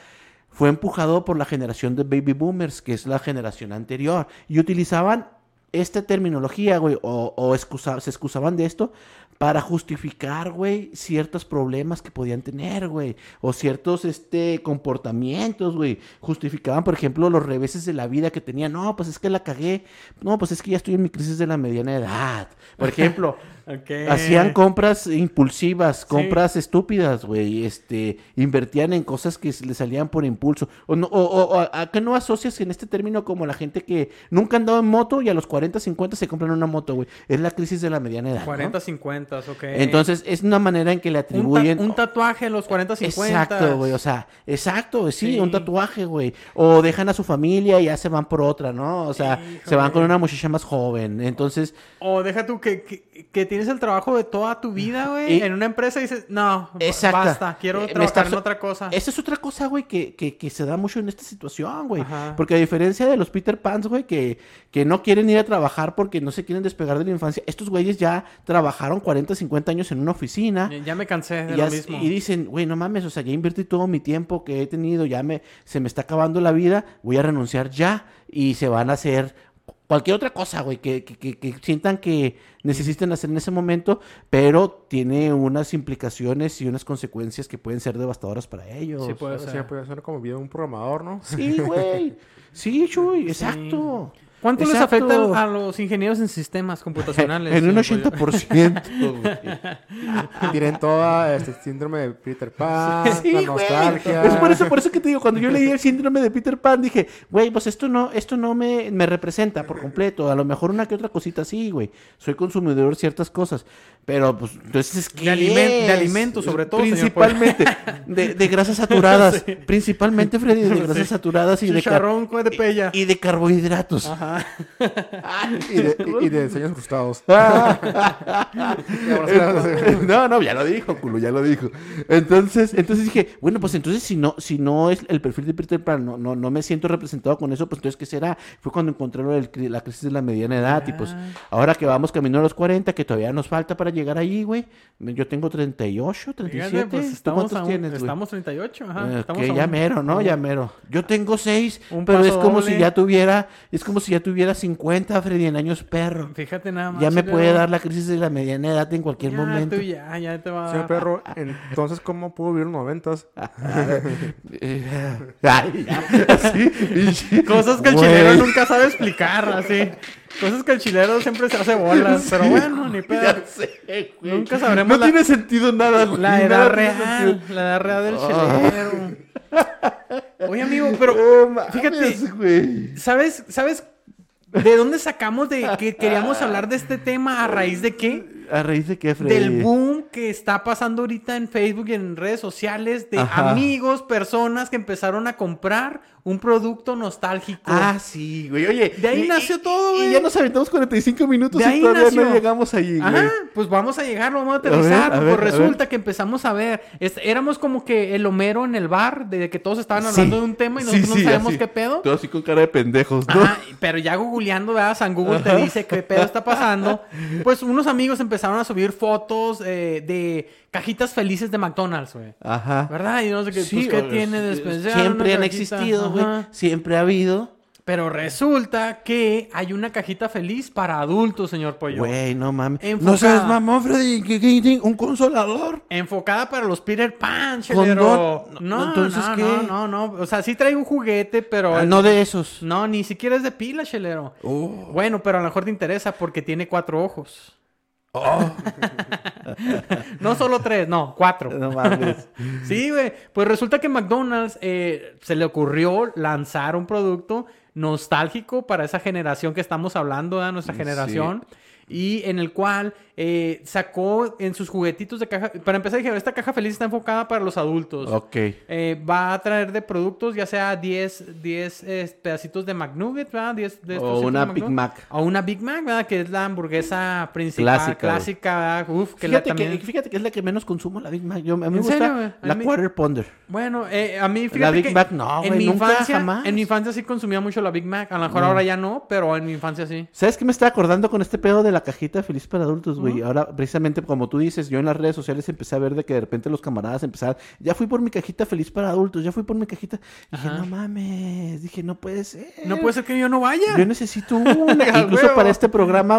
[SPEAKER 1] fue empujado por la generación de baby boomers, que es la generación anterior. Y utilizaban esta terminología, güey, o, o excusa- se excusaban de esto para justificar, güey, ciertos problemas que podían tener, güey, o ciertos, este, comportamientos, güey. Justificaban, por ejemplo, los reveses de la vida que tenían. No, pues es que la cagué. No, pues es que ya estoy en mi crisis de la mediana edad. Por ejemplo,
[SPEAKER 2] Ok. Eh.
[SPEAKER 1] Hacían compras impulsivas, compras estúpidas, güey. Este, invertían en cosas que le salían por impulso. O, no, o, o- o a, a qué no asocias en este término como la gente que nunca ha andado en moto y a los 40, 50 se compran una moto, güey. Es la crisis de la mediana edad. ¿no?
[SPEAKER 2] 40, 50, ok.
[SPEAKER 1] Entonces, es una manera en que le
[SPEAKER 2] un, ta-
[SPEAKER 1] atribuyen.
[SPEAKER 2] un tatuaje a los 40, 50.
[SPEAKER 1] Exacto, güey. O sea, exacto, sí,
[SPEAKER 2] Sí.
[SPEAKER 1] un tatuaje, güey. O dejan a su familia y ya se van por otra, ¿no? O sea, se van
[SPEAKER 2] Híjole.
[SPEAKER 1] con una muchacha más joven. Entonces,
[SPEAKER 2] O deja tú que, que, que tienes el trabajo de toda tu vida, güey,
[SPEAKER 1] Y-
[SPEAKER 2] en una empresa y dices, no, ba-
[SPEAKER 1] Exacta.
[SPEAKER 2] basta, quiero
[SPEAKER 1] Eh, me
[SPEAKER 2] trabajar
[SPEAKER 1] estás-
[SPEAKER 2] en otra cosa.
[SPEAKER 1] esa es otra cosa, güey, que, que, que se da mucho en este esta situación, güey.
[SPEAKER 2] Ajá.
[SPEAKER 1] Porque a diferencia de los Peter Pans, güey, que, que no quieren ir a trabajar porque no se quieren despegar de la infancia, estos güeyes ya trabajaron 40, 50 años en una oficina.
[SPEAKER 2] Ya me cansé de
[SPEAKER 1] y, ya-
[SPEAKER 2] lo mismo.
[SPEAKER 1] y dicen, güey, no mames, o sea, ya invertí todo mi tiempo que he tenido, ya me, se me está acabando la vida, voy a renunciar ya. Y se van a hacer cualquier otra cosa, güey, que, que- que- que sientan que necesiten hacer en ese momento, pero tiene unas implicaciones y unas consecuencias que pueden ser devastadoras para ellos.
[SPEAKER 2] Sí, puede
[SPEAKER 4] O sea,
[SPEAKER 2] ser.
[SPEAKER 4] pues, puede ser como bien un programador, ¿no?
[SPEAKER 1] Sí, güey. Sí, Chuy, exacto.
[SPEAKER 2] ¿Cuánto
[SPEAKER 1] Exacto.
[SPEAKER 2] les afecta a los ingenieros en sistemas computacionales?
[SPEAKER 1] En un
[SPEAKER 2] Sí, güey.
[SPEAKER 1] 80%. güey.
[SPEAKER 4] Tienen toda este síndrome de Peter Pan,
[SPEAKER 1] Sí,
[SPEAKER 4] la
[SPEAKER 1] güey.
[SPEAKER 4] nostalgia.
[SPEAKER 1] Es por eso, por eso que te digo, cuando yo leí el síndrome de Peter Pan, dije, güey, pues esto no, esto no me, me representa por completo. A lo mejor una que otra cosita sí, güey. Soy consumidor de ciertas cosas. Pero, pues, entonces es que.
[SPEAKER 2] De alimen- de alimentos, sobre todo, señor Puebla.
[SPEAKER 1] Principalmente. de, de grasas saturadas. Principalmente, Freddy, de grasas
[SPEAKER 2] Sí.
[SPEAKER 1] saturadas y de, car-
[SPEAKER 2] Chicharrón, güey, de pella.
[SPEAKER 1] y de carbohidratos.
[SPEAKER 4] Y de, y- y de diseños frustrados. Ah.
[SPEAKER 1] no, no, ya lo dijo, culo, ya lo dijo. Entonces, entonces dije, bueno, pues entonces si no, si no es el perfil de Peter Pan, no, no, no me siento representado con eso, pues entonces ¿qué será? Fue cuando encontré lo del cri- la crisis de la mediana edad y
[SPEAKER 2] Ah.
[SPEAKER 1] pues ahora que vamos camino a los 40, que todavía nos falta para llegar ahí, güey. Yo tengo 38, 37.
[SPEAKER 2] Fíjate, pues
[SPEAKER 1] ¿Tú
[SPEAKER 2] estamos,
[SPEAKER 1] ¿Cuántos
[SPEAKER 2] a un-
[SPEAKER 1] tienes, güey?
[SPEAKER 2] estamos 38, ajá.
[SPEAKER 1] Eh,
[SPEAKER 2] estamos
[SPEAKER 1] que
[SPEAKER 2] a
[SPEAKER 1] ya
[SPEAKER 2] un-
[SPEAKER 1] mero,
[SPEAKER 2] a
[SPEAKER 1] ¿no?
[SPEAKER 2] un-
[SPEAKER 1] Ya mero. Yo tengo seis,
[SPEAKER 2] Un
[SPEAKER 1] pero es
[SPEAKER 2] paso
[SPEAKER 1] como si
[SPEAKER 2] doble.
[SPEAKER 1] ya tuviera, es como si ya tuviera 50, Freddy, en años perro.
[SPEAKER 2] Fíjate nada más.
[SPEAKER 1] Ya me
[SPEAKER 2] sí,
[SPEAKER 1] puede
[SPEAKER 2] güey.
[SPEAKER 1] dar la crisis de la mediana edad en cualquier
[SPEAKER 2] ya,
[SPEAKER 1] momento.
[SPEAKER 2] Tú ya, ya te va a
[SPEAKER 4] Señor
[SPEAKER 2] dar.
[SPEAKER 4] perro, entonces, ¿cómo pudo vivir los noventas?
[SPEAKER 1] Eh, ay, ya, así, pinche.
[SPEAKER 2] Cosas que el
[SPEAKER 1] Güey.
[SPEAKER 2] chileno nunca sabe explicar, así. Cosas que el chileno siempre se hace bolas. Pero bueno, ni pedo.
[SPEAKER 1] Ya sé, güey.
[SPEAKER 2] Nunca sabremos
[SPEAKER 1] No
[SPEAKER 2] la-
[SPEAKER 1] tiene sentido nada, güey.
[SPEAKER 2] La edad
[SPEAKER 1] nada tiene sentido.
[SPEAKER 2] real, la edad real del chileno. Oye, amigo, pero
[SPEAKER 1] Oh, mames,
[SPEAKER 2] Fíjate.
[SPEAKER 1] güey.
[SPEAKER 2] ¿sabes, ¿sabes de dónde sacamos de que queríamos hablar de este tema? ¿A raíz de qué?
[SPEAKER 1] ¿A raíz de qué, Freddy?
[SPEAKER 2] Del boom que está pasando ahorita en Facebook y en redes sociales de
[SPEAKER 1] Ajá.
[SPEAKER 2] amigos, personas que empezaron a comprar un producto nostálgico.
[SPEAKER 1] Ah, sí, güey. Oye.
[SPEAKER 2] De ahí
[SPEAKER 1] y-
[SPEAKER 2] nació
[SPEAKER 1] y-
[SPEAKER 2] todo, güey.
[SPEAKER 1] Y ya nos aventamos 45 minutos
[SPEAKER 2] De
[SPEAKER 1] y
[SPEAKER 2] ahí
[SPEAKER 1] todavía no
[SPEAKER 2] nació.
[SPEAKER 1] llegamos allí, güey.
[SPEAKER 2] Ajá, pues vamos a llegar, lo vamos a
[SPEAKER 1] ver,
[SPEAKER 2] aterrizar.
[SPEAKER 1] a
[SPEAKER 2] pues
[SPEAKER 1] ver, a
[SPEAKER 2] resulta que empezamos a ver. es- éramos como que el Homero en el bar, de que todos estaban hablando
[SPEAKER 1] Sí.
[SPEAKER 2] de un tema y
[SPEAKER 1] Sí,
[SPEAKER 2] nosotros
[SPEAKER 1] sí,
[SPEAKER 2] pues no sabemos
[SPEAKER 1] así.
[SPEAKER 2] qué pedo.
[SPEAKER 1] Todo así con cara de pendejos, ¿no?
[SPEAKER 2] Ajá, pero ya googleando, ¿verdad? San Google te dice qué pedo está pasando. Pues unos amigos empezaron a subir fotos eh, de cajitas felices de McDonald's, güey.
[SPEAKER 1] Ajá.
[SPEAKER 2] ¿Verdad? Y no sé qué,
[SPEAKER 1] Sí,
[SPEAKER 2] pues, ¿qué
[SPEAKER 1] o-
[SPEAKER 2] tiene de
[SPEAKER 1] eh,
[SPEAKER 2] especial una
[SPEAKER 1] Siempre han
[SPEAKER 2] cajita?
[SPEAKER 1] existido, güey.
[SPEAKER 2] Ajá.
[SPEAKER 1] Siempre ha habido.
[SPEAKER 2] Pero resulta que hay una cajita feliz para adultos, señor Pollo.
[SPEAKER 1] Güey, no mames. Ah,
[SPEAKER 2] Enfocada.
[SPEAKER 1] No seas mamón, Freddy. ¿Qué, qué- qué- un consolador.
[SPEAKER 2] Enfocada para los Peter Pan,
[SPEAKER 1] Condón.
[SPEAKER 2] chelero. No,
[SPEAKER 1] Entonces,
[SPEAKER 2] no,
[SPEAKER 1] ¿qué?
[SPEAKER 2] no, no, no. O sea, sí trae un juguete, pero...
[SPEAKER 1] Ah, no de esos.
[SPEAKER 2] No, ni siquiera es de pila, chelero.
[SPEAKER 1] Oh.
[SPEAKER 2] Bueno, pero a lo mejor te interesa porque tiene cuatro ojos.
[SPEAKER 1] Oh.
[SPEAKER 2] no solo tres, no, cuatro.
[SPEAKER 1] No mames.
[SPEAKER 2] Sí, güey. Pues resulta que McDonald's eh, se le ocurrió lanzar un producto nostálgico para esa generación que estamos hablando, de nuestra generación. Y en el cual eh, sacó en sus juguetitos de caja. Para empezar, dije: Esta caja feliz está enfocada para los adultos.
[SPEAKER 1] ok.
[SPEAKER 2] Eh, va a traer de productos, ya sea 10, 10 eh, pedacitos de McNugget, ¿verdad? 10 de estos
[SPEAKER 1] O
[SPEAKER 2] tipos
[SPEAKER 1] una
[SPEAKER 2] de
[SPEAKER 1] Big
[SPEAKER 2] McNugget.
[SPEAKER 1] Mac.
[SPEAKER 2] O una Big Mac, ¿verdad? Que es la hamburguesa principal,
[SPEAKER 1] Clásica,
[SPEAKER 2] clásica, ¿verdad? Uf, que la
[SPEAKER 1] Fíjate que,
[SPEAKER 2] también...
[SPEAKER 1] fíjate que es la que menos consumo, la Big Mac. Yo, a mí me
[SPEAKER 2] ¿En
[SPEAKER 1] gusta
[SPEAKER 2] serio, güey? A
[SPEAKER 1] la
[SPEAKER 2] mí-
[SPEAKER 1] Quarter Pounder.
[SPEAKER 2] Bueno, eh, a mí fíjate
[SPEAKER 1] Big
[SPEAKER 2] que
[SPEAKER 1] Mac, no,
[SPEAKER 2] en
[SPEAKER 1] güey,
[SPEAKER 2] mi
[SPEAKER 1] nunca,
[SPEAKER 2] infancia,
[SPEAKER 1] jamás.
[SPEAKER 2] En mi infancia sí consumía mucho la Big Mac. A lo mejor ahora ya no, pero en mi infancia sí.
[SPEAKER 1] ¿Sabes qué me estaba acordando con este pedo de la cajita feliz para adultos, güey? Ahora, precisamente como tú dices, yo en las redes sociales empecé a ver de que de repente los camaradas empezaban, ya fui por mi cajita feliz para adultos, ya fui por mi cajita. Dije,
[SPEAKER 2] Ajá.
[SPEAKER 1] no mames, dije, no puede ser.
[SPEAKER 2] No puede ser que yo no vaya.
[SPEAKER 1] Yo necesito una.
[SPEAKER 2] A
[SPEAKER 1] Incluso
[SPEAKER 2] huevo.
[SPEAKER 1] para este programa,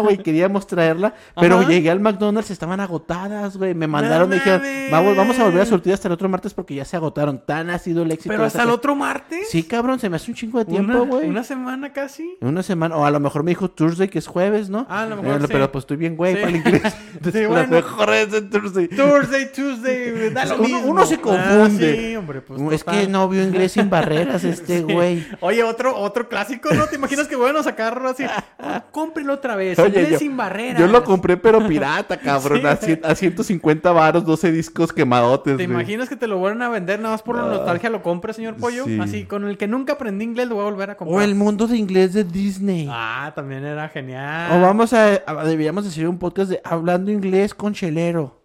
[SPEAKER 1] güey, queríamos traerla. Pero
[SPEAKER 2] Ajá.
[SPEAKER 1] llegué al McDonald's, estaban agotadas, güey. Me mandaron, me dijeron,
[SPEAKER 2] mames.
[SPEAKER 1] "Va- vamos a volver a surtir hasta el otro martes porque ya se agotaron. Tan ha sido el éxito.
[SPEAKER 2] pero
[SPEAKER 1] de
[SPEAKER 2] hasta
[SPEAKER 1] esa
[SPEAKER 2] el
[SPEAKER 1] ca-
[SPEAKER 2] otro martes.
[SPEAKER 1] Sí, cabrón, se me hace un chingo de
[SPEAKER 2] una,
[SPEAKER 1] tiempo, güey.
[SPEAKER 2] una semana casi.
[SPEAKER 1] Una semana, o a lo mejor me dijo Tuesday, que es jueves, ¿no?
[SPEAKER 2] Ah, a lo
[SPEAKER 1] Eh,
[SPEAKER 2] mejor Sí.
[SPEAKER 1] pero pues estoy bien güey
[SPEAKER 2] Sí.
[SPEAKER 1] para el inglés.
[SPEAKER 2] Sí,
[SPEAKER 1] Entonces,
[SPEAKER 2] bueno.
[SPEAKER 1] Las mejores en Thursday.
[SPEAKER 2] Thursday, Tuesday, güey, da lo
[SPEAKER 1] Uno-
[SPEAKER 2] mismo.
[SPEAKER 1] uno se
[SPEAKER 2] Ah,
[SPEAKER 1] confunde.
[SPEAKER 2] sí, hombre, pues,
[SPEAKER 1] es
[SPEAKER 2] total.
[SPEAKER 1] que no vio inglés sin barreras este güey.
[SPEAKER 2] Oye, otro, otro clásico, ¿no? ¿Te imaginas que vuelvan a sacarlo así? Ah, Cómprelo otra vez.
[SPEAKER 1] Oye,
[SPEAKER 2] Inglés
[SPEAKER 1] yo-
[SPEAKER 2] sin barreras.
[SPEAKER 1] Yo lo compré, pero pirata, cabrón.
[SPEAKER 2] Sí,
[SPEAKER 1] a,
[SPEAKER 2] güey.
[SPEAKER 1] cien- a 150 varos, 12 discos quemadotes.
[SPEAKER 2] ¿Te
[SPEAKER 1] güey.
[SPEAKER 2] imaginas que te lo vuelvan a vender nada más por la nostalgia? ¿Lo compra, señor Pollo?
[SPEAKER 1] Ah, Sí.
[SPEAKER 2] Así, con el que nunca aprendí inglés lo voy a volver a comprar.
[SPEAKER 1] O el mundo de inglés de Disney.
[SPEAKER 2] Ah, también era genial.
[SPEAKER 1] O Oh, vamos a, a- Deberíamos hacer un podcast de hablando inglés con chelero.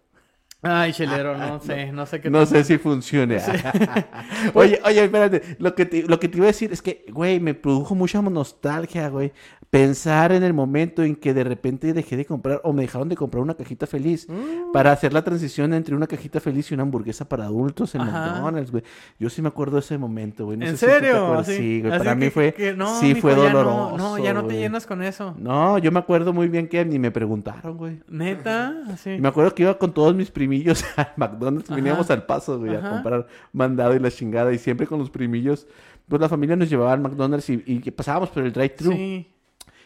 [SPEAKER 2] Ay, chelero, no sé, no sé qué.
[SPEAKER 1] Ah, No sé si funcione.
[SPEAKER 2] Pues
[SPEAKER 1] oye, oye, espérate. Lo que, te, lo que te iba a decir es que, güey, me produjo mucha nostalgia, güey. Pensar en el momento en que de repente dejé de comprar o me dejaron de comprar una cajita feliz
[SPEAKER 2] Mm.
[SPEAKER 1] para hacer la transición entre una cajita feliz y una hamburguesa para adultos en
[SPEAKER 2] Ajá.
[SPEAKER 1] McDonald's, güey. Yo sí me acuerdo de ese momento, güey. No
[SPEAKER 2] ¿En
[SPEAKER 1] sé si tú te
[SPEAKER 2] serio?
[SPEAKER 1] acuerdas.
[SPEAKER 2] Así-
[SPEAKER 1] Sí, güey.
[SPEAKER 2] así
[SPEAKER 1] Para
[SPEAKER 2] que-
[SPEAKER 1] mí fue,
[SPEAKER 2] que no,
[SPEAKER 1] sí fue
[SPEAKER 2] mijo, ya no,
[SPEAKER 1] doloroso.
[SPEAKER 2] No, ya no te
[SPEAKER 1] güey.
[SPEAKER 2] llenas con eso.
[SPEAKER 1] No, yo me acuerdo muy bien que ni me preguntaron, güey.
[SPEAKER 2] Neta, así.
[SPEAKER 1] Y me acuerdo que iba con todos mis primillos al McDonald's, veníamos al paso, güey,
[SPEAKER 2] Ajá.
[SPEAKER 1] a comprar mandado y la chingada, y siempre con los primillos, pues la familia nos llevaba al McDonald's y, y que pasábamos por el drive-thru.
[SPEAKER 2] Sí.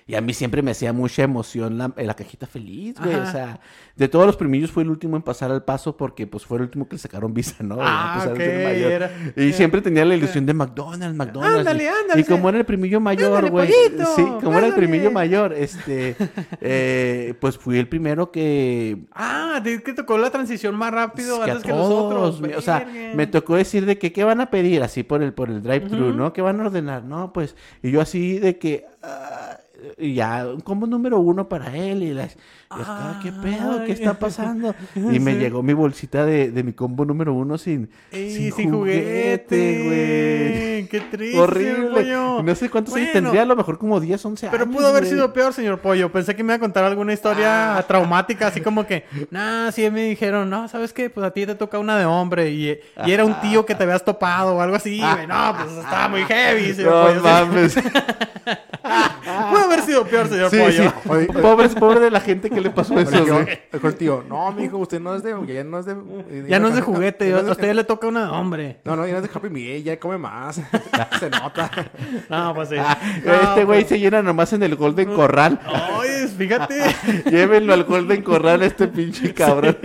[SPEAKER 1] Y a mí siempre me hacía mucha emoción la, la cajita feliz, güey.
[SPEAKER 2] Ajá.
[SPEAKER 1] O sea, de todos los primillos fue el último en pasar al paso porque pues fue el último que le sacaron visa, ¿no?
[SPEAKER 2] Ah,
[SPEAKER 1] Ya, pues, al
[SPEAKER 2] ok,
[SPEAKER 1] ser mayor.
[SPEAKER 2] era-
[SPEAKER 1] y siempre tenía la ilusión de McDonald's, McDonald's.
[SPEAKER 2] Ándale,
[SPEAKER 1] y-
[SPEAKER 2] ándale,
[SPEAKER 1] Y como era el primillo mayor,
[SPEAKER 2] Ándale,
[SPEAKER 1] güey.
[SPEAKER 2] pollito,
[SPEAKER 1] Sí, como era el primillo
[SPEAKER 2] ándale.
[SPEAKER 1] mayor, este, eh, pues fui el primero que
[SPEAKER 2] Ah, de que tocó la transición más rápido
[SPEAKER 1] que a
[SPEAKER 2] antes que
[SPEAKER 1] todos,
[SPEAKER 2] nosotros.
[SPEAKER 1] me- o sea,
[SPEAKER 2] Verga.
[SPEAKER 1] me tocó decir de que qué van a pedir así por el por el drive-thru, ¿no? ¿Qué van a ordenar? No, pues y yo así de que ah, y ya un combo número uno para él y las y acá, qué pedo,
[SPEAKER 2] Ay.
[SPEAKER 1] qué está pasando y me
[SPEAKER 2] Sí.
[SPEAKER 1] llegó mi bolsita de, de mi combo número uno sin
[SPEAKER 2] Ey,
[SPEAKER 1] sin,
[SPEAKER 2] sin,
[SPEAKER 1] juguete, güey.
[SPEAKER 2] güey. Qué triste,
[SPEAKER 1] Horrible.
[SPEAKER 2] pollo.
[SPEAKER 1] No sé cuántos años
[SPEAKER 2] Bueno,
[SPEAKER 1] tendría, a lo mejor como 10, 11 años.
[SPEAKER 2] Pero pudo haber
[SPEAKER 1] güey. Ah.
[SPEAKER 2] sido peor, señor Pollo. Pensé que me iba a contar alguna historia traumática, así como que, nah, sí me dijeron, no, ¿sabes qué? Pues a ti te toca una de hombre y, y era un tío que te habías topado o algo así, güey. No, pues estaba muy heavy, señor
[SPEAKER 1] No
[SPEAKER 2] Pollo.
[SPEAKER 1] mames.
[SPEAKER 2] Pudo haber sido peor, señor
[SPEAKER 1] Sí,
[SPEAKER 2] Pollo.
[SPEAKER 1] sí.
[SPEAKER 4] Oye,
[SPEAKER 1] Pobre, pobre de la gente que le pasó
[SPEAKER 4] Pero
[SPEAKER 1] eso,
[SPEAKER 4] yo-
[SPEAKER 1] güey.
[SPEAKER 4] dijo el tío, no, mijo, usted no es de... pues, Ya no es de...
[SPEAKER 2] Ya no es de juguete,
[SPEAKER 4] ya no es
[SPEAKER 2] a
[SPEAKER 4] de-
[SPEAKER 2] usted le toca una de hombre.
[SPEAKER 4] No, no, ya no es de Happy Meal, ya come más. Se nota.
[SPEAKER 2] No, pues sí. No,
[SPEAKER 1] Este güey
[SPEAKER 2] pues-
[SPEAKER 1] se llena nomás en el Golden Corral.
[SPEAKER 2] Oye, fíjate.
[SPEAKER 1] Llévenlo al Golden Corral este pinche cabrón.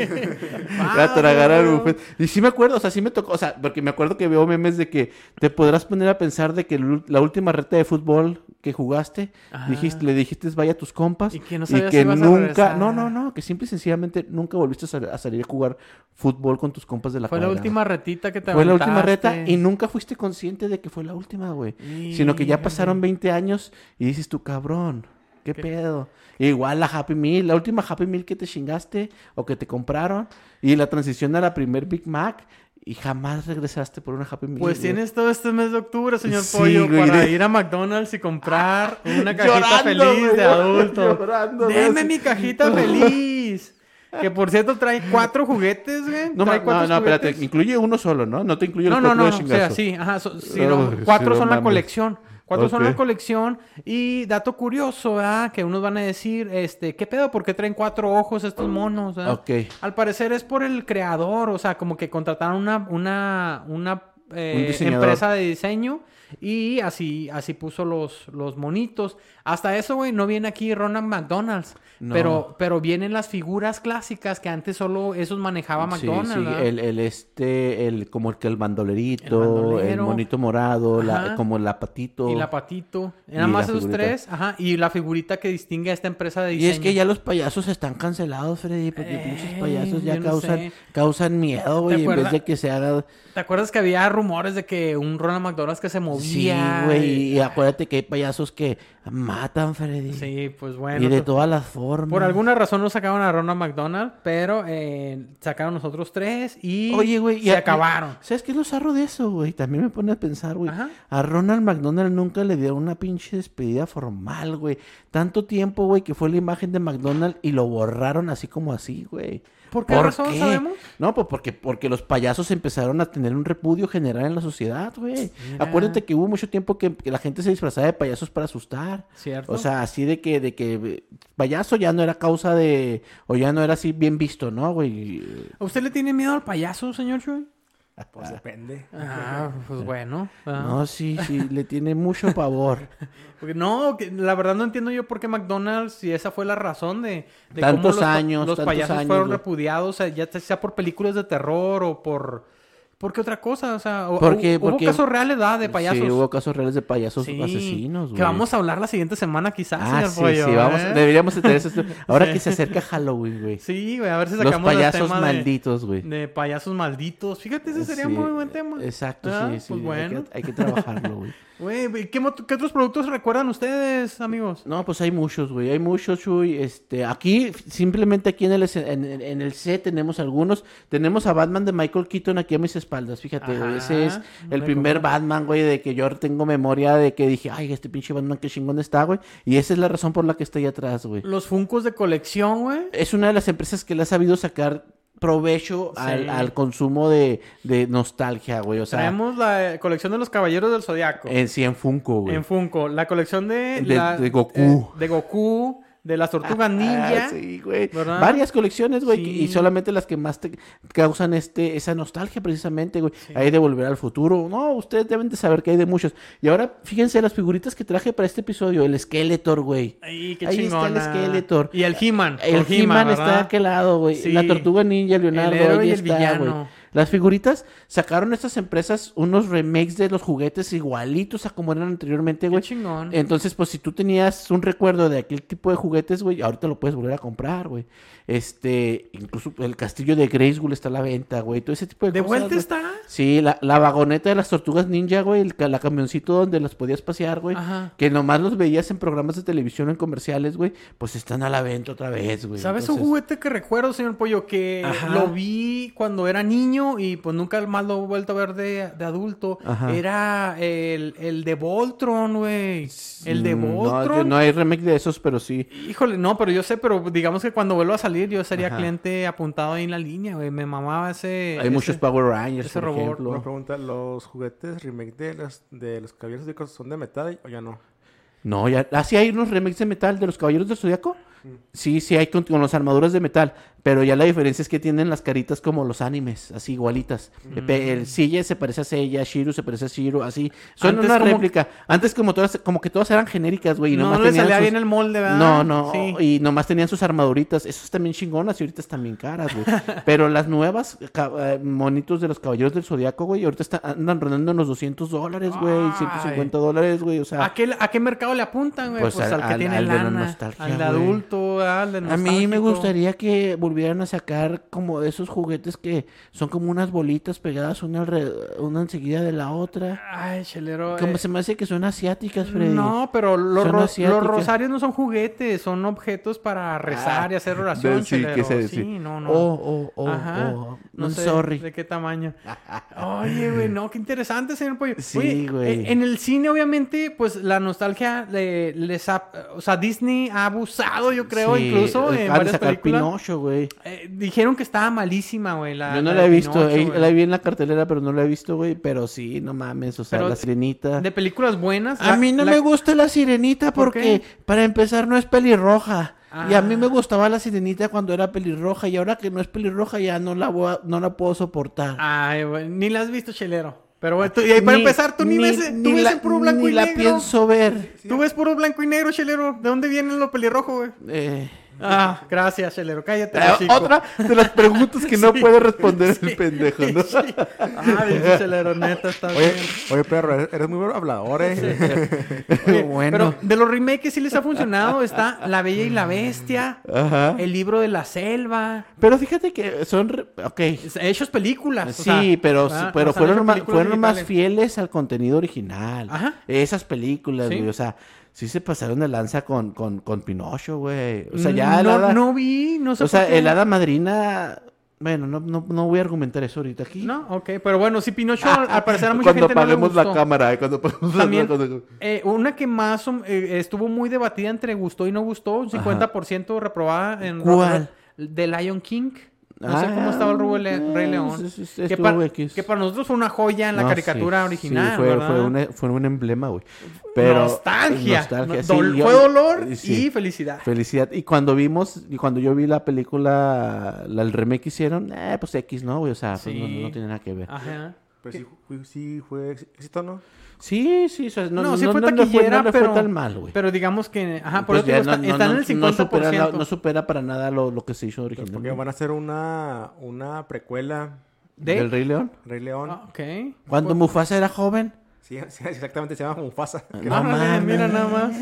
[SPEAKER 1] a tragar al buffet. Y sí me acuerdo, o sea, sí me tocó, o sea, porque me acuerdo que veo memes de que te podrás poner a pensar de que el ul- la última reta de fútbol que jugaste,
[SPEAKER 2] Ajá.
[SPEAKER 1] dijiste, le dijiste vaya a tus compas
[SPEAKER 2] Y que no sabías si ibas a
[SPEAKER 1] nunca,
[SPEAKER 2] regresar.
[SPEAKER 1] no, no, no, que simple y sencillamente nunca volviste a, sal- a salir a jugar fútbol con tus compas de la
[SPEAKER 2] Fue la
[SPEAKER 1] cuadra.
[SPEAKER 2] última retita que te
[SPEAKER 1] Fue la última reta
[SPEAKER 2] aventaste.
[SPEAKER 1] y nunca fuiste consciente de que fue la última, güey. Sino que
[SPEAKER 2] Híjole.
[SPEAKER 1] ya pasaron 20 años y dices tú, cabrón, ¿qué, pedo? Igual la Happy Meal, la última Happy Meal que te chingaste o que te compraron y la transición a la primer Big Mac y jamás regresaste por una Happy Meal.
[SPEAKER 2] Pues
[SPEAKER 1] güey.
[SPEAKER 2] tienes todo este mes de octubre, señor
[SPEAKER 1] Sí,
[SPEAKER 2] Pollo,
[SPEAKER 1] güey,
[SPEAKER 2] para
[SPEAKER 1] de-
[SPEAKER 2] ir a McDonald's y comprar una cajita
[SPEAKER 1] Llorando,
[SPEAKER 2] feliz
[SPEAKER 1] güey,
[SPEAKER 2] de adulto.
[SPEAKER 1] llorando, güey,
[SPEAKER 2] Deme
[SPEAKER 1] así.
[SPEAKER 2] mi cajita feliz. Que por cierto trae cuatro juguetes, güey.
[SPEAKER 1] No, ma-
[SPEAKER 2] trae
[SPEAKER 1] no,
[SPEAKER 2] cuatro
[SPEAKER 1] no, espérate,
[SPEAKER 2] juguetes.
[SPEAKER 1] incluye uno solo, ¿no? No te incluye los
[SPEAKER 2] No, no,
[SPEAKER 1] cuatro
[SPEAKER 2] no,
[SPEAKER 1] de
[SPEAKER 2] o sea,
[SPEAKER 1] chingazo.
[SPEAKER 2] sí, ajá, so- sí,
[SPEAKER 1] Oh,
[SPEAKER 2] no,
[SPEAKER 1] sí,
[SPEAKER 2] cuatro
[SPEAKER 1] no
[SPEAKER 2] son la
[SPEAKER 1] mames.
[SPEAKER 2] colección. Cuatro son la
[SPEAKER 1] Ok.
[SPEAKER 2] colección. Y dato curioso, ¿verdad? Que unos van a decir, este, ¿qué pedo? ¿Por qué traen cuatro ojos estos monos? ¿verdad?
[SPEAKER 1] Ok.
[SPEAKER 2] Al parecer es por el creador, o sea, como que contrataron una, una, una eh,
[SPEAKER 1] Un diseñador.
[SPEAKER 2] empresa de diseño y así, así puso los, los monitos. Hasta eso, güey, no viene aquí Ronald McDonald's,
[SPEAKER 1] No.
[SPEAKER 2] pero, pero vienen las figuras clásicas que antes solo esos manejaba
[SPEAKER 1] Sí,
[SPEAKER 2] McDonald's.
[SPEAKER 1] sí,
[SPEAKER 2] ¿verdad?
[SPEAKER 1] el, el este, el como el que el
[SPEAKER 2] El
[SPEAKER 1] bandolerito, el,
[SPEAKER 2] bandolero.
[SPEAKER 1] monito morado,
[SPEAKER 2] Ajá.
[SPEAKER 1] la, como el apatito.
[SPEAKER 2] Y la patito.
[SPEAKER 1] Y
[SPEAKER 2] Nada más
[SPEAKER 1] la
[SPEAKER 2] esos
[SPEAKER 1] figurita.
[SPEAKER 2] tres. Ajá. Y la figurita que distingue a esta empresa de
[SPEAKER 1] Y
[SPEAKER 2] diseño.
[SPEAKER 1] es que ya los payasos están cancelados, Freddy, porque
[SPEAKER 2] Ey,
[SPEAKER 1] pinches payasos ya
[SPEAKER 2] Eh, yo no sé.
[SPEAKER 1] causan, causan miedo,
[SPEAKER 2] ¿Te
[SPEAKER 1] güey, en vez
[SPEAKER 2] acuerdas?
[SPEAKER 1] de que se haga...
[SPEAKER 2] ¿Te acuerdas que había rumores de que un Ronald McDonald's que se
[SPEAKER 1] Sí,
[SPEAKER 2] movía?
[SPEAKER 1] güey,
[SPEAKER 2] y-
[SPEAKER 1] y acuérdate que hay payasos que matan, Freddy.
[SPEAKER 2] eh, Sí, pues bueno.
[SPEAKER 1] y de
[SPEAKER 2] pues,
[SPEAKER 1] todas las formas.
[SPEAKER 3] Mm.
[SPEAKER 2] Por alguna razón no sacaron a Ronald McDonald, pero eh, sacaron los otros tres y
[SPEAKER 1] Oye, güey, y
[SPEAKER 2] se
[SPEAKER 1] a-
[SPEAKER 2] acabaron.
[SPEAKER 1] ¿Sabes qué es lo zarro de eso, güey? También me pone a pensar, güey.
[SPEAKER 2] Ajá.
[SPEAKER 1] A Ronald McDonald nunca le dieron una pinche despedida formal, güey. Tanto tiempo, güey, que fue la imagen de McDonald y lo borraron así como así, güey.
[SPEAKER 2] ¿Por qué razón sabemos?
[SPEAKER 1] No, pues porque, porque los payasos empezaron a tener un repudio general en la sociedad, güey.
[SPEAKER 2] Mira.
[SPEAKER 1] Acuérdate que hubo mucho tiempo que, que la gente se disfrazaba de payasos para asustar.
[SPEAKER 2] ¿Cierto?
[SPEAKER 1] O sea, así de que, de que eh, payaso ya no era causa de, o ya no era así bien visto, ¿no, güey?
[SPEAKER 2] ¿A usted le tiene miedo al payaso, señor Chuy?
[SPEAKER 4] Pues depende.
[SPEAKER 2] Ah, pues bueno. Ah.
[SPEAKER 3] No, sí, sí, le tiene mucho pavor.
[SPEAKER 2] Porque no, que la verdad no entiendo yo por qué McDonald's, si esa fue la razón de, de
[SPEAKER 3] Tantos
[SPEAKER 2] cómo los, pa-
[SPEAKER 3] años,
[SPEAKER 2] los
[SPEAKER 3] tantos
[SPEAKER 2] payasos
[SPEAKER 3] años,
[SPEAKER 2] fueron
[SPEAKER 3] güey.
[SPEAKER 2] repudiados, o sea, ya sea por películas de terror o por... ¿Por qué otra cosa? O sea, o-
[SPEAKER 3] Porque-
[SPEAKER 2] hu- hubo
[SPEAKER 3] porque-
[SPEAKER 2] casos reales, ¿verdad? De payasos.
[SPEAKER 3] Sí, hubo casos reales de payasos
[SPEAKER 2] Sí,
[SPEAKER 3] asesinos, güey.
[SPEAKER 2] Que vamos a hablar la siguiente semana quizás,
[SPEAKER 3] Ah,
[SPEAKER 2] señor
[SPEAKER 3] sí,
[SPEAKER 2] Pollo,
[SPEAKER 3] sí, vamos.
[SPEAKER 2] ¿eh?
[SPEAKER 3] Deberíamos de tener eso. Ahora que se acerca Halloween, güey.
[SPEAKER 2] Sí, güey, a ver si
[SPEAKER 3] Los
[SPEAKER 2] sacamos el
[SPEAKER 3] payasos
[SPEAKER 2] tema de-
[SPEAKER 3] malditos, güey.
[SPEAKER 2] De, payasos malditos. Fíjate, ese sería
[SPEAKER 3] Sí,
[SPEAKER 2] muy buen tema.
[SPEAKER 3] Exacto,
[SPEAKER 2] Ah,
[SPEAKER 3] sí, sí.
[SPEAKER 2] Pues
[SPEAKER 3] hay que-
[SPEAKER 2] bueno.
[SPEAKER 3] Hay, que, trabajarlo, güey.
[SPEAKER 2] Güey, ¿qué, mot- qué otros productos recuerdan ustedes, amigos?
[SPEAKER 3] No, pues hay muchos, güey. Hay muchos, Chuy. Este, aquí, simplemente aquí en el, escen- en, en- en el set tenemos algunos. Tenemos a Batman de Michael Keaton aquí a mis espaldas. Fíjate, güey, ese es
[SPEAKER 2] Ajá,
[SPEAKER 3] el
[SPEAKER 2] me
[SPEAKER 3] primer
[SPEAKER 2] acuerdo.
[SPEAKER 3] Batman, güey, de que yo tengo memoria de que dije, ay, este pinche Batman, qué chingón está, güey. Y esa es la razón por la que estoy atrás, güey.
[SPEAKER 2] Los Funcos de colección, güey.
[SPEAKER 3] es una de las empresas que le ha sabido sacar provecho
[SPEAKER 2] Sí.
[SPEAKER 3] al, al consumo de, de nostalgia, güey. O sea,
[SPEAKER 2] Traemos la eh, colección de los Caballeros del Zodiaco.
[SPEAKER 3] en sí, en Funko, Eh, güey.
[SPEAKER 2] En Funko. La colección de...
[SPEAKER 3] De-
[SPEAKER 2] la-
[SPEAKER 3] de Goku.
[SPEAKER 2] eh, de Goku. De las Tortugas Ninja.
[SPEAKER 3] Ah, sí, güey.
[SPEAKER 2] ¿verdad?
[SPEAKER 3] Varias colecciones, güey,
[SPEAKER 2] Sí.
[SPEAKER 3] que- y solamente las que más te causan este esa nostalgia precisamente, güey. Hay de volver al futuro. No, ustedes deben de saber que hay de muchos. Y ahora fíjense las figuritas que traje para este episodio, el Skeletor, güey.
[SPEAKER 2] Ay, qué
[SPEAKER 3] Ahí está el
[SPEAKER 2] chingona.
[SPEAKER 3] Skeletor.
[SPEAKER 2] Y el He-Man.
[SPEAKER 3] El
[SPEAKER 2] con
[SPEAKER 3] He-Man está de
[SPEAKER 2] ¿verdad?
[SPEAKER 3] aquel lado, güey.
[SPEAKER 2] Sí.
[SPEAKER 3] La Tortuga Ninja, Leonardo,
[SPEAKER 2] El héroe
[SPEAKER 3] ahí
[SPEAKER 2] y el
[SPEAKER 3] está, güey.
[SPEAKER 2] villano.
[SPEAKER 3] Las figuritas sacaron estas empresas unos remakes de los juguetes igualitos a como eran anteriormente,
[SPEAKER 2] Qué
[SPEAKER 3] güey.
[SPEAKER 2] chingón.
[SPEAKER 3] Entonces, pues si tú tenías un recuerdo de aquel tipo de juguetes, güey, ahorita lo puedes volver a comprar, güey. Este, incluso el castillo de Grayskull está a la venta, güey. Todo ese tipo de,
[SPEAKER 2] ¿De
[SPEAKER 3] cosas.
[SPEAKER 2] vuelta
[SPEAKER 3] güey.
[SPEAKER 2] está?
[SPEAKER 3] Sí, la, la vagoneta de las tortugas ninja, güey, el, ca- la camioncito donde las podías pasear, güey.
[SPEAKER 2] Ajá.
[SPEAKER 3] Que nomás los veías en programas de televisión, en comerciales, güey. Pues están a la venta otra vez, güey.
[SPEAKER 2] ¿Sabes un
[SPEAKER 3] Pues, Entonces-
[SPEAKER 2] juguete que recuerdo, señor Pollo? Que
[SPEAKER 3] Ajá.
[SPEAKER 2] lo vi cuando era niño y pues nunca más lo he vuelto a ver de, de adulto.
[SPEAKER 3] Ajá.
[SPEAKER 2] Era el, el de Voltron, güey. El de
[SPEAKER 3] Mm, no,
[SPEAKER 2] Voltron.
[SPEAKER 3] No, hay remake de esos, pero sí.
[SPEAKER 2] Híjole, no, pero yo sé, pero digamos que cuando vuelva a salir yo sería cliente apuntado ahí en la línea, güey. Me mamaba ese...
[SPEAKER 3] Hay
[SPEAKER 2] ese-
[SPEAKER 3] muchos Power Rangers,
[SPEAKER 2] ese
[SPEAKER 3] por
[SPEAKER 2] robot,
[SPEAKER 3] ejemplo.
[SPEAKER 4] Una pregunta, ¿los juguetes remake de los, de los caballeros de son de metal o ya no?
[SPEAKER 3] No, ya. Así hay unos remakes de metal de los Caballeros del Zodiaco. Sí, sí hay con, con las armaduras de metal, pero ya la diferencia es que tienen las caritas como los animes, así igualitas.
[SPEAKER 2] Mm.
[SPEAKER 3] Pe- El Silla se parece a Seiya, Shiro se parece a Shiro, así. Son
[SPEAKER 2] Antes
[SPEAKER 3] una
[SPEAKER 2] como-
[SPEAKER 3] réplica. Antes como todas, como que todas eran genéricas, güey. y
[SPEAKER 2] No,
[SPEAKER 3] nomás
[SPEAKER 2] no le
[SPEAKER 3] tenían
[SPEAKER 2] salía
[SPEAKER 3] sus-
[SPEAKER 2] bien el molde, ¿verdad?
[SPEAKER 3] No, no,
[SPEAKER 2] Sí.
[SPEAKER 3] y nomás tenían sus armaduritas. Esas también chingonas y ahorita están bien caras, güey. Pero las nuevas ca- eh, monitos de los Caballeros del Zodiaco, güey, ahorita están, andan rondando en los 200 dólares, güey,
[SPEAKER 2] Ay.
[SPEAKER 3] 150 dólares, güey, o sea...
[SPEAKER 2] ¿A qué, ¿A qué mercado le apuntan, güey? Pues,
[SPEAKER 3] Pues
[SPEAKER 2] al,
[SPEAKER 3] al-
[SPEAKER 2] que
[SPEAKER 3] al-
[SPEAKER 2] tiene
[SPEAKER 3] al de la
[SPEAKER 2] lana,
[SPEAKER 3] nostalgia,
[SPEAKER 2] al de
[SPEAKER 3] güey.
[SPEAKER 2] adulto, al de
[SPEAKER 3] A mí me
[SPEAKER 2] nostálgico.
[SPEAKER 3] gustaría que volvieran a sacar como de esos juguetes que son como unas bolitas pegadas una, alre- una enseguida de la otra.
[SPEAKER 2] Ay, chelero.
[SPEAKER 3] Como
[SPEAKER 2] eh,
[SPEAKER 3] se me hace que son asiáticas, Freddy.
[SPEAKER 2] No, pero los,
[SPEAKER 3] Son
[SPEAKER 2] ro-
[SPEAKER 3] asiáticas. Ah.
[SPEAKER 2] los rosarios no son juguetes, son objetos para rezar y hacer oración,
[SPEAKER 3] sí,
[SPEAKER 2] chelero.
[SPEAKER 3] que se-
[SPEAKER 2] sí,
[SPEAKER 3] sí.
[SPEAKER 2] no, no.
[SPEAKER 3] Oh, oh, oh,
[SPEAKER 2] Ajá.
[SPEAKER 3] oh.
[SPEAKER 2] No
[SPEAKER 3] I'm
[SPEAKER 2] sé
[SPEAKER 3] sorry.
[SPEAKER 2] de qué tamaño. Oye, güey, no, qué interesante, señor Pollo.
[SPEAKER 3] Sí,
[SPEAKER 2] Oye,
[SPEAKER 3] güey.
[SPEAKER 2] eh, En el cine, obviamente, pues la nostalgia le- les ha... O sea, Disney ha abusado, yo creo,
[SPEAKER 3] Sí,
[SPEAKER 2] incluso en
[SPEAKER 3] acaban de
[SPEAKER 2] varias
[SPEAKER 3] sacar
[SPEAKER 2] películas.
[SPEAKER 3] Pinocho, güey.
[SPEAKER 2] Eh, dijeron que estaba malísima, güey. La,
[SPEAKER 3] Yo no
[SPEAKER 2] la
[SPEAKER 3] la
[SPEAKER 2] de
[SPEAKER 3] he visto.
[SPEAKER 2] Pinocho,
[SPEAKER 3] eh,
[SPEAKER 2] güey.
[SPEAKER 3] la vi en la cartelera, pero no la he visto, güey. Pero sí, no mames. O sea,
[SPEAKER 2] Pero
[SPEAKER 3] la sirenita.
[SPEAKER 2] De películas buenas.
[SPEAKER 3] A
[SPEAKER 2] la-
[SPEAKER 3] mí no
[SPEAKER 2] la-
[SPEAKER 3] me gusta la sirenita
[SPEAKER 2] ¿Por
[SPEAKER 3] porque, para empezar, no es pelirroja. Y a mí
[SPEAKER 2] Ah.
[SPEAKER 3] me gustaba la sirenita cuando era pelirroja. Y ahora que no es pelirroja, ya no la, voy a- no la puedo soportar.
[SPEAKER 2] Ay, güey, ni la has visto, chelero. Pero bueno, Ah, tú- y para
[SPEAKER 3] Ni-
[SPEAKER 2] empezar, tú ni, ves, tú ves
[SPEAKER 3] la-
[SPEAKER 2] en puro blanco
[SPEAKER 3] ni
[SPEAKER 2] y
[SPEAKER 3] la
[SPEAKER 2] negro.
[SPEAKER 3] pienso ver.
[SPEAKER 2] Tú ves puro blanco y negro, chelero. ¿De dónde vienen los pelirrojos, güey?
[SPEAKER 3] Eh,
[SPEAKER 2] Ah, gracias, chelero. Cállate,
[SPEAKER 3] eh,
[SPEAKER 2] chico.
[SPEAKER 3] otra de las preguntas que no puede responder el pendejo, ¿no?
[SPEAKER 2] Sí. Ah, dice chelero, neta, está
[SPEAKER 4] Oye,
[SPEAKER 2] bien.
[SPEAKER 4] oye perro, eres- eres muy buen hablador, ¿eh?
[SPEAKER 2] Oye,
[SPEAKER 3] bueno.
[SPEAKER 2] Pero de los remakes sí les ha funcionado. Está La Bella y la Bestia.
[SPEAKER 3] Ajá.
[SPEAKER 2] El libro de la selva.
[SPEAKER 3] Pero fíjate que son. re- Ok,
[SPEAKER 2] Hechos películas. o
[SPEAKER 3] Sí,
[SPEAKER 2] sea,
[SPEAKER 3] pero,
[SPEAKER 2] ¿verdad?
[SPEAKER 3] pero
[SPEAKER 2] O sea,
[SPEAKER 3] fueron,
[SPEAKER 2] hechos
[SPEAKER 3] más,
[SPEAKER 2] películas
[SPEAKER 3] fueron más
[SPEAKER 2] digitales.
[SPEAKER 3] fieles al contenido original.
[SPEAKER 2] Ajá.
[SPEAKER 3] Esas películas,
[SPEAKER 2] Sí.
[SPEAKER 3] güey. O sea, sí se pasaron de lanza con, con, con Pinocho, güey. O sea, ya el
[SPEAKER 2] Mm, no,
[SPEAKER 3] hada-
[SPEAKER 2] no vi, no sé
[SPEAKER 3] o sea,
[SPEAKER 2] por qué.
[SPEAKER 3] el hada madrina... Bueno, no, no, no voy a argumentar eso ahorita aquí.
[SPEAKER 2] No, ok, pero bueno, sí, Pinocho al parecer a mucha
[SPEAKER 3] Ah, cuando
[SPEAKER 2] gente no le
[SPEAKER 3] apaguemos la
[SPEAKER 2] gustó.
[SPEAKER 3] cámara, eh, cuando apaguemos
[SPEAKER 2] También,
[SPEAKER 3] la cámara.
[SPEAKER 2] eh, una que más o- eh, estuvo muy debatida entre gustó y no gustó, un 50% reprobada en
[SPEAKER 3] ¿Cuál?
[SPEAKER 2] The Lion King. No sé cómo estaba el Rey Le-
[SPEAKER 3] Ah,
[SPEAKER 2] Rey León.
[SPEAKER 3] es- es- es-
[SPEAKER 2] que,
[SPEAKER 3] estuvo
[SPEAKER 2] para,
[SPEAKER 3] X.
[SPEAKER 2] que para nosotros fue una joya en la
[SPEAKER 3] No,
[SPEAKER 2] caricatura
[SPEAKER 3] sí,
[SPEAKER 2] original,
[SPEAKER 3] sí, fue,
[SPEAKER 2] ¿verdad?
[SPEAKER 3] fue un, e-, fue un emblema, güey. Pero,
[SPEAKER 2] nostalgia.
[SPEAKER 3] nostalgia,
[SPEAKER 2] No-
[SPEAKER 3] sí,
[SPEAKER 2] dol-
[SPEAKER 3] yo- eh,
[SPEAKER 2] fue dolor
[SPEAKER 3] sí.
[SPEAKER 2] y felicidad.
[SPEAKER 3] Felicidad. Y cuando vimos, y cuando yo vi la película, la, el remake que hicieron, eh, pues X, ¿no, güey? O sea, pues, no,
[SPEAKER 2] Sí.
[SPEAKER 3] no tiene nada que ver.
[SPEAKER 2] Ajá.
[SPEAKER 4] Pero Pues sí, ju- sí fue ex- éxito, ¿no?
[SPEAKER 3] Sí, sí, o sea, no,
[SPEAKER 2] No,
[SPEAKER 3] no,
[SPEAKER 2] sí
[SPEAKER 3] no-
[SPEAKER 2] fue
[SPEAKER 3] no le fue,
[SPEAKER 2] taquillera,
[SPEAKER 3] no le fue
[SPEAKER 2] pero-
[SPEAKER 3] tan mal, güey.
[SPEAKER 2] Pero digamos que, ajá, por
[SPEAKER 3] Pues
[SPEAKER 2] eso digo,
[SPEAKER 3] ya
[SPEAKER 2] está-
[SPEAKER 3] no-
[SPEAKER 2] están
[SPEAKER 3] no-
[SPEAKER 2] en el 50%.
[SPEAKER 3] no supera, la- no supera para nada lo, lo que se hizo
[SPEAKER 4] Pues porque
[SPEAKER 3] originalmente.
[SPEAKER 4] van a hacer una, una precuela
[SPEAKER 2] de...
[SPEAKER 3] ¿El Rey León?
[SPEAKER 4] Rey León.
[SPEAKER 2] Ah, ok.
[SPEAKER 3] Cuando Mufasa era joven.
[SPEAKER 4] Sí, sí, exactamente, se llama Mufasa. Que-
[SPEAKER 3] Ah, No
[SPEAKER 2] Órale,
[SPEAKER 3] mames.
[SPEAKER 2] Ah, mira nada más.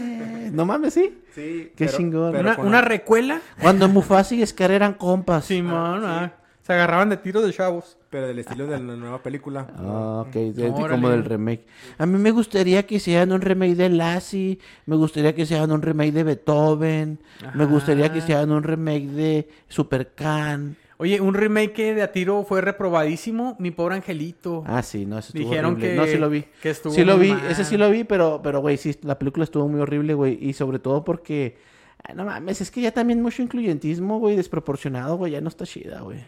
[SPEAKER 3] No mames, sí.
[SPEAKER 4] Sí,
[SPEAKER 3] Qué chingón.
[SPEAKER 2] Una,
[SPEAKER 4] con
[SPEAKER 2] una
[SPEAKER 4] la-
[SPEAKER 2] recuela.
[SPEAKER 3] Cuando Mufasa y Scar eran compas.
[SPEAKER 2] Simón, ah, se agarraban de tiros de chavos.
[SPEAKER 4] pero del estilo de la nueva película.
[SPEAKER 3] Ah, ok, de- de-
[SPEAKER 2] Órale.
[SPEAKER 3] como del remake. A mí me gustaría que hicieran un remake de Lassie, me gustaría que hicieran un remake de Beethoven, me gustaría que
[SPEAKER 2] Ajá.
[SPEAKER 3] hicieran un remake de Super Can.
[SPEAKER 2] Oye, un remake que de a tiro fue reprobadísimo, Mi Pobre Angelito.
[SPEAKER 3] Ah, sí, no, ese estuvo
[SPEAKER 2] Dijeron
[SPEAKER 3] horrible.
[SPEAKER 2] que-
[SPEAKER 3] No, sí lo vi.
[SPEAKER 2] que estuvo
[SPEAKER 3] sí lo
[SPEAKER 2] muy
[SPEAKER 3] vi,
[SPEAKER 2] mal.
[SPEAKER 3] ese sí lo vi, pero, pero, güey, sí, la película estuvo muy horrible, güey. Y sobre todo porque, ah, no mames, es que ya también mucho incluyentismo, güey, desproporcionado, güey, ya no está chida, güey.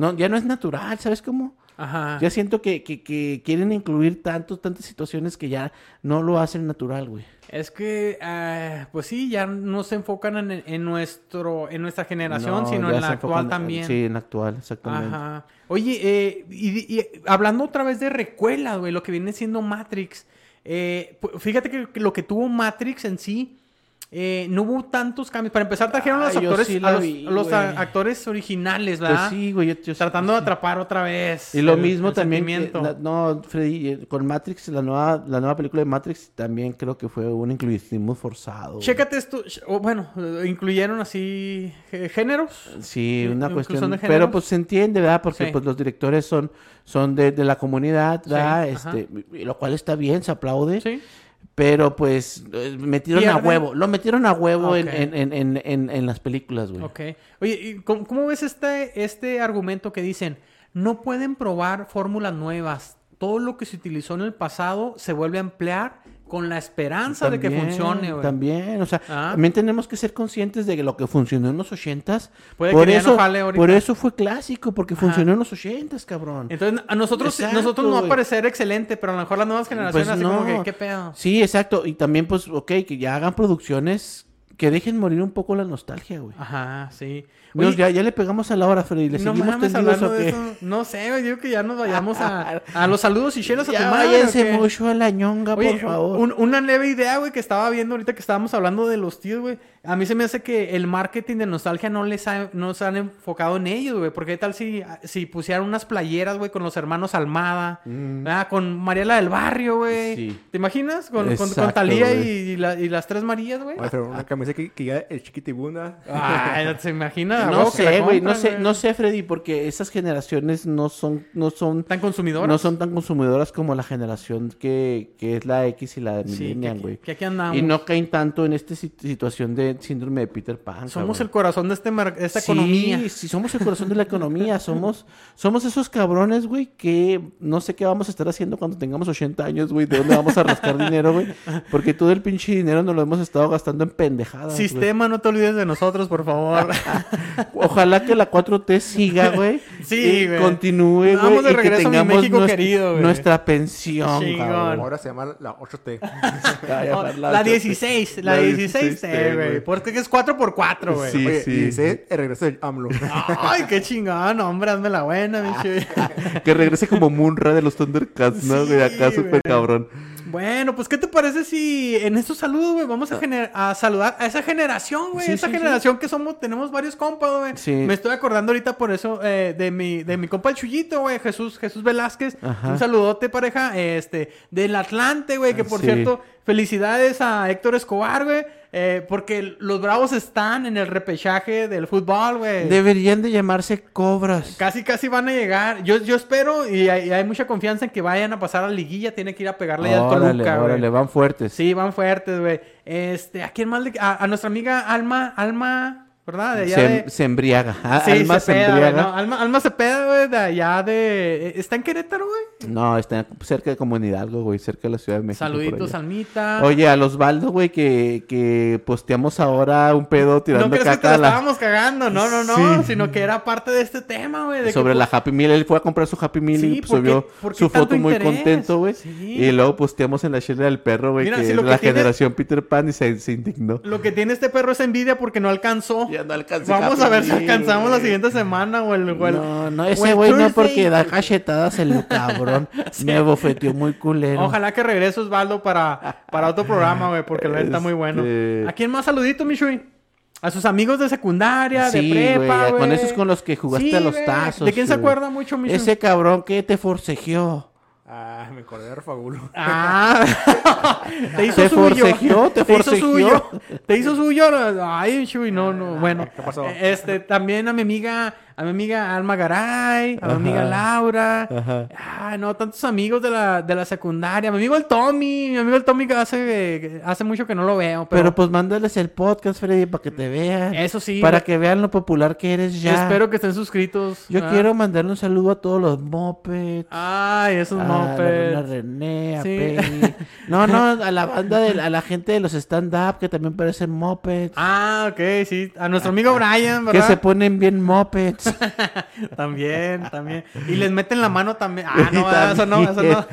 [SPEAKER 3] No, ya no es natural, ¿sabes cómo?
[SPEAKER 2] Ajá.
[SPEAKER 3] Ya siento que, que, que quieren incluir tantos, tantas situaciones que ya no lo hacen natural, güey.
[SPEAKER 2] Es que, ah, pues sí, ya no se enfocan en, en nuestro, en nuestra generación,
[SPEAKER 3] No,
[SPEAKER 2] sino
[SPEAKER 3] ya
[SPEAKER 2] en la
[SPEAKER 3] se
[SPEAKER 2] actual
[SPEAKER 3] enfocan-
[SPEAKER 2] también.
[SPEAKER 3] Sí, en la actual, exactamente.
[SPEAKER 2] Ajá. Oye, eh, y, y hablando otra vez de recuela, güey, lo que viene siendo Matrix. eh, pu- fíjate que que lo que tuvo Matrix en sí, eh, no hubo tantos cambios. Para empezar, trajeron a los
[SPEAKER 3] Ay, yo
[SPEAKER 2] actores,
[SPEAKER 3] sí
[SPEAKER 2] a
[SPEAKER 3] la
[SPEAKER 2] los,
[SPEAKER 3] vi,
[SPEAKER 2] a los a-
[SPEAKER 3] güey.
[SPEAKER 2] actores originales,
[SPEAKER 3] Pues
[SPEAKER 2] ¿verdad?
[SPEAKER 3] sí, güey, yo, yo-
[SPEAKER 2] Tratando de atrapar otra vez.
[SPEAKER 3] Y lo
[SPEAKER 2] el-
[SPEAKER 3] mismo
[SPEAKER 2] el
[SPEAKER 3] también, que
[SPEAKER 2] sentimiento.
[SPEAKER 3] la- no, Freddy, eh, con Matrix, la nueva, la nueva película de Matrix también creo que fue un incluyentismo forzado. güey.
[SPEAKER 2] Chécate esto. ch- o bueno, eh, incluyeron así eh, géneros.
[SPEAKER 3] Sí,
[SPEAKER 2] Eh,
[SPEAKER 3] una
[SPEAKER 2] inclusión
[SPEAKER 3] cuestión.
[SPEAKER 2] de
[SPEAKER 3] Pero
[SPEAKER 2] géneros.
[SPEAKER 3] pues se entiende, ¿verdad? Porque
[SPEAKER 2] Sí.
[SPEAKER 3] pues los directores son, son de, de la comunidad,
[SPEAKER 2] Sí,
[SPEAKER 3] ¿verdad?
[SPEAKER 2] ajá.
[SPEAKER 3] este, y lo cual está bien, se aplaude.
[SPEAKER 2] Sí.
[SPEAKER 3] Pero pues eh, metieron a
[SPEAKER 2] Pierde.
[SPEAKER 3] huevo, lo metieron a huevo en-
[SPEAKER 2] Ok.
[SPEAKER 3] en, en, en, en, en las películas, güey.
[SPEAKER 2] Ok. Oye, ¿y cómo, cómo ves este, este argumento que dicen? No pueden probar fórmulas nuevas. Todo lo que se utilizó en el pasado se vuelve a emplear con la esperanza de que
[SPEAKER 3] También,
[SPEAKER 2] funcione, güey.
[SPEAKER 3] También, o sea,
[SPEAKER 2] Ah.
[SPEAKER 3] también tenemos que ser conscientes de que lo que funcionó en los ochentas.
[SPEAKER 2] Puede
[SPEAKER 3] por
[SPEAKER 2] que ya no
[SPEAKER 3] eso,
[SPEAKER 2] jale ahorita.
[SPEAKER 3] por eso fue clásico, porque funcionó en los ochentas, cabrón.
[SPEAKER 2] Entonces, a nosotros, sí-
[SPEAKER 3] Exacto,
[SPEAKER 2] nosotros no va a
[SPEAKER 3] güey.
[SPEAKER 2] parecer excelente, pero a lo mejor las nuevas generaciones
[SPEAKER 3] Pues
[SPEAKER 2] así como
[SPEAKER 3] no.
[SPEAKER 2] que, ¿qué pedo?
[SPEAKER 3] Sí, exacto. Y también, pues, ok, que ya hagan producciones que dejen morir un poco la nostalgia, güey.
[SPEAKER 2] Ajá, sí. Ah, Oye,
[SPEAKER 3] Nos- ya, ya le pegamos a la hora, Freddy. ¿Le
[SPEAKER 2] no
[SPEAKER 3] seguimos
[SPEAKER 2] mames
[SPEAKER 3] tendidos
[SPEAKER 2] hablando
[SPEAKER 3] o
[SPEAKER 2] de
[SPEAKER 3] qué?
[SPEAKER 2] eso. No sé, güey, digo que ya nos vayamos a, a los saludos y chelas a tu
[SPEAKER 3] Ya
[SPEAKER 2] madre, ¿o
[SPEAKER 3] váyanse
[SPEAKER 2] qué?
[SPEAKER 3] mucho a la ñonga,
[SPEAKER 2] Oye,
[SPEAKER 3] por favor.
[SPEAKER 2] un- una leve idea, güey, que estaba viendo ahorita que estábamos hablando de los tíos, güey. A mí se me hace que el marketing de nostalgia no les ha- no se han enfocado en ellos, güey. Porque qué tal si, si pusieran unas playeras, güey, con los hermanos Almada, ¿verdad? con Mariela del Barrio, güey.
[SPEAKER 3] Mm. Sí.
[SPEAKER 2] ¿Te imaginas? Con, con- con,
[SPEAKER 3] Exacto,
[SPEAKER 2] Talía y,
[SPEAKER 3] güey. Pues
[SPEAKER 2] y la- y las tres Marías, güey.
[SPEAKER 4] Oye, pero una camisa que, que ya el chiquitibunda.
[SPEAKER 2] Ay, ¿se imagina? A
[SPEAKER 3] No
[SPEAKER 2] huevo Ah, que la
[SPEAKER 3] sé, güey, no
[SPEAKER 2] compran,
[SPEAKER 3] sé, no sé, Freddy, porque esas generaciones no son, no son
[SPEAKER 2] ¿Tan consumidores?
[SPEAKER 3] No son tan consumidoras como la generación que, que es la X y la de
[SPEAKER 2] Sí, que,
[SPEAKER 3] Millennial,
[SPEAKER 2] aquí-
[SPEAKER 3] güey.
[SPEAKER 2] que aquí andamos.
[SPEAKER 3] Y no caen tanto en esta sit- situación de síndrome de Peter Pan.
[SPEAKER 2] Somos el
[SPEAKER 3] cabrón.
[SPEAKER 2] corazón de este mar- de esta
[SPEAKER 3] Sí,
[SPEAKER 2] economía.
[SPEAKER 3] Sí, somos el corazón de la economía. Somos, somos esos cabrones, güey, que no sé qué vamos a estar haciendo cuando tengamos 80 años, güey. ¿De dónde vamos a rascar dinero, güey? Porque todo el pinche dinero nos lo hemos estado gastando en pendejadas. güey.
[SPEAKER 2] Sistema, no te olvides de nosotros, por favor.
[SPEAKER 3] Ojalá que la 4T siga, güey.
[SPEAKER 2] Sí,
[SPEAKER 3] y
[SPEAKER 2] güey.
[SPEAKER 3] Continúe, güey.
[SPEAKER 2] Vamos de
[SPEAKER 3] y que
[SPEAKER 2] regreso a mi
[SPEAKER 3] tengamos
[SPEAKER 2] México
[SPEAKER 3] nuestra,
[SPEAKER 2] querido, güey.
[SPEAKER 3] nuestra pensión,
[SPEAKER 2] Chingón.
[SPEAKER 3] cabrón.
[SPEAKER 4] Ahora se llama la 8T.
[SPEAKER 3] Ay,
[SPEAKER 2] No,
[SPEAKER 3] ojalá,
[SPEAKER 2] Oh, la,
[SPEAKER 3] yo te-
[SPEAKER 2] 16, la,
[SPEAKER 3] la
[SPEAKER 2] 16,
[SPEAKER 3] 16,
[SPEAKER 2] eh, güey.
[SPEAKER 3] güey.
[SPEAKER 2] Porque es 4x4, güey.
[SPEAKER 3] Sí,
[SPEAKER 4] Oye,
[SPEAKER 3] sí.
[SPEAKER 4] Y ese es el regreso del AMLO.
[SPEAKER 2] Ay, qué chingón, hombre, hazme la buena,
[SPEAKER 3] Ah.
[SPEAKER 2] mi chico.
[SPEAKER 3] Que regrese como Munra de los Thundercats, ¿no?
[SPEAKER 2] Sí,
[SPEAKER 3] güey, acá
[SPEAKER 2] güey.
[SPEAKER 3] súper cabrón.
[SPEAKER 2] Bueno, pues, ¿qué te parece si en estos saludos, güey, vamos a, gener- a saludar a esa generación, güey?
[SPEAKER 3] Ah. Sí,
[SPEAKER 2] esa
[SPEAKER 3] sí,
[SPEAKER 2] generación que somos, tenemos varios compas, güey.
[SPEAKER 3] Sí.
[SPEAKER 2] Me estoy acordando ahorita por eso eh, de, mi, de mi compa el Chuyito, güey, Jesús, Jesús Velázquez.
[SPEAKER 3] Ajá. Ah,
[SPEAKER 2] Un saludote, pareja, este, del Atlante, güey, que por
[SPEAKER 3] Sí.
[SPEAKER 2] cierto, felicidades a Héctor Escobar, güey. eh, porque los bravos están en el repechaje del fútbol, güey.
[SPEAKER 3] Deberían de llamarse cobras.
[SPEAKER 2] Casi, casi van a llegar. Yo, yo espero y hay, y hay mucha confianza en que vayan a pasar a liguilla. Tiene que ir a pegarle ya al
[SPEAKER 3] Órale,
[SPEAKER 2] Toluca, güey.
[SPEAKER 3] órale, van fuertes.
[SPEAKER 2] Sí, van fuertes, güey. Este, ¿a quién más? le- A, a nuestra amiga Alma, Alma ¿verdad? De allá
[SPEAKER 3] Se, em-
[SPEAKER 2] de...
[SPEAKER 3] se embriaga. A-
[SPEAKER 2] Sí,
[SPEAKER 3] alma se,
[SPEAKER 2] Cepeda, güey, no,
[SPEAKER 3] embriaga.
[SPEAKER 2] Alma, Alma Cepeda, güey, de allá de... eh, ¿Está en Querétaro, güey?
[SPEAKER 3] No. está cerca de como en Hidalgo, güey, cerca de la Ciudad de México. por
[SPEAKER 2] Saluditos,
[SPEAKER 3] allá.
[SPEAKER 2] Almita.
[SPEAKER 3] Oye, a los Baldo, güey, que, que posteamos ahora un pedo
[SPEAKER 2] no
[SPEAKER 3] tirando
[SPEAKER 2] crees que te
[SPEAKER 3] caca
[SPEAKER 2] la
[SPEAKER 3] a la-
[SPEAKER 2] estábamos cagando, no, no, no,
[SPEAKER 3] Sí.
[SPEAKER 2] sino que era parte de este tema, güey. de que,
[SPEAKER 3] sobre
[SPEAKER 2] pues,
[SPEAKER 3] la Happy Meal. Él fue a comprar su Happy Meal
[SPEAKER 2] Sí,
[SPEAKER 3] y
[SPEAKER 2] ¿por qué-
[SPEAKER 3] subió
[SPEAKER 2] por qué
[SPEAKER 3] su
[SPEAKER 2] tanto
[SPEAKER 3] foto muy
[SPEAKER 2] interés?
[SPEAKER 3] contento, güey.
[SPEAKER 2] Sí.
[SPEAKER 3] Y luego posteamos en la chela del perro, güey,
[SPEAKER 2] Mira,
[SPEAKER 3] que
[SPEAKER 2] si lo
[SPEAKER 3] la
[SPEAKER 2] que tiene-
[SPEAKER 3] generación Peter Pan y se, se indignó.
[SPEAKER 2] Lo que tiene este perro es envidia porque no alcanzó.
[SPEAKER 3] Ya no alcancé
[SPEAKER 2] Vamos
[SPEAKER 3] Happy
[SPEAKER 2] a ver si
[SPEAKER 3] Meal,
[SPEAKER 2] alcanzamos la
[SPEAKER 3] güey.
[SPEAKER 2] siguiente semana o el... o el-
[SPEAKER 3] No, no,
[SPEAKER 2] o
[SPEAKER 3] ese
[SPEAKER 2] el
[SPEAKER 3] güey no
[SPEAKER 2] Thursday.
[SPEAKER 3] porque da cachetadas el cabrón. Me bofeteó muy culero.
[SPEAKER 2] Ojalá que regrese Osvaldo para, para otro programa, güey, porque la neta está muy bueno.
[SPEAKER 3] Este-
[SPEAKER 2] ¿A quién más saludito, Michui? A sus amigos de secundaria,
[SPEAKER 3] Sí,
[SPEAKER 2] de prepa,
[SPEAKER 3] güey,
[SPEAKER 2] güey.
[SPEAKER 3] Con esos con los que jugaste
[SPEAKER 2] Sí,
[SPEAKER 3] a los
[SPEAKER 2] güey.
[SPEAKER 3] tazos.
[SPEAKER 2] ¿De quién se
[SPEAKER 3] güey.
[SPEAKER 2] acuerda mucho, Michui?
[SPEAKER 3] Ese cabrón que te forcejeó.
[SPEAKER 4] Ah, me acordé de Rafagulo.
[SPEAKER 2] Ah, te hizo
[SPEAKER 3] Te
[SPEAKER 2] suyo.
[SPEAKER 3] forcejeó, te
[SPEAKER 2] hizo
[SPEAKER 3] forcejeó.
[SPEAKER 2] suyo. Te hizo suyo. Ay, Chuy, no, no. Bueno,
[SPEAKER 4] Ah, ¿qué pasó?
[SPEAKER 2] este, también a mi amiga, a mi amiga Alma Garay, a mi amiga Laura. Ay, no, tantos amigos de la, de la secundaria. Mi amigo el Tommy, mi amigo el Tommy que hace, que hace mucho que no lo veo,
[SPEAKER 3] Pero
[SPEAKER 2] pero,
[SPEAKER 3] pues mándales el podcast, Freddy, para que te vean.
[SPEAKER 2] eso sí.
[SPEAKER 3] para
[SPEAKER 2] güey,
[SPEAKER 3] que vean lo popular que eres ya.
[SPEAKER 2] Espero que estén suscritos.
[SPEAKER 3] Yo
[SPEAKER 2] ¿verdad?
[SPEAKER 3] quiero mandarle un saludo a todos los mopeds.
[SPEAKER 2] Ay, esos
[SPEAKER 3] a
[SPEAKER 2] mopeds.
[SPEAKER 3] Ah, la Luna René, a
[SPEAKER 2] Sí.
[SPEAKER 3] Penny. No, no, a la banda, de, a la gente de los stand-up que también parecen mopeds.
[SPEAKER 2] Ah, ok, sí. A nuestro amigo Brian, ¿verdad?
[SPEAKER 3] ah. que se ponen bien mopeds.
[SPEAKER 2] También, también. Y les meten la mano también. Ah, no,
[SPEAKER 3] Y
[SPEAKER 2] eso no, eso no.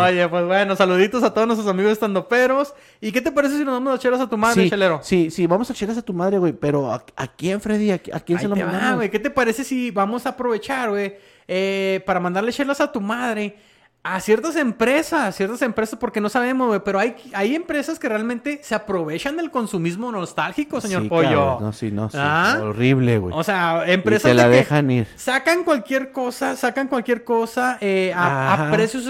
[SPEAKER 2] Oye, pues bueno, saluditos a todos nuestros amigos estandoperos. ¿Y qué te parece si nos damos las chelas a tu madre,
[SPEAKER 3] sí,
[SPEAKER 2] chelero?
[SPEAKER 3] sí, sí, vamos a chelas a tu madre, güey. Pero ¿a, a quién, Freddy? ¿A, qui- a quién
[SPEAKER 2] Ahí
[SPEAKER 3] se lo
[SPEAKER 2] te va,
[SPEAKER 3] mandamos?
[SPEAKER 2] güey. ¿Qué te parece si vamos a aprovechar, güey, eh, para mandarle chelas a tu madre? A ciertas empresas, ciertas empresas, porque no sabemos, güey, pero hay, hay empresas que realmente se aprovechan del consumismo nostálgico, señor
[SPEAKER 3] Sí,
[SPEAKER 2] Pollo.
[SPEAKER 3] cabrón, no, sí, no, sí.
[SPEAKER 2] ¿Ah?
[SPEAKER 3] Horrible, güey.
[SPEAKER 2] O sea,
[SPEAKER 3] Y
[SPEAKER 2] empresas
[SPEAKER 3] te la
[SPEAKER 2] de que-
[SPEAKER 3] dejan ir.
[SPEAKER 2] Sacan cualquier cosa, sacan cualquier cosa eh, a, a
[SPEAKER 3] Ajá.
[SPEAKER 2] precios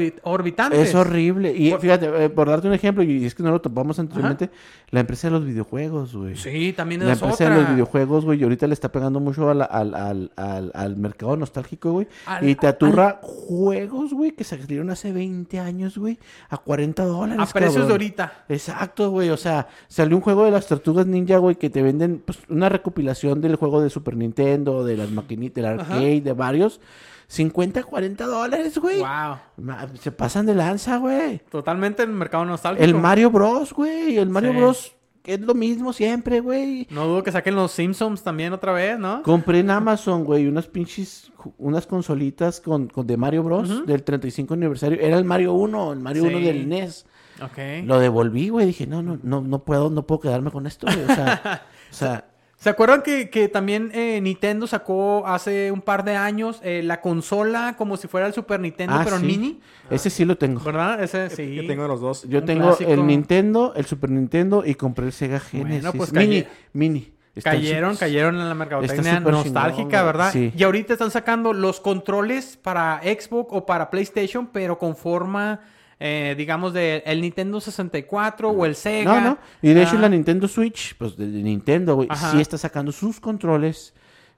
[SPEAKER 2] exorbitantes.
[SPEAKER 3] Es horrible. Y fíjate, eh, por darte un ejemplo, y es que no lo topamos anteriormente, la empresa de los videojuegos, güey.
[SPEAKER 2] Sí, también
[SPEAKER 3] La
[SPEAKER 2] es
[SPEAKER 3] empresa
[SPEAKER 2] otra.
[SPEAKER 3] de los videojuegos, güey, y ahorita le está pegando mucho al, al, al, al, al mercado nostálgico, güey.
[SPEAKER 2] Al-
[SPEAKER 3] Y te aturra juegos, güey, que salieron hace 20 años, güey, a 40 dólares.
[SPEAKER 2] a precios
[SPEAKER 3] cabrón.
[SPEAKER 2] de ahorita.
[SPEAKER 3] Exacto, güey. O sea, salió un juego de las tortugas ninja, güey, que te venden pues, una recopilación del juego de Super Nintendo, de las maquinitas, del arcade, de varios. 50, 40 dólares, güey.
[SPEAKER 2] Wow.
[SPEAKER 3] Ma- Se pasan de lanza, güey.
[SPEAKER 2] Totalmente el mercado nostálgico.
[SPEAKER 3] El Mario Bros, güey. El Mario
[SPEAKER 2] Sí.
[SPEAKER 3] Bros es lo mismo siempre, güey.
[SPEAKER 2] No dudo que saquen los Simpsons también otra vez, ¿no?
[SPEAKER 3] Compré en Amazon, güey, unas pinches, ju- unas consolitas con, con de Mario Bros del 35 aniversario. Era el Mario 1, el Mario
[SPEAKER 2] Sí.
[SPEAKER 3] 1 del E NES.
[SPEAKER 2] Ok.
[SPEAKER 3] Lo devolví, güey. Dije, no, no, no, no puedo, no puedo quedarme con esto, güey. O sea, o sea,
[SPEAKER 2] ¿Se acuerdan que, que también eh, Nintendo sacó hace un par de años eh, la consola como si fuera el Super Nintendo,
[SPEAKER 3] ah,
[SPEAKER 2] pero en
[SPEAKER 3] sí.
[SPEAKER 2] mini?
[SPEAKER 3] Ese sí lo tengo.
[SPEAKER 2] ¿Verdad? Ese sí.
[SPEAKER 4] Yo tengo los dos.
[SPEAKER 3] Yo
[SPEAKER 2] Un
[SPEAKER 3] tengo
[SPEAKER 2] clásico.
[SPEAKER 3] el Nintendo, el Super Nintendo y compré el Sega Genesis.
[SPEAKER 2] pues,
[SPEAKER 3] mini,
[SPEAKER 2] calle-
[SPEAKER 3] mini. Está
[SPEAKER 2] Cayeron,
[SPEAKER 3] chi-
[SPEAKER 2] cayeron en la mercadotecnia
[SPEAKER 3] Está súper
[SPEAKER 2] nostálgica,
[SPEAKER 3] chingón,
[SPEAKER 2] ¿verdad?
[SPEAKER 3] sí.
[SPEAKER 2] Y ahorita están sacando los controles para Xbox o para PlayStation, pero con forma, eh, digamos, de el Nintendo 64 o el Sega.
[SPEAKER 3] No, no. Y de hecho
[SPEAKER 2] Ah,
[SPEAKER 3] la Nintendo Switch, pues de de Nintendo, güey,
[SPEAKER 2] Ajá.
[SPEAKER 3] sí está sacando sus controles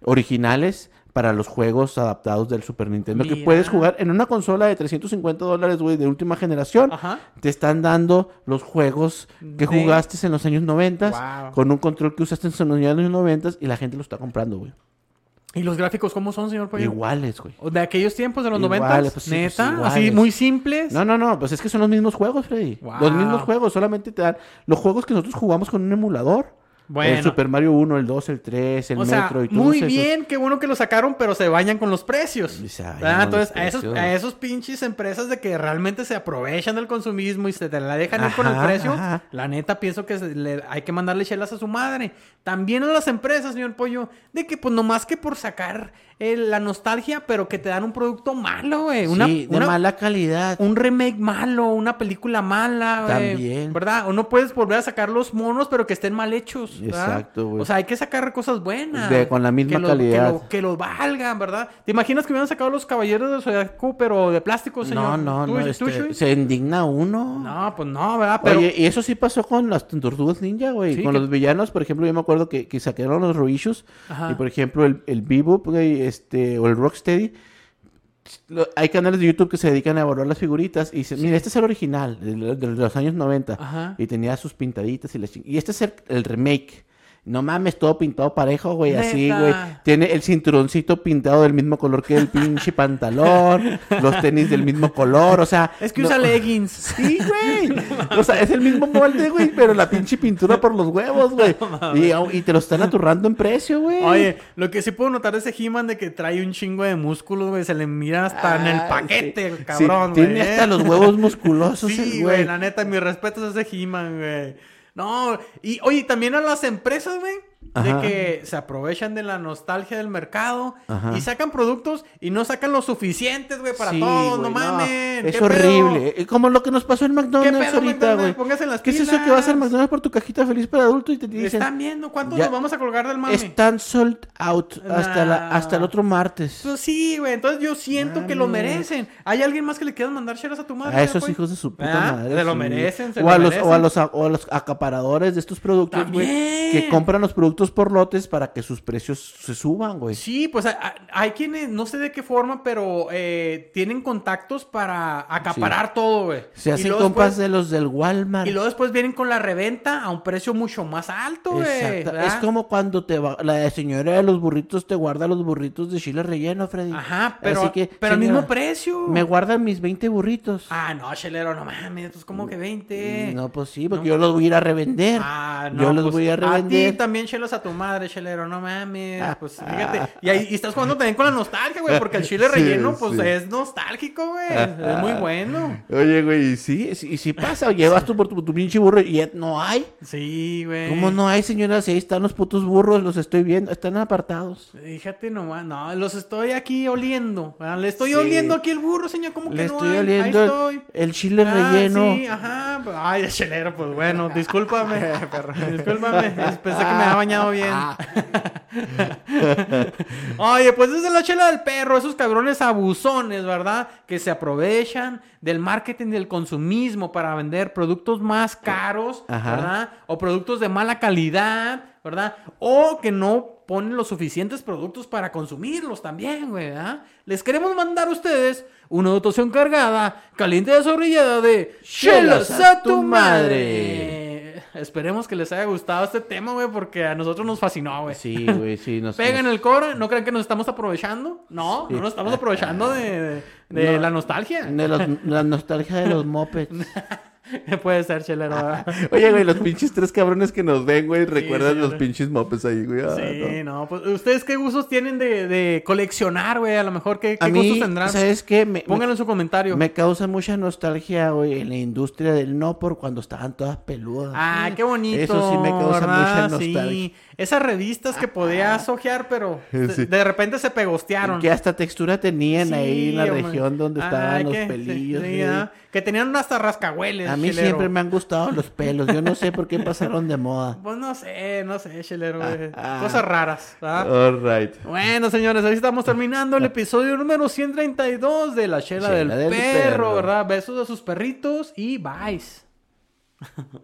[SPEAKER 3] originales para los juegos adaptados del Super Nintendo que
[SPEAKER 2] Mira.
[SPEAKER 3] puedes jugar en una consola de 350 dólares, güey, de última generación.
[SPEAKER 2] Ajá.
[SPEAKER 3] Te están dando los juegos
[SPEAKER 2] Ah. De-
[SPEAKER 3] que jugaste en los años 90
[SPEAKER 4] Wow.
[SPEAKER 3] con un control que usaste en los años 90 y la gente lo está comprando, güey.
[SPEAKER 2] ¿Y los gráficos cómo son, señor Pollo?
[SPEAKER 3] Iguales, güey.
[SPEAKER 2] ¿O ¿De aquellos tiempos, de los
[SPEAKER 3] Iguales,
[SPEAKER 2] 90?
[SPEAKER 3] pues sí, pues
[SPEAKER 2] ¿Neta?
[SPEAKER 3] iguales.
[SPEAKER 2] ¿Así muy simples?
[SPEAKER 3] No, no, no, pues es que son los mismos juegos, Freddy. Los
[SPEAKER 2] Wow.
[SPEAKER 3] mismos juegos, solamente te dan los juegos que nosotros jugamos con un emulador.
[SPEAKER 2] Bueno.
[SPEAKER 3] El Super Mario 1, el 2, el 3, el
[SPEAKER 2] o sea,
[SPEAKER 3] Metro y todo
[SPEAKER 2] muy bien, qué bueno que lo sacaron, pero se bañan con los precios.
[SPEAKER 3] Y se bañan
[SPEAKER 2] ¿verdad?
[SPEAKER 3] con
[SPEAKER 2] Entonces,
[SPEAKER 3] los
[SPEAKER 2] a esos,
[SPEAKER 3] precios.
[SPEAKER 2] a esos pinches empresas de que realmente se aprovechan del consumismo y se te la dejan ir con el
[SPEAKER 3] Ajá,
[SPEAKER 2] precio,
[SPEAKER 3] ajá.
[SPEAKER 2] la neta pienso que se le- hay que mandarle chelas a su madre. También a las empresas, señor Pollo, de que pues nomás que por sacar eh, la nostalgia, pero que te dan un producto malo, güey. Una,
[SPEAKER 3] sí, de
[SPEAKER 2] una-
[SPEAKER 3] mala calidad.
[SPEAKER 2] un remake malo, una película mala, güey,
[SPEAKER 3] También.
[SPEAKER 2] ¿verdad? O no puedes volver a sacar los monos, pero que estén mal hechos. ¿verdad?
[SPEAKER 3] Exacto, güey.
[SPEAKER 2] O sea, hay que sacar cosas buenas.
[SPEAKER 3] De- con la misma
[SPEAKER 2] que lo-
[SPEAKER 3] calidad.
[SPEAKER 2] Que lo, que lo valgan, ¿verdad? ¿Te imaginas que hubieran sacado los caballeros del Zodiaco, pero de plástico,
[SPEAKER 3] No,
[SPEAKER 2] señor?
[SPEAKER 3] no,
[SPEAKER 2] ¿Tú-
[SPEAKER 3] no.
[SPEAKER 2] tú,
[SPEAKER 3] este,
[SPEAKER 2] Chuy?
[SPEAKER 3] se indigna uno.
[SPEAKER 2] No, pues no, ¿verdad? Pero
[SPEAKER 3] Oye, y eso sí pasó con las tortugas ninja, güey.
[SPEAKER 2] Sí,
[SPEAKER 3] con
[SPEAKER 2] que-
[SPEAKER 3] los villanos, por ejemplo, yo me acuerdo que, que sacaron los reissues.
[SPEAKER 2] Ajá.
[SPEAKER 3] Y por ejemplo, el, el Bebop, güey, este, o el Rocksteady. lo- hay canales de YouTube que se dedican a evaluar las figuritas. Y dicen, mira, este es el original, de, de- de los años 90.
[SPEAKER 2] Ajá.
[SPEAKER 3] Y tenía sus pintaditas y las ching- Y este es el, el remake. No mames, todo pintado parejo, güey, así,
[SPEAKER 2] Neta.
[SPEAKER 3] güey. Tiene el cinturoncito pintado del mismo color que el pinche pantalón, los tenis del mismo color, o sea...
[SPEAKER 2] Es que
[SPEAKER 3] no-
[SPEAKER 2] usa leggings.
[SPEAKER 3] Sí, güey. o sea, es el mismo molde, güey, pero la pinche pintura por los huevos, güey. y, y te lo están aturrando en precio, güey.
[SPEAKER 2] Oye, lo que sí puedo notar de ese He-Man de que trae un chingo de músculos, güey. Se le mira hasta en el
[SPEAKER 3] Ay,
[SPEAKER 2] paquete,
[SPEAKER 3] Ah, sí.
[SPEAKER 2] el cabrón,
[SPEAKER 3] Sí,
[SPEAKER 2] güey.
[SPEAKER 3] Tiene
[SPEAKER 2] ¿eh?
[SPEAKER 3] hasta los huevos musculosos, el
[SPEAKER 2] Sí,
[SPEAKER 3] güey.
[SPEAKER 2] güey, la neta, mis respetos a ese He-Man, güey. No, y oye, también a las empresas, güey, de
[SPEAKER 3] Ajá.
[SPEAKER 2] que se aprovechan de la nostalgia del mercado
[SPEAKER 3] Ajá.
[SPEAKER 2] y sacan productos y no sacan lo suficientes, güey, para
[SPEAKER 3] Sí,
[SPEAKER 2] todos,
[SPEAKER 3] güey,
[SPEAKER 2] no mamen.
[SPEAKER 3] Es
[SPEAKER 2] ¿qué
[SPEAKER 3] horrible. Eh, Como lo que nos pasó en McDonald's
[SPEAKER 2] pedo,
[SPEAKER 3] ahorita,
[SPEAKER 2] McDonald's?
[SPEAKER 3] güey.
[SPEAKER 2] Póngase las
[SPEAKER 3] ¿Qué es eso que
[SPEAKER 2] pilas.
[SPEAKER 3] vas a McDonald's por tu cajita feliz para adulto y te
[SPEAKER 2] pedo?
[SPEAKER 3] dicen?
[SPEAKER 2] Están viendo cuánto
[SPEAKER 3] Ya-
[SPEAKER 2] nos vamos a colgar del mame.
[SPEAKER 3] Están sold out hasta, la-
[SPEAKER 2] Nah.
[SPEAKER 3] hasta el otro martes.
[SPEAKER 2] Pues sí, güey, entonces yo siento que lo merecen. ¿Hay alguien más que le quieras mandar cheras a tu madre?
[SPEAKER 3] A esos
[SPEAKER 2] güey?
[SPEAKER 3] hijos de su puta
[SPEAKER 2] ¿Verdad?
[SPEAKER 3] madre.
[SPEAKER 2] pues. Ah, Se lo
[SPEAKER 3] sí.
[SPEAKER 2] merecen, se
[SPEAKER 3] o
[SPEAKER 2] lo
[SPEAKER 3] a los,
[SPEAKER 2] merecen.
[SPEAKER 3] O a, los, a- o a los acaparadores de estos productos, güey.
[SPEAKER 2] También.
[SPEAKER 3] Que compran los productos por lotes para que sus precios se suban, güey.
[SPEAKER 2] Sí, pues hay, hay quienes, no sé de qué forma, pero eh, tienen contactos para acaparar todo, güey.
[SPEAKER 3] Se
[SPEAKER 2] Y
[SPEAKER 3] hacen
[SPEAKER 2] luego
[SPEAKER 3] compas
[SPEAKER 2] después-
[SPEAKER 3] de los del Walmart.
[SPEAKER 2] Y luego después vienen con la reventa a un precio mucho más alto, güey.
[SPEAKER 3] Exacta-
[SPEAKER 2] ¿verdad?
[SPEAKER 3] Es como cuando te va- la señora de los burritos te guarda los burritos de chile relleno, Freddy.
[SPEAKER 2] Ajá, pero,
[SPEAKER 3] Así que,
[SPEAKER 2] pero al
[SPEAKER 3] señora,
[SPEAKER 2] mismo precio.
[SPEAKER 3] Me guardan mis 20 burritos.
[SPEAKER 2] Ah, no, chelero, no mames, pues como que 20.
[SPEAKER 3] No, pues sí, porque yo los voy a ir a revender.
[SPEAKER 2] Ah,
[SPEAKER 3] yo los
[SPEAKER 2] pues,
[SPEAKER 3] voy a revender.
[SPEAKER 2] ti también chelas a tu madre, chelero, no mames.
[SPEAKER 3] Ah,
[SPEAKER 2] pues fíjate. Y ahí y estás jugando también con la nostalgia, güey, porque el chile
[SPEAKER 3] Sí,
[SPEAKER 2] relleno, pues
[SPEAKER 3] sí. Ah,
[SPEAKER 2] es nostálgico, güey. Es muy bueno.
[SPEAKER 3] Oye, güey, y sí, sí- y sí pasa. Llevas tú por tu, tu pinche burro y ya no hay.
[SPEAKER 2] Sí, güey.
[SPEAKER 3] ¿Cómo no hay, señora? Si ahí están los putos burros, los estoy viendo. Están apartados.
[SPEAKER 2] Fíjate nomás, no, los estoy aquí oliendo. ¿verdad? Le estoy
[SPEAKER 3] Sí.
[SPEAKER 2] oliendo aquí el burro, señor, ¿cómo
[SPEAKER 3] Le
[SPEAKER 2] que no?
[SPEAKER 3] estoy
[SPEAKER 2] hay?
[SPEAKER 3] oliendo
[SPEAKER 2] Ahí
[SPEAKER 3] el-
[SPEAKER 2] estoy.
[SPEAKER 3] el chile
[SPEAKER 2] Ah,
[SPEAKER 3] relleno.
[SPEAKER 2] Sí, ajá. Ay, el chelero, pues bueno, discúlpame, perro, discúlpame. Pensé que me había bañado bien.
[SPEAKER 3] Ah,
[SPEAKER 2] Oye, pues esa es la chela del perro, esos cabrones abusones, ¿verdad? Que se aprovechan del marketing y del consumismo para vender productos más caros,
[SPEAKER 3] Ajá.
[SPEAKER 2] ¿verdad? O productos de mala calidad, ¿verdad? O que no ponen los suficientes productos para consumirlos también, güey, ¿verdad? Les queremos mandar a ustedes una dotación cargada, caliente y desorrillada de chelas a tu madre. Esperemos que les haya gustado este tema, güey, porque a nosotros nos fascinó, güey.
[SPEAKER 3] Sí, güey, sí. Nos,
[SPEAKER 2] Pega en el cobre, no crean que nos estamos aprovechando. No, no nos estamos aprovechando de, de- de
[SPEAKER 3] No.
[SPEAKER 2] la nostalgia.
[SPEAKER 3] de los- la nostalgia de los mopeds.
[SPEAKER 2] Puede ser, chelero. ¿verdad?
[SPEAKER 3] Oye, güey, los pinches tres cabrones que nos ven, güey, recuerdan
[SPEAKER 2] sí,
[SPEAKER 3] los
[SPEAKER 2] güey.
[SPEAKER 3] pinches mopes ahí, güey. Ah,
[SPEAKER 2] Sí, no. pues, ¿Ustedes qué gustos tienen de, de coleccionar, güey? A lo mejor, ¿qué,
[SPEAKER 3] no. A
[SPEAKER 2] qué
[SPEAKER 3] mí,
[SPEAKER 2] gustos tendrán?
[SPEAKER 3] ¿sabes qué? Me,
[SPEAKER 2] Pónganlo en su comentario.
[SPEAKER 3] me, me causa mucha nostalgia, güey, en la industria del no por cuando estaban todas peludas.
[SPEAKER 2] Ah, qué bonito.
[SPEAKER 3] Eso sí me causa
[SPEAKER 2] ¿verdad?
[SPEAKER 3] mucha nostalgia. Ah.
[SPEAKER 2] Sí. Esas revistas que podías ojear, pero de-
[SPEAKER 3] Sí.
[SPEAKER 2] de repente se pegostearon.
[SPEAKER 3] Que hasta textura tenían ahí en la
[SPEAKER 2] Sí, hombre.
[SPEAKER 3] región donde estaban
[SPEAKER 2] Ay,
[SPEAKER 3] los
[SPEAKER 2] que-
[SPEAKER 3] pelillos.
[SPEAKER 2] sí, ah,
[SPEAKER 3] güey.
[SPEAKER 2] ¿verdad? Que tenían hasta rascahueles.
[SPEAKER 3] A mí
[SPEAKER 2] chelero.
[SPEAKER 3] siempre me han gustado los pelos. Yo no sé por qué pasaron de moda.
[SPEAKER 2] Pues no sé, no sé, chelero. güey.
[SPEAKER 3] ah.
[SPEAKER 2] Cosas raras. ¿verdad?
[SPEAKER 3] All right.
[SPEAKER 2] Bueno, señores, ahí estamos terminando el episodio número 132 de La Ah. Chela,
[SPEAKER 3] Chela del
[SPEAKER 2] del, perro,
[SPEAKER 3] Perro.
[SPEAKER 2] ¿verdad? Besos a sus perritos y bye.